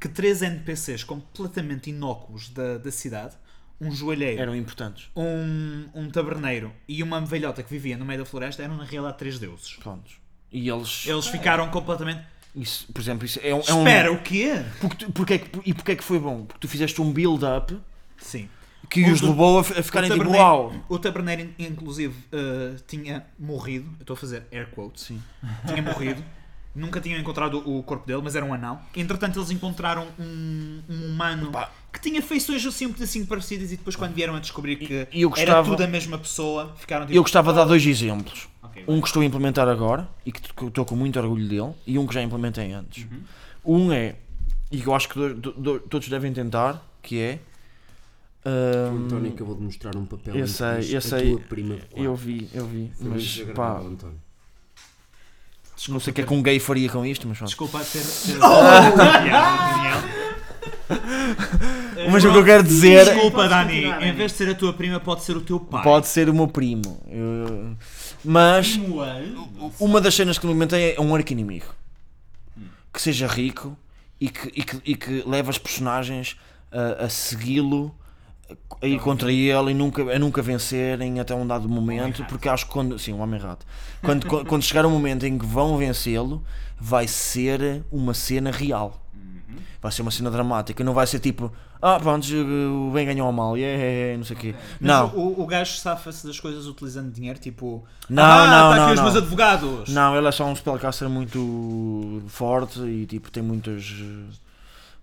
Speaker 3: que três NPCs completamente inócuos da, da cidade, um joalheiro,
Speaker 2: Eram importantes.
Speaker 3: um, um taberneiro e uma velhota que vivia no meio da floresta, eram na realidade três deuses.
Speaker 2: Prontos. E eles.
Speaker 3: Eles ficaram completamente...
Speaker 2: Isso, por exemplo, isso é, um. é um-
Speaker 3: Espera, o quê?
Speaker 2: Porque tu- porque é que- e porque é que foi bom? Porque tu fizeste um build-up
Speaker 3: Sim.
Speaker 2: que
Speaker 3: Um
Speaker 2: os
Speaker 3: do-
Speaker 2: levou a, f- a ficarem
Speaker 3: o
Speaker 2: tipo
Speaker 3: taberneiro-
Speaker 2: uau.
Speaker 3: O taberneiro, in- inclusive, eh, tinha morrido. Eu estou a fazer air quotes.
Speaker 2: Sim.
Speaker 3: Tinha morrido. Nunca tinham encontrado o corpo dele, mas era um anão. Entretanto, eles encontraram um, um humano
Speaker 2: Opa.
Speaker 3: que tinha feições assim um pedacinho parecidas e depois, quando vieram a descobrir que
Speaker 2: e eu
Speaker 3: era
Speaker 2: gostava-
Speaker 3: tudo a mesma pessoa, ficaram tipo.
Speaker 2: Eu gostava de dar dois exemplos.
Speaker 4: Ok.
Speaker 2: Um que estou a implementar agora e que t- que eu estou com muito orgulho dele, e um que já implementei antes.
Speaker 3: Uhum.
Speaker 2: Um é, e que eu acho que do- do- do- todos devem tentar, que é. ah,
Speaker 5: O
Speaker 2: ahm,
Speaker 5: António acabou de mostrar um papel.
Speaker 2: Hum, eu
Speaker 5: em que
Speaker 2: sei,
Speaker 5: diz
Speaker 2: eu
Speaker 5: a
Speaker 2: sei,
Speaker 5: Tua prima de
Speaker 2: eu
Speaker 5: quarto.
Speaker 2: vi, eu vi.
Speaker 5: Foi muito
Speaker 2: Mas pá,
Speaker 5: desagradável, António.
Speaker 2: não sei o que é que um gay faria com isto, mas pronto.
Speaker 3: Desculpa ter. ter...
Speaker 2: Oh!
Speaker 3: Daniel, Daniel.
Speaker 2: Mas o que eu quero dizer.
Speaker 3: Desculpa,
Speaker 4: Podes
Speaker 3: Dani.
Speaker 4: continuar,
Speaker 3: Em
Speaker 4: Dani.
Speaker 3: vez de ser a tua prima, pode ser o teu pai.
Speaker 2: Pode ser o meu primo. Eu- Mas
Speaker 4: Moan.
Speaker 2: uma das cenas que me mentei é um arco inimigo que seja rico e que, e que, e que leve as personagens a, a segui-lo, a ir contra ele e nunca, a nunca vencerem até um dado momento. Porque acho que quando. Sim, o Homem-Rato. Quando, quando- quando chegar o momento em que vão vencê-lo, vai ser uma cena real.
Speaker 3: Uhum.
Speaker 2: Vai ser uma cena dramática, não vai ser tipo Ah, pronto, o bem ganhou ao mal, yeah, yeah, yeah", não sei o quê.
Speaker 3: Mas
Speaker 2: Não,
Speaker 3: O, o gajo safa-se das coisas utilizando dinheiro, tipo.
Speaker 2: Não,
Speaker 3: ah,
Speaker 2: não,
Speaker 3: tá aqui
Speaker 2: não,
Speaker 3: os
Speaker 2: não.
Speaker 3: meus advogados.
Speaker 2: Não, ele é só um spellcaster muito forte e tipo tem muitas eh,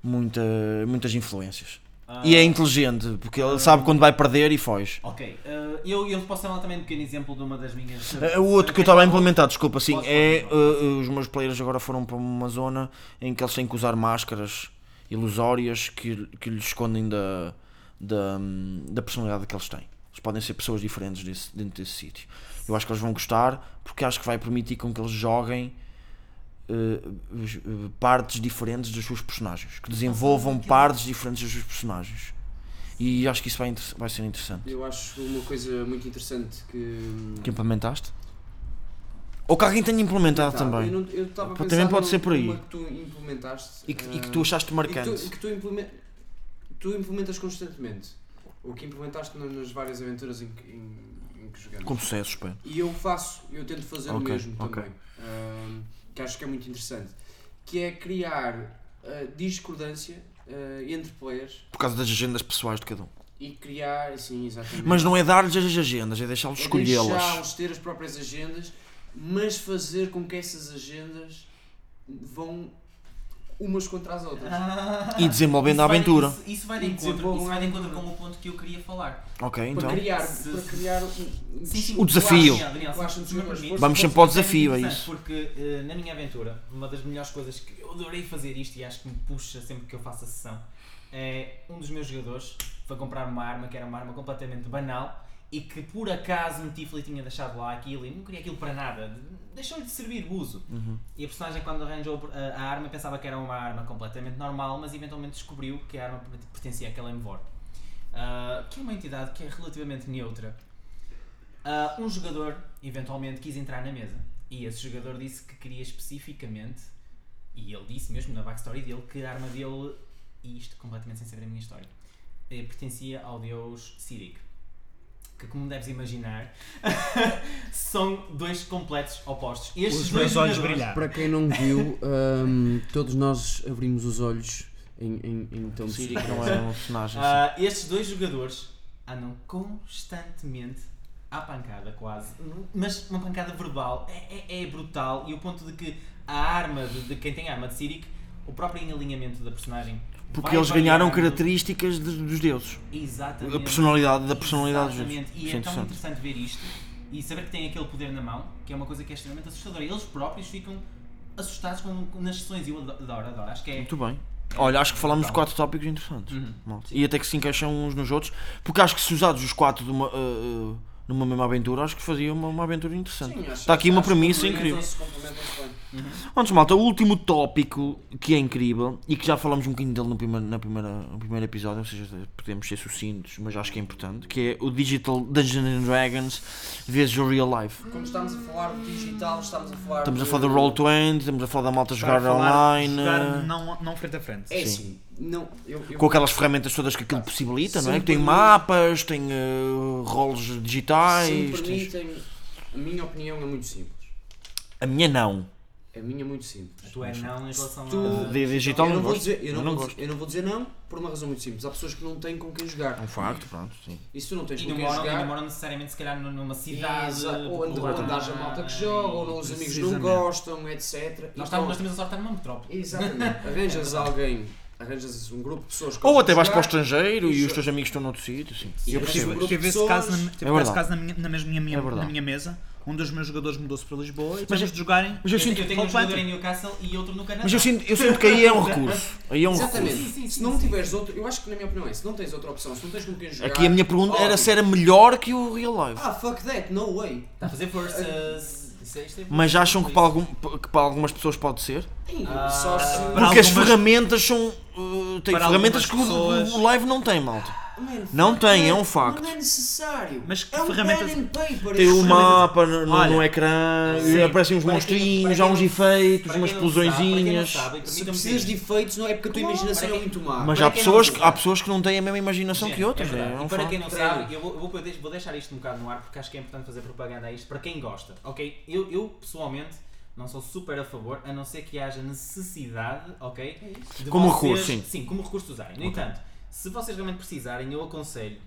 Speaker 2: muita, muitas influências. E é inteligente, porque ele sabe quando vai perder e foge.
Speaker 4: Ok, eh, eu, eu posso dar também um pequeno exemplo de uma das minhas.
Speaker 2: Eh, O outro que eu estava a implementar, desculpa, sim,
Speaker 4: Posso
Speaker 2: é
Speaker 4: continuar?
Speaker 2: eh, os meus players agora foram para uma zona em que eles têm que usar máscaras ilusórias que, que lhes escondem da, da, hum, da personalidade que eles têm. Eles podem ser pessoas diferentes desse- dentro desse sítio. Eu acho que eles vão gostar porque acho que vai permitir com que eles joguem eh, os- eh, partes diferentes dos seus personagens, que desenvolvam partes diferentes dos seus personagens. E acho que isso vai, inter- vai ser interessante.
Speaker 1: Eu acho uma coisa muito interessante que.
Speaker 2: Que implementaste? Ou que alguém tenha implementado
Speaker 1: Tá,
Speaker 2: Ah, também.
Speaker 1: Eu não- eu estava a
Speaker 2: Também
Speaker 1: pensar
Speaker 2: pode
Speaker 1: num-
Speaker 2: ser por aí.
Speaker 1: numa que tu implementaste.
Speaker 2: E que, e que
Speaker 1: ah,
Speaker 2: tu achaste
Speaker 1: e que tu-
Speaker 2: marcante.
Speaker 1: e que tu, implemen- tu implementas constantemente. O que implementaste na- nas várias aventuras em que, em- em que jogamos.
Speaker 2: Com sucesso, pá.
Speaker 1: E eu faço, eu tento fazer
Speaker 2: Ok,
Speaker 1: o mesmo
Speaker 2: ok.
Speaker 1: também. ahm, que acho que é muito interessante. Que é criar ah, discordância ah, entre players
Speaker 2: Por causa das agendas pessoais de cada um.
Speaker 1: e criar, sim, exatamente.
Speaker 2: Mas não é dar-lhes as agendas, é deixá-los
Speaker 1: é
Speaker 2: escolhê-las.
Speaker 1: deixá-los ter as próprias agendas, mas fazer com que essas agendas vão umas contra as outras.
Speaker 4: Ah,
Speaker 2: E desenvolvendo a
Speaker 4: Isso vai-
Speaker 2: aventura.
Speaker 4: Isso, isso vai de
Speaker 1: E um
Speaker 4: encontro,
Speaker 1: desenvolvam
Speaker 4: isso vai de
Speaker 1: a
Speaker 4: encontro com
Speaker 1: aventura.
Speaker 4: o ponto que eu queria falar.
Speaker 2: Ok, então.
Speaker 1: para criar,
Speaker 4: se-
Speaker 1: para criar um, um-
Speaker 4: Sim, sim,
Speaker 2: O desafio.
Speaker 4: Daniel, Daniel,
Speaker 1: Eu acho um
Speaker 4: se
Speaker 1: que
Speaker 4: se me
Speaker 1: sim, mas
Speaker 4: permites,
Speaker 2: Vamos
Speaker 4: posso-
Speaker 2: sempre ao
Speaker 4: posso-
Speaker 2: desafio, é
Speaker 4: interessante,
Speaker 2: isso.
Speaker 4: Porque eh, na minha aventura, uma das melhores coisas que eu adorei fazer isto e acho que me puxa sempre que eu faço a sessão é um dos meus jogadores foi comprar uma arma que era uma arma completamente banal e que por acaso um Tifley tinha deixado lá aquilo e não queria aquilo para nada. Deixou-lhe de servir o uso.
Speaker 2: Uhum.
Speaker 4: E a personagem, quando arranjou a- a arma, pensava que era uma arma completamente normal, mas eventualmente descobriu que a arma pertencia àquela Emvor, Ah, que é uma entidade que é relativamente neutra. Ah, um jogador eventualmente quis entrar na mesa e esse jogador disse que queria especificamente, e ele disse mesmo na backstory dele, que a arma dele, e isto completamente sem saber a minha história, eh, pertencia ao deus Sirik. Que, como deves imaginar, são dois completos opostos. Estes
Speaker 3: Os
Speaker 4: dois
Speaker 3: meus olhos
Speaker 4: jogadores-
Speaker 3: brilharam.
Speaker 5: Para quem não viu, hum, todos nós abrimos os olhos em, em, em tom de
Speaker 2: Siri
Speaker 5: surpresa.
Speaker 2: que não é um personagem assim.
Speaker 4: Ah, estes dois jogadores andam constantemente à pancada, quase. Mas uma pancada verbal é, é- é brutal. E o ponto de que a arma de, de quem tem a arma de Sirik, o próprio alinhamento da personagem.
Speaker 2: Porque
Speaker 4: vai
Speaker 2: eles ganharam
Speaker 4: variando.
Speaker 2: características de- dos deuses.
Speaker 4: Exatamente.
Speaker 2: A personalidade da personalidade dos deuses.
Speaker 4: Exatamente. E
Speaker 2: Isso é
Speaker 1: então,
Speaker 4: é tão
Speaker 2: interessante.
Speaker 4: interessante ver isto e saber que têm aquele poder na mão, que é uma coisa que é extremamente assustadora. Eles próprios ficam assustados com, com- nas sessões. E eu adoro, adoro. Acho que é.
Speaker 2: Muito bem. Olha, acho que falamos de
Speaker 4: Tá.
Speaker 2: quatro tópicos interessantes.
Speaker 4: Uhum.
Speaker 2: malta. E até que se encaixam uns nos outros. Porque acho que se usados os quatro de uma, ah, ah, numa mesma aventura, acho que fazia uma, uma aventura interessante.
Speaker 1: Sim, acho-
Speaker 2: Está Tá aqui uma
Speaker 1: acho que
Speaker 2: premissa
Speaker 1: complementam-se- complementam-se bem.
Speaker 2: Antes, malta, o último tópico que é incrível e que já falamos um bocadinho dele no primeiro, na primeira, no primeiro episódio, ou seja, podemos ser sucintos, mas acho que é importante, que é o Digital Dungeons and Dragons vezes o Real Life.
Speaker 1: Quando estamos a falar de digital, estamos a falar
Speaker 2: Estamos a
Speaker 1: de-
Speaker 2: falar do Roll 20, estamos a falar da malta
Speaker 3: Estar a
Speaker 2: jogar
Speaker 3: falar-
Speaker 2: online,
Speaker 3: Jogar
Speaker 2: eh,
Speaker 3: não, não frente a frente.
Speaker 1: É assim, não, eu, eu-
Speaker 2: com aquelas ferramentas todas que aquilo possibilita, não é?
Speaker 1: Sim,
Speaker 2: Que tem
Speaker 1: por-
Speaker 2: mapas, tem eh, rolos
Speaker 1: se me
Speaker 2: digitais. tens-
Speaker 1: permitem, a minha opinião é muito simples.
Speaker 2: A minha não.
Speaker 1: A minha é muito simples.
Speaker 4: Tu é não em relação
Speaker 1: Tu-
Speaker 4: a.
Speaker 2: De digital
Speaker 1: eu
Speaker 2: não
Speaker 1: não vou
Speaker 2: gosto.
Speaker 1: dizer, eu
Speaker 2: Eu
Speaker 1: não,
Speaker 2: não
Speaker 1: vou,
Speaker 2: gosto.
Speaker 1: dizer- eu não vou dizer não por uma razão muito simples. Há pessoas que não têm com quem jogar.
Speaker 2: É um facto, pronto, sim.
Speaker 1: E se tu não tens
Speaker 4: E
Speaker 1: com
Speaker 4: não
Speaker 1: quem
Speaker 4: moram, e não
Speaker 1: jogar,
Speaker 4: moram necessariamente, se calhar, nu- numa cidade.
Speaker 1: exa- ou
Speaker 4: porque
Speaker 1: andar-
Speaker 4: não-
Speaker 1: andares a malta que joga, ou não- os amigos não
Speaker 3: Precisamente.
Speaker 1: gostam, etc.
Speaker 4: Nós,
Speaker 1: Então,
Speaker 4: estamos, nós temos a sorte de estar numa metrópole.
Speaker 1: Exatamente. Arranjas alguém, arranjas um grupo de pessoas que
Speaker 2: Ou
Speaker 1: gostam
Speaker 2: até
Speaker 1: de
Speaker 2: vais para o
Speaker 1: jogar,
Speaker 2: estrangeiro e
Speaker 1: Isso.
Speaker 2: os teus amigos estão noutro sítio, sim.
Speaker 1: Sim,
Speaker 2: Eu
Speaker 1: mas
Speaker 2: percebo.
Speaker 1: isso- grupo
Speaker 3: Tive
Speaker 1: de
Speaker 3: esse
Speaker 1: pessoas-
Speaker 3: caso, na, tive
Speaker 2: É
Speaker 3: esse
Speaker 2: verdade.
Speaker 3: caso na, minha, na mesma minha,
Speaker 2: É verdade.
Speaker 3: na minha mesa. Um dos meus jogadores mudou-se para Lisboa e tivemos de jogarem.
Speaker 2: Mas eu sinto-
Speaker 4: Eu tenho um jogador em Newcastle e outro no Canadá.
Speaker 2: Mas eu sinto, eu sinto que aí é um recurso. Aí é um
Speaker 1: Exatamente.
Speaker 2: recurso.
Speaker 4: Sim, sim,
Speaker 1: se
Speaker 4: sim,
Speaker 1: não
Speaker 4: sim.
Speaker 1: tiveres outro, eu acho que na minha opinião é, se não tens outra opção, se não tens com quem jogar.
Speaker 2: Aqui a minha pergunta era
Speaker 1: ótimo.
Speaker 2: se era melhor que o Real Life.
Speaker 1: Ah, fuck that, no way.
Speaker 4: Está a fazer forças. Isso é- isto é-
Speaker 2: Mas acham que para, algum- que para algumas pessoas pode ser?
Speaker 1: Sim,
Speaker 4: Ah,
Speaker 1: só se.
Speaker 2: Porque
Speaker 3: para
Speaker 2: as
Speaker 3: algumas-
Speaker 2: ferramentas são. uh, tem
Speaker 3: para
Speaker 2: ferramentas
Speaker 3: algumas
Speaker 2: que o-
Speaker 3: pessoas-
Speaker 2: o live não tem, malta.
Speaker 1: Man,
Speaker 2: Não
Speaker 1: fuck
Speaker 2: tem, é
Speaker 1: that,
Speaker 2: um facto.
Speaker 1: Não é necessário.
Speaker 3: Mas que
Speaker 1: é um
Speaker 3: ferramentas-
Speaker 1: pen and paper,
Speaker 2: Tem
Speaker 1: isso.
Speaker 2: o mapa no, no-
Speaker 3: Olha,
Speaker 2: no ecrã,
Speaker 3: sim.
Speaker 2: aparecem uns
Speaker 4: Para quem- para
Speaker 2: monstrinhos,
Speaker 4: quem
Speaker 2: há uns
Speaker 4: não-
Speaker 2: efeitos,
Speaker 4: Para quem
Speaker 2: umas
Speaker 4: não sabe- para quem não
Speaker 2: explosões.
Speaker 4: sabe,
Speaker 1: Se
Speaker 4: permitam-me
Speaker 1: precisas
Speaker 4: dizer
Speaker 1: de
Speaker 4: isto.
Speaker 1: efeitos, não é porque a tua imaginação é muito má.
Speaker 2: Mas
Speaker 4: Para
Speaker 2: há
Speaker 4: quem
Speaker 2: pessoas,
Speaker 4: não
Speaker 2: que,
Speaker 4: sabe.
Speaker 2: há pessoas que não têm a mesma imaginação que outras.
Speaker 4: É
Speaker 2: É,
Speaker 4: verdade.
Speaker 2: um
Speaker 4: e para
Speaker 2: facto.
Speaker 4: quem não
Speaker 1: Claro.
Speaker 4: sabe, eu, vou, eu vou, poder- vou deixar isto um bocado no ar porque acho que é importante fazer propaganda a isto para quem gosta, ok? Eu, eu, pessoalmente não sou super a favor, a não ser que haja necessidade, ok? de
Speaker 2: Como
Speaker 4: vocês-
Speaker 2: recurso, sim.
Speaker 4: Sim, como recurso de usarem. No entanto, se vocês realmente precisarem, eu aconselho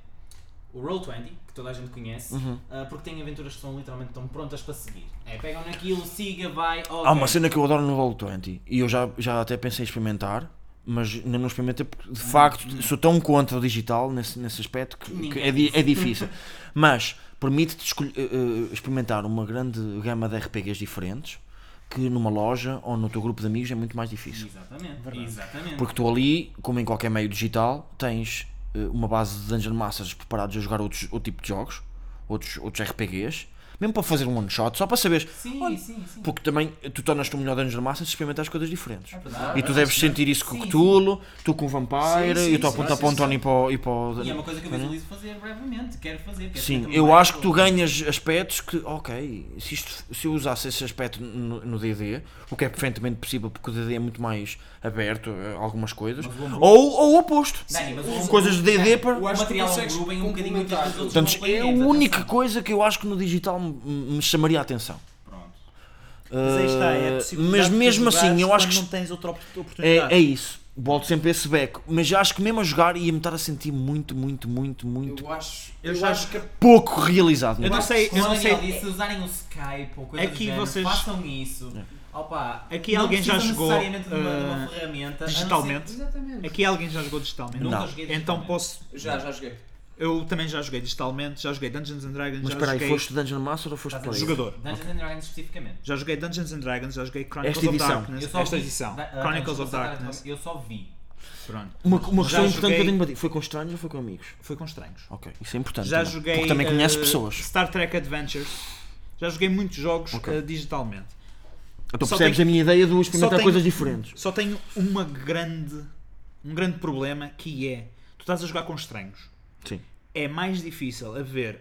Speaker 4: o Roll20, que toda a gente conhece,
Speaker 2: Uhum.
Speaker 4: ah, porque tem aventuras que são literalmente tão prontas para seguir. É, pegam naquilo, siga, vai, ok.
Speaker 2: Há uma cena que Ah, eu adoro no Roll20 e eu já, já até pensei em experimentar, mas ainda não experimentei porque de
Speaker 4: Uhum.
Speaker 2: facto sou tão contra o digital nesse, nesse aspecto que, que é, di- é difícil. mas permite-te escolhe- eh, eh, experimentar uma grande gama de RPGs diferentes que numa loja ou no teu grupo de amigos é muito mais difícil.
Speaker 4: Exatamente, exatamente.
Speaker 2: Porque tu ali, como em qualquer meio digital, tens eh, uma base de Dungeon Masters preparados a jogar outros, outro tipo de jogos, outros, outros RPGs, mesmo para fazer um one shot, só para saberes.
Speaker 4: Sim,
Speaker 2: olha,
Speaker 4: sim, sim.
Speaker 2: Porque também tu tornas-te um melhor Dungeon Master se experimentares coisas diferentes.
Speaker 4: É verdade.
Speaker 2: E tu deves sentir isso com o
Speaker 4: Sim,
Speaker 2: Cthulhu, tu com o Vampire,
Speaker 1: Sim, sim,
Speaker 2: eu estou a
Speaker 1: sim,
Speaker 2: apontar
Speaker 1: sim,
Speaker 2: para o
Speaker 1: sim.
Speaker 2: António e para o. e para o-
Speaker 4: E é uma coisa que eu visualizo fazer brevemente, quero fazer. Quero ser
Speaker 2: Uhum. Sim,
Speaker 4: também
Speaker 2: eu
Speaker 4: mais
Speaker 2: acho que tu
Speaker 4: novo.
Speaker 2: ganhas aspectos que, ok, se, isto- se eu usasse esse aspecto no no DD, o que é perfeitamente possível porque o DD é muito mais aberto a algumas coisas,
Speaker 4: Mas o Homebrew-
Speaker 2: ou, ou o oposto,
Speaker 4: Dani, mas o Homebrew-
Speaker 2: coisas de DD
Speaker 4: Dani,
Speaker 2: para.
Speaker 1: Eu
Speaker 4: O
Speaker 1: acho que
Speaker 4: material
Speaker 1: consegues
Speaker 4: Homebrew vem um bocadinho muito
Speaker 1: complementar.
Speaker 4: dos outros
Speaker 2: Portanto, é a
Speaker 4: componentes,
Speaker 2: única
Speaker 4: atenção.
Speaker 2: coisa que eu acho que no digital me, me chamaria a atenção.
Speaker 4: Pronto.
Speaker 3: Mas aí está, é a
Speaker 2: Eh,
Speaker 3: possibilidade
Speaker 2: mas
Speaker 3: de tu
Speaker 2: mesmo assim,
Speaker 3: jogares
Speaker 2: eu acho
Speaker 3: quando
Speaker 2: que
Speaker 3: não tens outra op- oportunidade.
Speaker 2: É, é isso. Boto sempre esse beco, mas já acho que mesmo a jogar ia-me estar a sentir muito, muito, muito, muito
Speaker 1: Eu acho,
Speaker 3: Eu
Speaker 1: eu,
Speaker 3: já-
Speaker 1: acho que a
Speaker 2: pouco realizado.
Speaker 3: Eu não
Speaker 2: mesmo.
Speaker 3: sei, eu
Speaker 4: Como
Speaker 3: não
Speaker 4: a
Speaker 3: sei.
Speaker 4: Daniel disse, se usarem o Skype ou coisa
Speaker 3: Aqui
Speaker 4: do género,
Speaker 3: vocês- É.
Speaker 4: façam isso. Opa,
Speaker 3: Aqui
Speaker 4: não
Speaker 3: alguém já
Speaker 4: precisam
Speaker 3: jogou,
Speaker 4: necessariamente de uma, de uma
Speaker 3: eh,
Speaker 4: ferramenta. a não ser-
Speaker 3: digitalmente.
Speaker 1: Exatamente.
Speaker 3: Aqui alguém já jogou digitalmente.
Speaker 4: Nunca
Speaker 2: é- Não.
Speaker 4: joguei
Speaker 3: Então
Speaker 4: digitalmente.
Speaker 3: posso.
Speaker 1: Já, já joguei.
Speaker 3: Eu também já joguei digitalmente, já joguei Dungeons and Dragons,
Speaker 2: Mas
Speaker 3: já
Speaker 2: espera aí,
Speaker 3: joguei.
Speaker 2: foste Dungeon Master ou foste
Speaker 4: Estás a
Speaker 2: player?
Speaker 4: dizer-
Speaker 3: Jogador.
Speaker 4: Dungeons and Dragons especificamente.
Speaker 3: Já joguei Dungeons and Dragons, já joguei Chronicles
Speaker 2: Esta
Speaker 3: of
Speaker 2: edição.
Speaker 3: Darkness.
Speaker 4: Eu só
Speaker 3: Esta
Speaker 4: vi-
Speaker 3: edição.
Speaker 4: da- ah,
Speaker 3: Chronicles
Speaker 4: não,
Speaker 3: of
Speaker 4: desculpa,
Speaker 3: Darkness.
Speaker 4: Eu só vi.
Speaker 3: Pronto.
Speaker 2: Uma, uma
Speaker 3: Já
Speaker 2: questão importante que eu
Speaker 3: joguei-
Speaker 2: tenho para ti. Foi com estranhos ou foi com amigos?
Speaker 3: Foi com estranhos.
Speaker 2: Ok, isso é importante.
Speaker 3: Já
Speaker 2: também,
Speaker 3: joguei.
Speaker 2: Porque também
Speaker 3: eh,
Speaker 2: conheces pessoas.
Speaker 3: Star Trek Adventures. Já joguei muitos jogos
Speaker 2: Ok.
Speaker 3: eh, digitalmente.
Speaker 2: Então
Speaker 3: só
Speaker 2: percebes
Speaker 3: tenho-
Speaker 2: a minha ideia de experimentar
Speaker 3: tenho-
Speaker 2: coisas diferentes.
Speaker 3: Só tenho uma grande. um grande problema que é. Tu estás a jogar com estranhos.
Speaker 2: Sim.
Speaker 3: É mais difícil haver.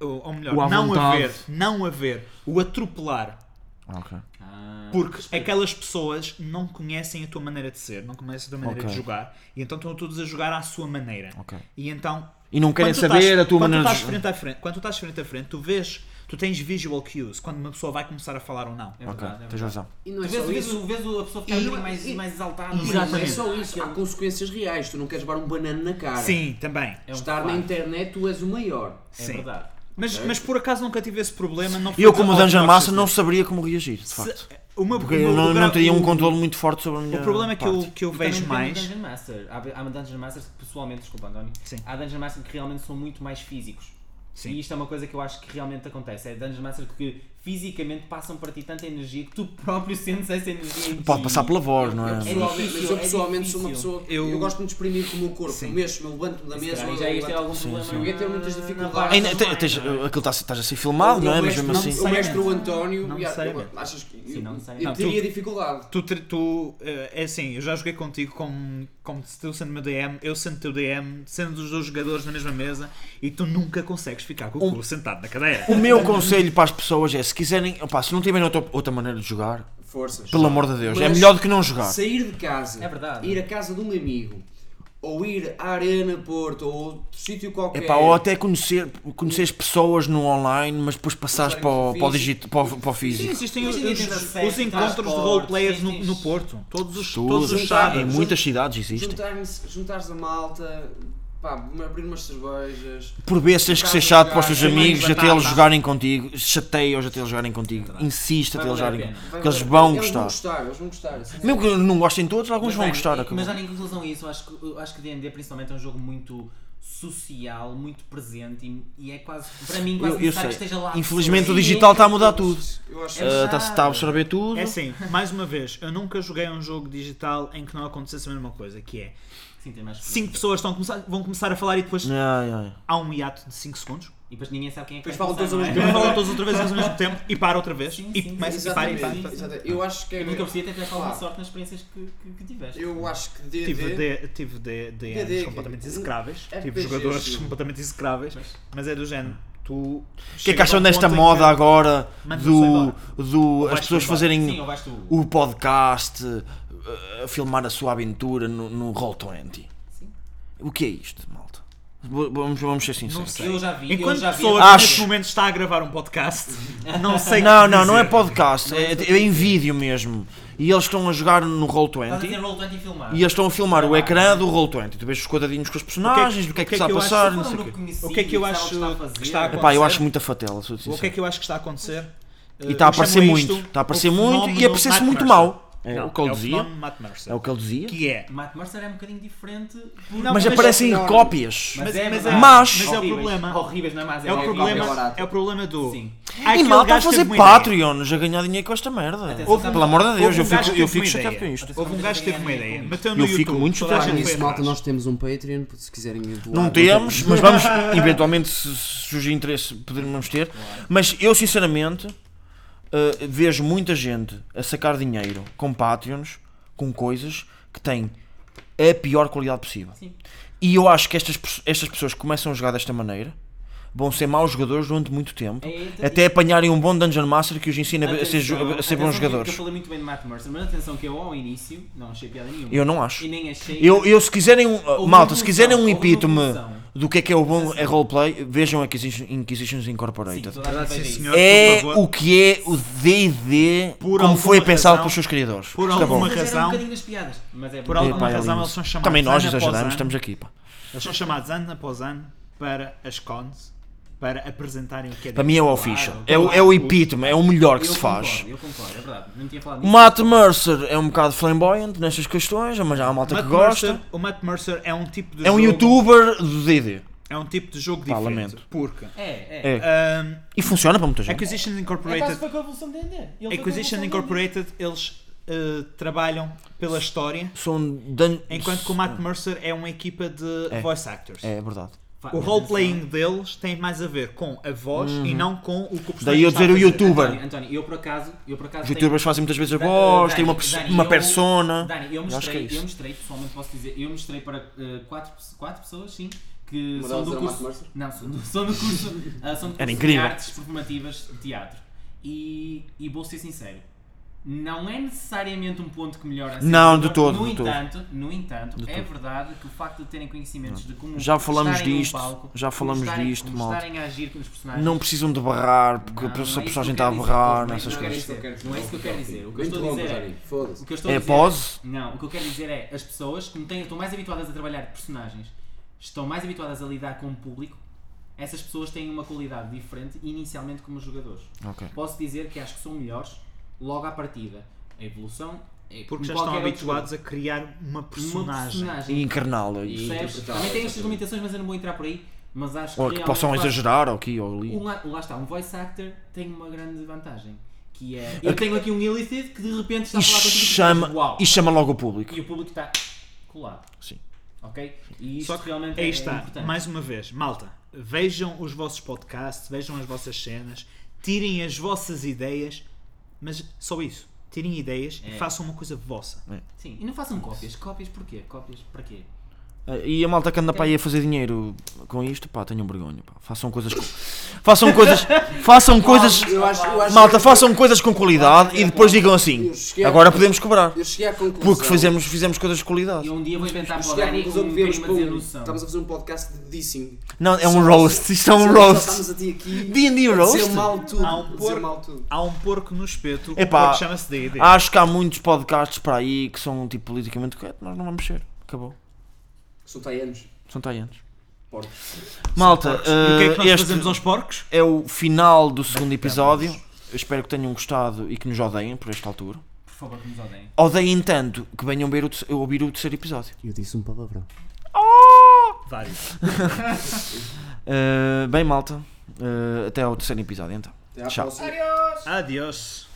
Speaker 3: Ou, ou melhor,
Speaker 2: O à
Speaker 3: não
Speaker 2: vontade.
Speaker 3: haver. Não haver. O atropelar
Speaker 2: Ok.
Speaker 4: Ah,
Speaker 3: Porque
Speaker 4: respeito.
Speaker 3: aquelas pessoas não conhecem a tua maneira de ser, não conhecem a tua maneira
Speaker 2: Ok.
Speaker 3: de jogar, e então estão todos a jogar à sua maneira.
Speaker 2: Ok.
Speaker 3: E então.
Speaker 2: E não querem
Speaker 3: quando tu
Speaker 2: saber
Speaker 3: estás-
Speaker 2: a tua
Speaker 3: quando tu
Speaker 2: maneira de
Speaker 3: estás frente a frente, Quando tu estás frente a frente, tu vês, tu tens visual cues, quando uma pessoa vai começar a falar ou não.
Speaker 4: É
Speaker 2: Ok,
Speaker 4: verdade, é
Speaker 2: tens
Speaker 4: verdade.
Speaker 2: razão.
Speaker 5: E não
Speaker 4: Tu
Speaker 5: é
Speaker 4: vês,
Speaker 5: só
Speaker 4: vês,
Speaker 5: isso.
Speaker 4: o- vês o- a pessoa ficar
Speaker 5: E
Speaker 4: um
Speaker 5: não-
Speaker 4: bocadinho
Speaker 3: é-
Speaker 4: mais,
Speaker 5: e-
Speaker 4: mais exaltada.
Speaker 5: E
Speaker 4: mas
Speaker 5: não é
Speaker 4: não
Speaker 5: só isso. Há consequências reais. Tu não queres levar um banano na cara.
Speaker 3: Sim, também.
Speaker 4: é um
Speaker 5: Estar na
Speaker 4: facto.
Speaker 5: internet, tu és o maior.
Speaker 4: É
Speaker 3: Sim.
Speaker 4: verdade.
Speaker 3: Mas, mas por acaso nunca tive esse problema. Não
Speaker 2: Eu, como
Speaker 3: fui-
Speaker 2: Dungeon
Speaker 3: não-
Speaker 2: Master, não saberia como reagir, de
Speaker 3: Se-
Speaker 2: facto.
Speaker 3: o meu,
Speaker 2: é, Porque
Speaker 3: o meu-
Speaker 2: eu não,
Speaker 3: o
Speaker 2: não
Speaker 3: gra-
Speaker 2: teria um
Speaker 3: o-
Speaker 2: controle muito forte sobre a minha
Speaker 3: O problema que eu,
Speaker 2: parte.
Speaker 3: que eu
Speaker 4: E
Speaker 3: vejo
Speaker 4: também depende do
Speaker 3: mais.
Speaker 4: Dungeon Master. Há, há Dungeon Masters que pessoalmente, desculpa António,
Speaker 3: Sim.
Speaker 4: há Dungeon Masters que realmente são muito mais físicos.
Speaker 3: Sim.
Speaker 4: E isto é uma coisa que eu acho que realmente acontece. É Dungeon Masters que fisicamente passam para ti tanta energia que tu próprio sentes essa energia. em
Speaker 2: Pode
Speaker 4: ti.
Speaker 2: passar pela voz, não é?
Speaker 4: É
Speaker 1: Pessoalmente, mas
Speaker 4: difícil,
Speaker 1: eu
Speaker 4: é
Speaker 1: pessoalmente sou uma
Speaker 4: difícil.
Speaker 1: pessoa que
Speaker 3: Eu-
Speaker 1: eu... gosto de me exprimir com o meu corpo.
Speaker 3: Sim.
Speaker 1: Eu mexo-me, eu levanto-me da mesa.
Speaker 4: Caralho, já é ias ter
Speaker 1: eu-
Speaker 4: algum problema.
Speaker 2: sim.
Speaker 4: na-
Speaker 1: Eu ia ter muitas
Speaker 4: na
Speaker 1: dificuldades.
Speaker 4: barra.
Speaker 2: Ainda,
Speaker 4: Não
Speaker 2: te,
Speaker 4: é,
Speaker 2: tens,
Speaker 4: não é.
Speaker 2: aquilo está estás a ser filmado, não é? Mas mesmo
Speaker 1: mestre-
Speaker 2: assim.
Speaker 1: O mestre o António,
Speaker 3: Não
Speaker 1: já,
Speaker 3: necessariamente.
Speaker 1: eu- achas que
Speaker 4: Sim, não
Speaker 1: eu-
Speaker 4: necessariamente.
Speaker 1: eu
Speaker 3: Não, tu-
Speaker 1: teria dificuldade.
Speaker 3: Tu, ter- tu, eh, é assim, eu já joguei contigo como, como se tu sendo meu DM, eu sendo teu DM, sendo os dois jogadores na mesma mesa e tu nunca consegues ficar com o
Speaker 4: Um-
Speaker 3: cu sentado na cadeira.
Speaker 2: O meu conselho para as pessoas é: se quiserem, opá, se não tiverem outra, outra maneira de jogar,
Speaker 1: Forças.
Speaker 2: pelo amor de Deus, é
Speaker 1: Mas-
Speaker 2: melhor do que não jogar.
Speaker 1: Sair de casa,
Speaker 4: É verdade.
Speaker 1: ir à casa de um amigo, ou ir à Arena Porto, ou outro sítio
Speaker 2: É
Speaker 1: qualquer.
Speaker 2: pá, ou até conhecer, conheceres pessoas no online, mas depois passares para o, para o, digit- para o- para o
Speaker 3: Sim,
Speaker 2: físico.
Speaker 3: existem os,
Speaker 4: Mas
Speaker 3: os,
Speaker 4: existem acesso,
Speaker 3: os encontros de
Speaker 4: transportes,
Speaker 3: roleplayers no,
Speaker 4: existem-
Speaker 3: no Porto, todos os,
Speaker 2: Tudo.
Speaker 3: todos os
Speaker 4: É
Speaker 2: em
Speaker 3: sábados. É
Speaker 2: muitas cidades existe.
Speaker 1: Juntar-se- Juntares a malta, pá, abrir umas cervejas.
Speaker 2: Por vezes tens que ser
Speaker 1: Juntar-se
Speaker 2: chato
Speaker 1: jogar,
Speaker 2: para os teus
Speaker 1: comer
Speaker 2: amigos
Speaker 3: batata.
Speaker 4: tá,
Speaker 2: até eles jogarem contigo, chateia-os até eles jogarem contigo, insiste até
Speaker 4: Vai
Speaker 2: eles
Speaker 4: valer a
Speaker 2: jogarem
Speaker 4: pena.
Speaker 2: contigo,
Speaker 1: Vai
Speaker 2: que eles
Speaker 1: ver.
Speaker 2: vão
Speaker 1: Eles vão
Speaker 2: gostar.
Speaker 1: gostar, eles vão gostar. assim.
Speaker 2: Mesmo que não gostem todos, alguns
Speaker 4: Mas
Speaker 2: vão
Speaker 4: bem,
Speaker 2: gostar. acabou.
Speaker 4: Mas olha, em conclusão a isso, eu acho que, eu acho que D&D principalmente é um jogo muito social, muito presente e, e é quase, para mim, quase
Speaker 2: Eu- eu
Speaker 4: necessário que
Speaker 2: sei.
Speaker 4: esteja lá.
Speaker 2: Infelizmente o
Speaker 4: pessoas.
Speaker 2: digital está a mudar tudo.
Speaker 1: Eu acho
Speaker 4: é
Speaker 2: Ah, Está-se está a absorver tudo.
Speaker 3: É assim, mais uma vez, eu nunca joguei um jogo digital em que não acontecesse a mesma coisa, que é
Speaker 4: Sim, tem mais
Speaker 3: cinco pessoas estão a começar- vão começar a falar e depois
Speaker 2: Ai, é ai.
Speaker 3: há um hiato de 5 segundos.
Speaker 4: E depois ninguém sabe quem é que
Speaker 1: Depois falam
Speaker 4: vai começar,
Speaker 1: todos ao
Speaker 4: não
Speaker 3: Primeiro
Speaker 4: é?
Speaker 3: falam todos outra vez ao mesmo tempo e para outra vez
Speaker 4: Sim,
Speaker 3: e
Speaker 4: sim,
Speaker 3: começa a parar e
Speaker 1: Exatamente,
Speaker 3: para.
Speaker 1: exatamente. Eu acho que é.
Speaker 4: Eu nunca percebi até ter alguma
Speaker 1: Claro.
Speaker 4: sorte nas experiências que, que, que tiveste.
Speaker 1: Eu acho que
Speaker 4: Tipo
Speaker 3: Tive,
Speaker 1: DD.
Speaker 3: de, tive de, de
Speaker 1: DD,
Speaker 3: anos completamente execráveis,
Speaker 4: é
Speaker 1: RPGs,
Speaker 3: tive jogadores
Speaker 1: sim.
Speaker 3: completamente execráveis, mas é do género. Tu.
Speaker 2: O que é que acham desta moda agora
Speaker 3: Manda-me só
Speaker 2: do,
Speaker 3: embora.
Speaker 2: do
Speaker 3: vais-te
Speaker 2: as pessoas
Speaker 3: embora.
Speaker 2: fazerem
Speaker 4: Sim, ou vais tu.
Speaker 2: o podcast, uh, a filmar a sua aventura no, no Roll20.
Speaker 4: Sim.
Speaker 2: O que é isto, malta? V- Vamos, vamos ser
Speaker 3: Não
Speaker 2: sinceros.
Speaker 3: sei.
Speaker 4: Eu já vi,
Speaker 3: Enquanto
Speaker 4: eu já vi.
Speaker 3: pessoa
Speaker 2: Acho-
Speaker 3: que neste momento está a gravar um podcast, não sei o
Speaker 2: Não,
Speaker 3: que
Speaker 2: não, não é
Speaker 3: dizer.
Speaker 2: podcast, é, é em vídeo mesmo. E eles estão a jogar no
Speaker 3: Ah,
Speaker 4: Estás a dizer
Speaker 2: Roll20
Speaker 4: Roll 20 filmar.
Speaker 2: e eles estão a filmar o ecrã do Roll20. Tu vês os quadradinhos com os personagens, do que é que
Speaker 3: o que é
Speaker 2: está a
Speaker 3: que eu acho-
Speaker 2: passar,
Speaker 4: Se
Speaker 2: não
Speaker 4: for um
Speaker 2: sei o
Speaker 4: grupo
Speaker 2: quê.
Speaker 4: conhecido,
Speaker 3: O que é que eu
Speaker 4: sabe
Speaker 3: acho
Speaker 4: está a
Speaker 3: que
Speaker 4: fazer,
Speaker 3: está a acontecer?
Speaker 2: Epá, eu acho muita fatela, sou
Speaker 3: O que é
Speaker 2: sincero.
Speaker 3: que eu acho que está a acontecer?
Speaker 2: E está a aparecer muito, está a
Speaker 3: um
Speaker 2: aparecer muito e a aparecer-se muito mal. É o que ele dizia. É o que ele dizia.
Speaker 3: Que é.
Speaker 4: Matt Mercer é um bocadinho diferente. porque-
Speaker 3: Não,
Speaker 2: Mas
Speaker 3: mas-
Speaker 2: aparecem
Speaker 1: não.
Speaker 2: cópias.
Speaker 3: Mas-
Speaker 4: é
Speaker 3: mas
Speaker 4: verdade.
Speaker 2: é- mas-
Speaker 3: mas é o
Speaker 4: Horríveis.
Speaker 3: problema.
Speaker 4: Horríveis, não é mais?
Speaker 3: É o
Speaker 4: horrível.
Speaker 3: problema, é o problema do.
Speaker 4: Sim.
Speaker 3: Há
Speaker 2: E
Speaker 3: aquele
Speaker 2: malta a
Speaker 3: gajo que
Speaker 2: fazer
Speaker 3: teve uma ideia.
Speaker 2: Patreons a ganhar dinheiro com esta merda.
Speaker 4: Atenção,
Speaker 2: Houve-
Speaker 4: também-
Speaker 2: Pelo amor de Deus,
Speaker 3: Houve
Speaker 2: eu
Speaker 3: um gajo
Speaker 2: fico,
Speaker 3: que
Speaker 2: eu
Speaker 3: teve uma
Speaker 2: fico chateado
Speaker 3: ideia.
Speaker 2: com isto.
Speaker 3: Houve um gajo que teve uma ideia. Mateu no
Speaker 2: Eu fico
Speaker 3: YouTube,
Speaker 2: muito
Speaker 3: toda a
Speaker 2: chateado com
Speaker 3: gente foi
Speaker 2: isso,
Speaker 3: atrás.
Speaker 5: malta, nós temos um Patreon, se quiserem ir doar.
Speaker 2: Não temos, mas vamos,
Speaker 4: é-
Speaker 2: eventualmente, se se surgir interesse, poderemos ter. Mas eu, sinceramente, uh, vejo muita gente a sacar dinheiro com Patreons, com coisas que têm a pior qualidade possível.
Speaker 4: Sim.
Speaker 2: E eu acho que estas, pe- estas pessoas que começam a jogar desta maneira vão ser maus jogadores durante muito tempo.
Speaker 4: É-
Speaker 2: Até apanharem um bom Dungeon Master que os ensina a ser,
Speaker 4: Atenção,
Speaker 2: jo- a ser
Speaker 4: atenção
Speaker 2: bons
Speaker 4: um que- que Eu
Speaker 2: jogadores.
Speaker 4: falei muito bem de Matt Mercer, mas atenção que eu ao início não achei piada nenhuma.
Speaker 2: Eu não acho.
Speaker 4: E nem achei.
Speaker 2: Eu, eu se quiserem um.
Speaker 4: Houve
Speaker 2: malta, se
Speaker 4: evolução,
Speaker 2: quiserem um
Speaker 4: houve
Speaker 2: epítome
Speaker 4: evolução.
Speaker 2: do que é que é o bom é roleplay, vejam Inquisition- Inquisitions Incorporated.
Speaker 4: toda a gente vai ver
Speaker 3: Sim,
Speaker 4: isso.
Speaker 3: senhor, por
Speaker 2: É
Speaker 3: favor.
Speaker 2: o que é o D&D
Speaker 3: Por
Speaker 2: como foi
Speaker 3: alguma
Speaker 2: pensado
Speaker 3: razão-
Speaker 2: pelos seus criadores.
Speaker 3: por
Speaker 2: Tá
Speaker 3: alguma
Speaker 2: bom.
Speaker 4: Mas era
Speaker 3: razão-
Speaker 4: um bocadinho das piadas. Mas é
Speaker 3: Por
Speaker 4: bom.
Speaker 2: Epá,
Speaker 3: alguma
Speaker 2: é
Speaker 3: razão
Speaker 2: lindo.
Speaker 3: eles são chamados né?
Speaker 2: Também nós
Speaker 3: ano após ano.
Speaker 2: exageramos, estamos aqui, pá.
Speaker 3: Eles são chamados ano após ano para as cons, para apresentarem o que é
Speaker 2: Para mim é o
Speaker 3: deles.
Speaker 2: official.
Speaker 4: claro,
Speaker 2: É o, é o epítome, é o melhor que
Speaker 4: Eu
Speaker 2: se faz.
Speaker 4: concordo, Eu concordo, é verdade. Não tinha falado
Speaker 2: O
Speaker 4: nisso.
Speaker 2: Matt Mercer é um bocado flamboyant nestas questões, mas há uma malta que
Speaker 3: Matt
Speaker 2: gosta.
Speaker 3: Mercer- o Matt Mercer é um tipo de
Speaker 2: É um
Speaker 3: jogo,
Speaker 2: youtuber do D&D.
Speaker 3: é um tipo de jogo
Speaker 2: Pá,
Speaker 3: diferente.
Speaker 2: lamento.
Speaker 3: Porque
Speaker 4: É, é.
Speaker 2: É.
Speaker 3: ahm,
Speaker 2: E funciona para muita gente.
Speaker 3: Acquisitions
Speaker 4: É quase
Speaker 3: Incorporated,
Speaker 4: foi com a evolução de D&D. Ele foi com a evolução
Speaker 3: Acquisitions
Speaker 4: de
Speaker 3: Incorporated eles eh, trabalham pela história,
Speaker 2: São dan-
Speaker 3: enquanto que o Matt Mercer é uma equipa de
Speaker 2: É.
Speaker 3: voice actors.
Speaker 2: É verdade.
Speaker 4: Fa-
Speaker 3: O role-playing deles tem mais a ver com a voz
Speaker 4: Uhum.
Speaker 3: e não com o que o personagem
Speaker 2: Daí eu
Speaker 3: está a
Speaker 2: dizer o
Speaker 3: fazer.
Speaker 2: youtuber.
Speaker 4: António, António, eu por acaso, eu por acaso
Speaker 2: Os
Speaker 4: tenho-
Speaker 2: youtubers fazem muitas vezes a
Speaker 4: Da-
Speaker 2: voz,
Speaker 4: Dani,
Speaker 2: têm uma, perso-
Speaker 4: Dani,
Speaker 2: uma
Speaker 4: eu-
Speaker 2: persona.
Speaker 4: Dani, eu
Speaker 2: Eu acho que é
Speaker 4: mostrei,
Speaker 2: isso.
Speaker 4: eu mostrei, pessoalmente posso dizer, eu mostrei para eh, quatro, pe- quatro pessoas, sim, que
Speaker 1: Uma
Speaker 4: são
Speaker 1: delas
Speaker 4: do
Speaker 1: era o Matt
Speaker 4: curso.
Speaker 1: Mercer?
Speaker 4: Não, são do, são do curso, ah, são
Speaker 2: Era
Speaker 4: do curso de
Speaker 2: incrível.
Speaker 4: artes performativas de teatro. E, e vou ser sincero, não é necessariamente um ponto que melhora a ser
Speaker 2: Não,
Speaker 4: melhor.
Speaker 2: de todo,
Speaker 4: No
Speaker 2: de todo.
Speaker 4: entanto, no entanto,
Speaker 2: De
Speaker 4: é
Speaker 2: todo.
Speaker 4: verdade que o facto de terem conhecimentos de como
Speaker 2: Já falamos
Speaker 4: estarem num
Speaker 2: disto,
Speaker 4: palco,
Speaker 2: já
Speaker 4: como
Speaker 2: falamos
Speaker 4: estarem-
Speaker 2: disto,
Speaker 4: como
Speaker 2: malta.
Speaker 4: estarem a agir com os personagens.
Speaker 2: Não precisam de barrar, porque
Speaker 4: Não,
Speaker 2: a
Speaker 4: não é isso
Speaker 2: pessoa- a
Speaker 4: que
Speaker 2: personagem
Speaker 4: eu
Speaker 2: está a
Speaker 4: quero dizer,
Speaker 2: barrar
Speaker 4: não é
Speaker 2: nessas
Speaker 4: isso que eu quero
Speaker 2: coisas.
Speaker 4: dizer, Não é isso que eu quero dizer. O que eu estou a
Speaker 1: Interrompa,
Speaker 4: dizer é
Speaker 1: Dani, Foda-se.
Speaker 4: o que eu estou a
Speaker 2: É
Speaker 4: dizer-
Speaker 2: pause?
Speaker 4: Não, o que eu quero dizer é as pessoas, como têm, estão mais habituadas a trabalhar de personagens, estão mais habituadas a lidar com o público, essas pessoas têm uma qualidade diferente inicialmente como jogadores.
Speaker 2: Ok.
Speaker 4: Posso dizer que acho que são melhores logo à partida. A evolução é
Speaker 3: Porque
Speaker 4: como
Speaker 3: já estão
Speaker 4: qualquer outro jogo.
Speaker 3: habituados a criar uma
Speaker 4: uma
Speaker 3: personagem.
Speaker 4: personagem.
Speaker 2: E encarná-la. e- tipo,
Speaker 4: percebes?
Speaker 1: interpretá-la,
Speaker 4: Também tem estas
Speaker 1: exatamente.
Speaker 4: limitações, mas eu não vou entrar por aí. Mas acho
Speaker 2: Ou é
Speaker 4: que
Speaker 2: que possam
Speaker 4: realmente-
Speaker 2: exagerar, ou aqui, ou ali.
Speaker 4: Um, lá lá está, um voice actor tem uma grande vantagem. Que é. Eu tenho aqui um Illithid que de repente está
Speaker 2: E
Speaker 4: a falar contigo e tu
Speaker 2: chama,
Speaker 4: dizes, Uau!
Speaker 2: e chama logo o público.
Speaker 4: é E o público está colado.
Speaker 2: Sim.
Speaker 4: Ok? E isto
Speaker 3: Só que
Speaker 4: realmente
Speaker 3: aí
Speaker 4: é
Speaker 3: está,
Speaker 4: importante.
Speaker 3: mais uma vez, malta, vejam os vossos podcasts, vejam as vossas cenas, tirem as vossas ideias, mas só isso, tirem ideias e
Speaker 4: É.
Speaker 3: façam uma coisa vossa.
Speaker 4: Sim, e não façam cópias. Cópias porquê? Cópias para quê?
Speaker 2: Eh, E a malta que anda para aí a fazer dinheiro com isto, pá, tenham vergonha. Pá. Façam coisas. Com... Façam coisas. Façam coisas.
Speaker 1: Eu acho, eu acho
Speaker 2: Malta, façam coisas com qualidade e depois digam assim.
Speaker 1: Eu cheguei-
Speaker 2: Agora podemos cobrar.
Speaker 1: Eu cheguei à conclusão.
Speaker 2: Porque fizemos, fizemos coisas de qualidade.
Speaker 4: E um dia vou
Speaker 3: Tá
Speaker 4: inventar
Speaker 1: Eu
Speaker 4: para o
Speaker 1: cheguei à
Speaker 4: Dani um
Speaker 1: conclusão que viemos
Speaker 4: crime a
Speaker 1: para
Speaker 4: dizer
Speaker 1: um.
Speaker 4: noção.
Speaker 1: Estamos a fazer um podcast de dissing.
Speaker 2: Não, é um
Speaker 1: Só-
Speaker 2: roast. Isto é um
Speaker 1: só- só
Speaker 2: roast.
Speaker 1: Estamos a ti aqui.
Speaker 2: D&D
Speaker 1: a
Speaker 2: roast?
Speaker 1: Dizer mal tudo.
Speaker 3: Há um
Speaker 1: a dizer
Speaker 3: porco.
Speaker 1: mal tudo.
Speaker 3: Há um porco no espeto,
Speaker 2: Epá, Ah,
Speaker 3: o porco chama-se D&D.
Speaker 2: Acho que há muitos podcasts para aí que são tipo politicamente corretos. Nós não vamos ser. Acabou.
Speaker 1: São taianos.
Speaker 2: São taianos.
Speaker 1: Porcos.
Speaker 2: Malta,
Speaker 3: e o que é que nós
Speaker 2: eh, este
Speaker 3: fazemos aos porcos?
Speaker 2: é o final do segundo episódio. Eu espero que tenham gostado e que nos odeiem por esta altura.
Speaker 4: Por favor, que nos odeiem.
Speaker 2: Odeiem tanto que venham ver o te- ouvir o terceiro episódio.
Speaker 5: Eu disse um palavrão.
Speaker 3: Vários.
Speaker 2: Eh, Uh, bem, malta. uh, até ao terceiro episódio, então.
Speaker 1: Até à
Speaker 2: Tchau.
Speaker 1: próxima.
Speaker 3: Adiós.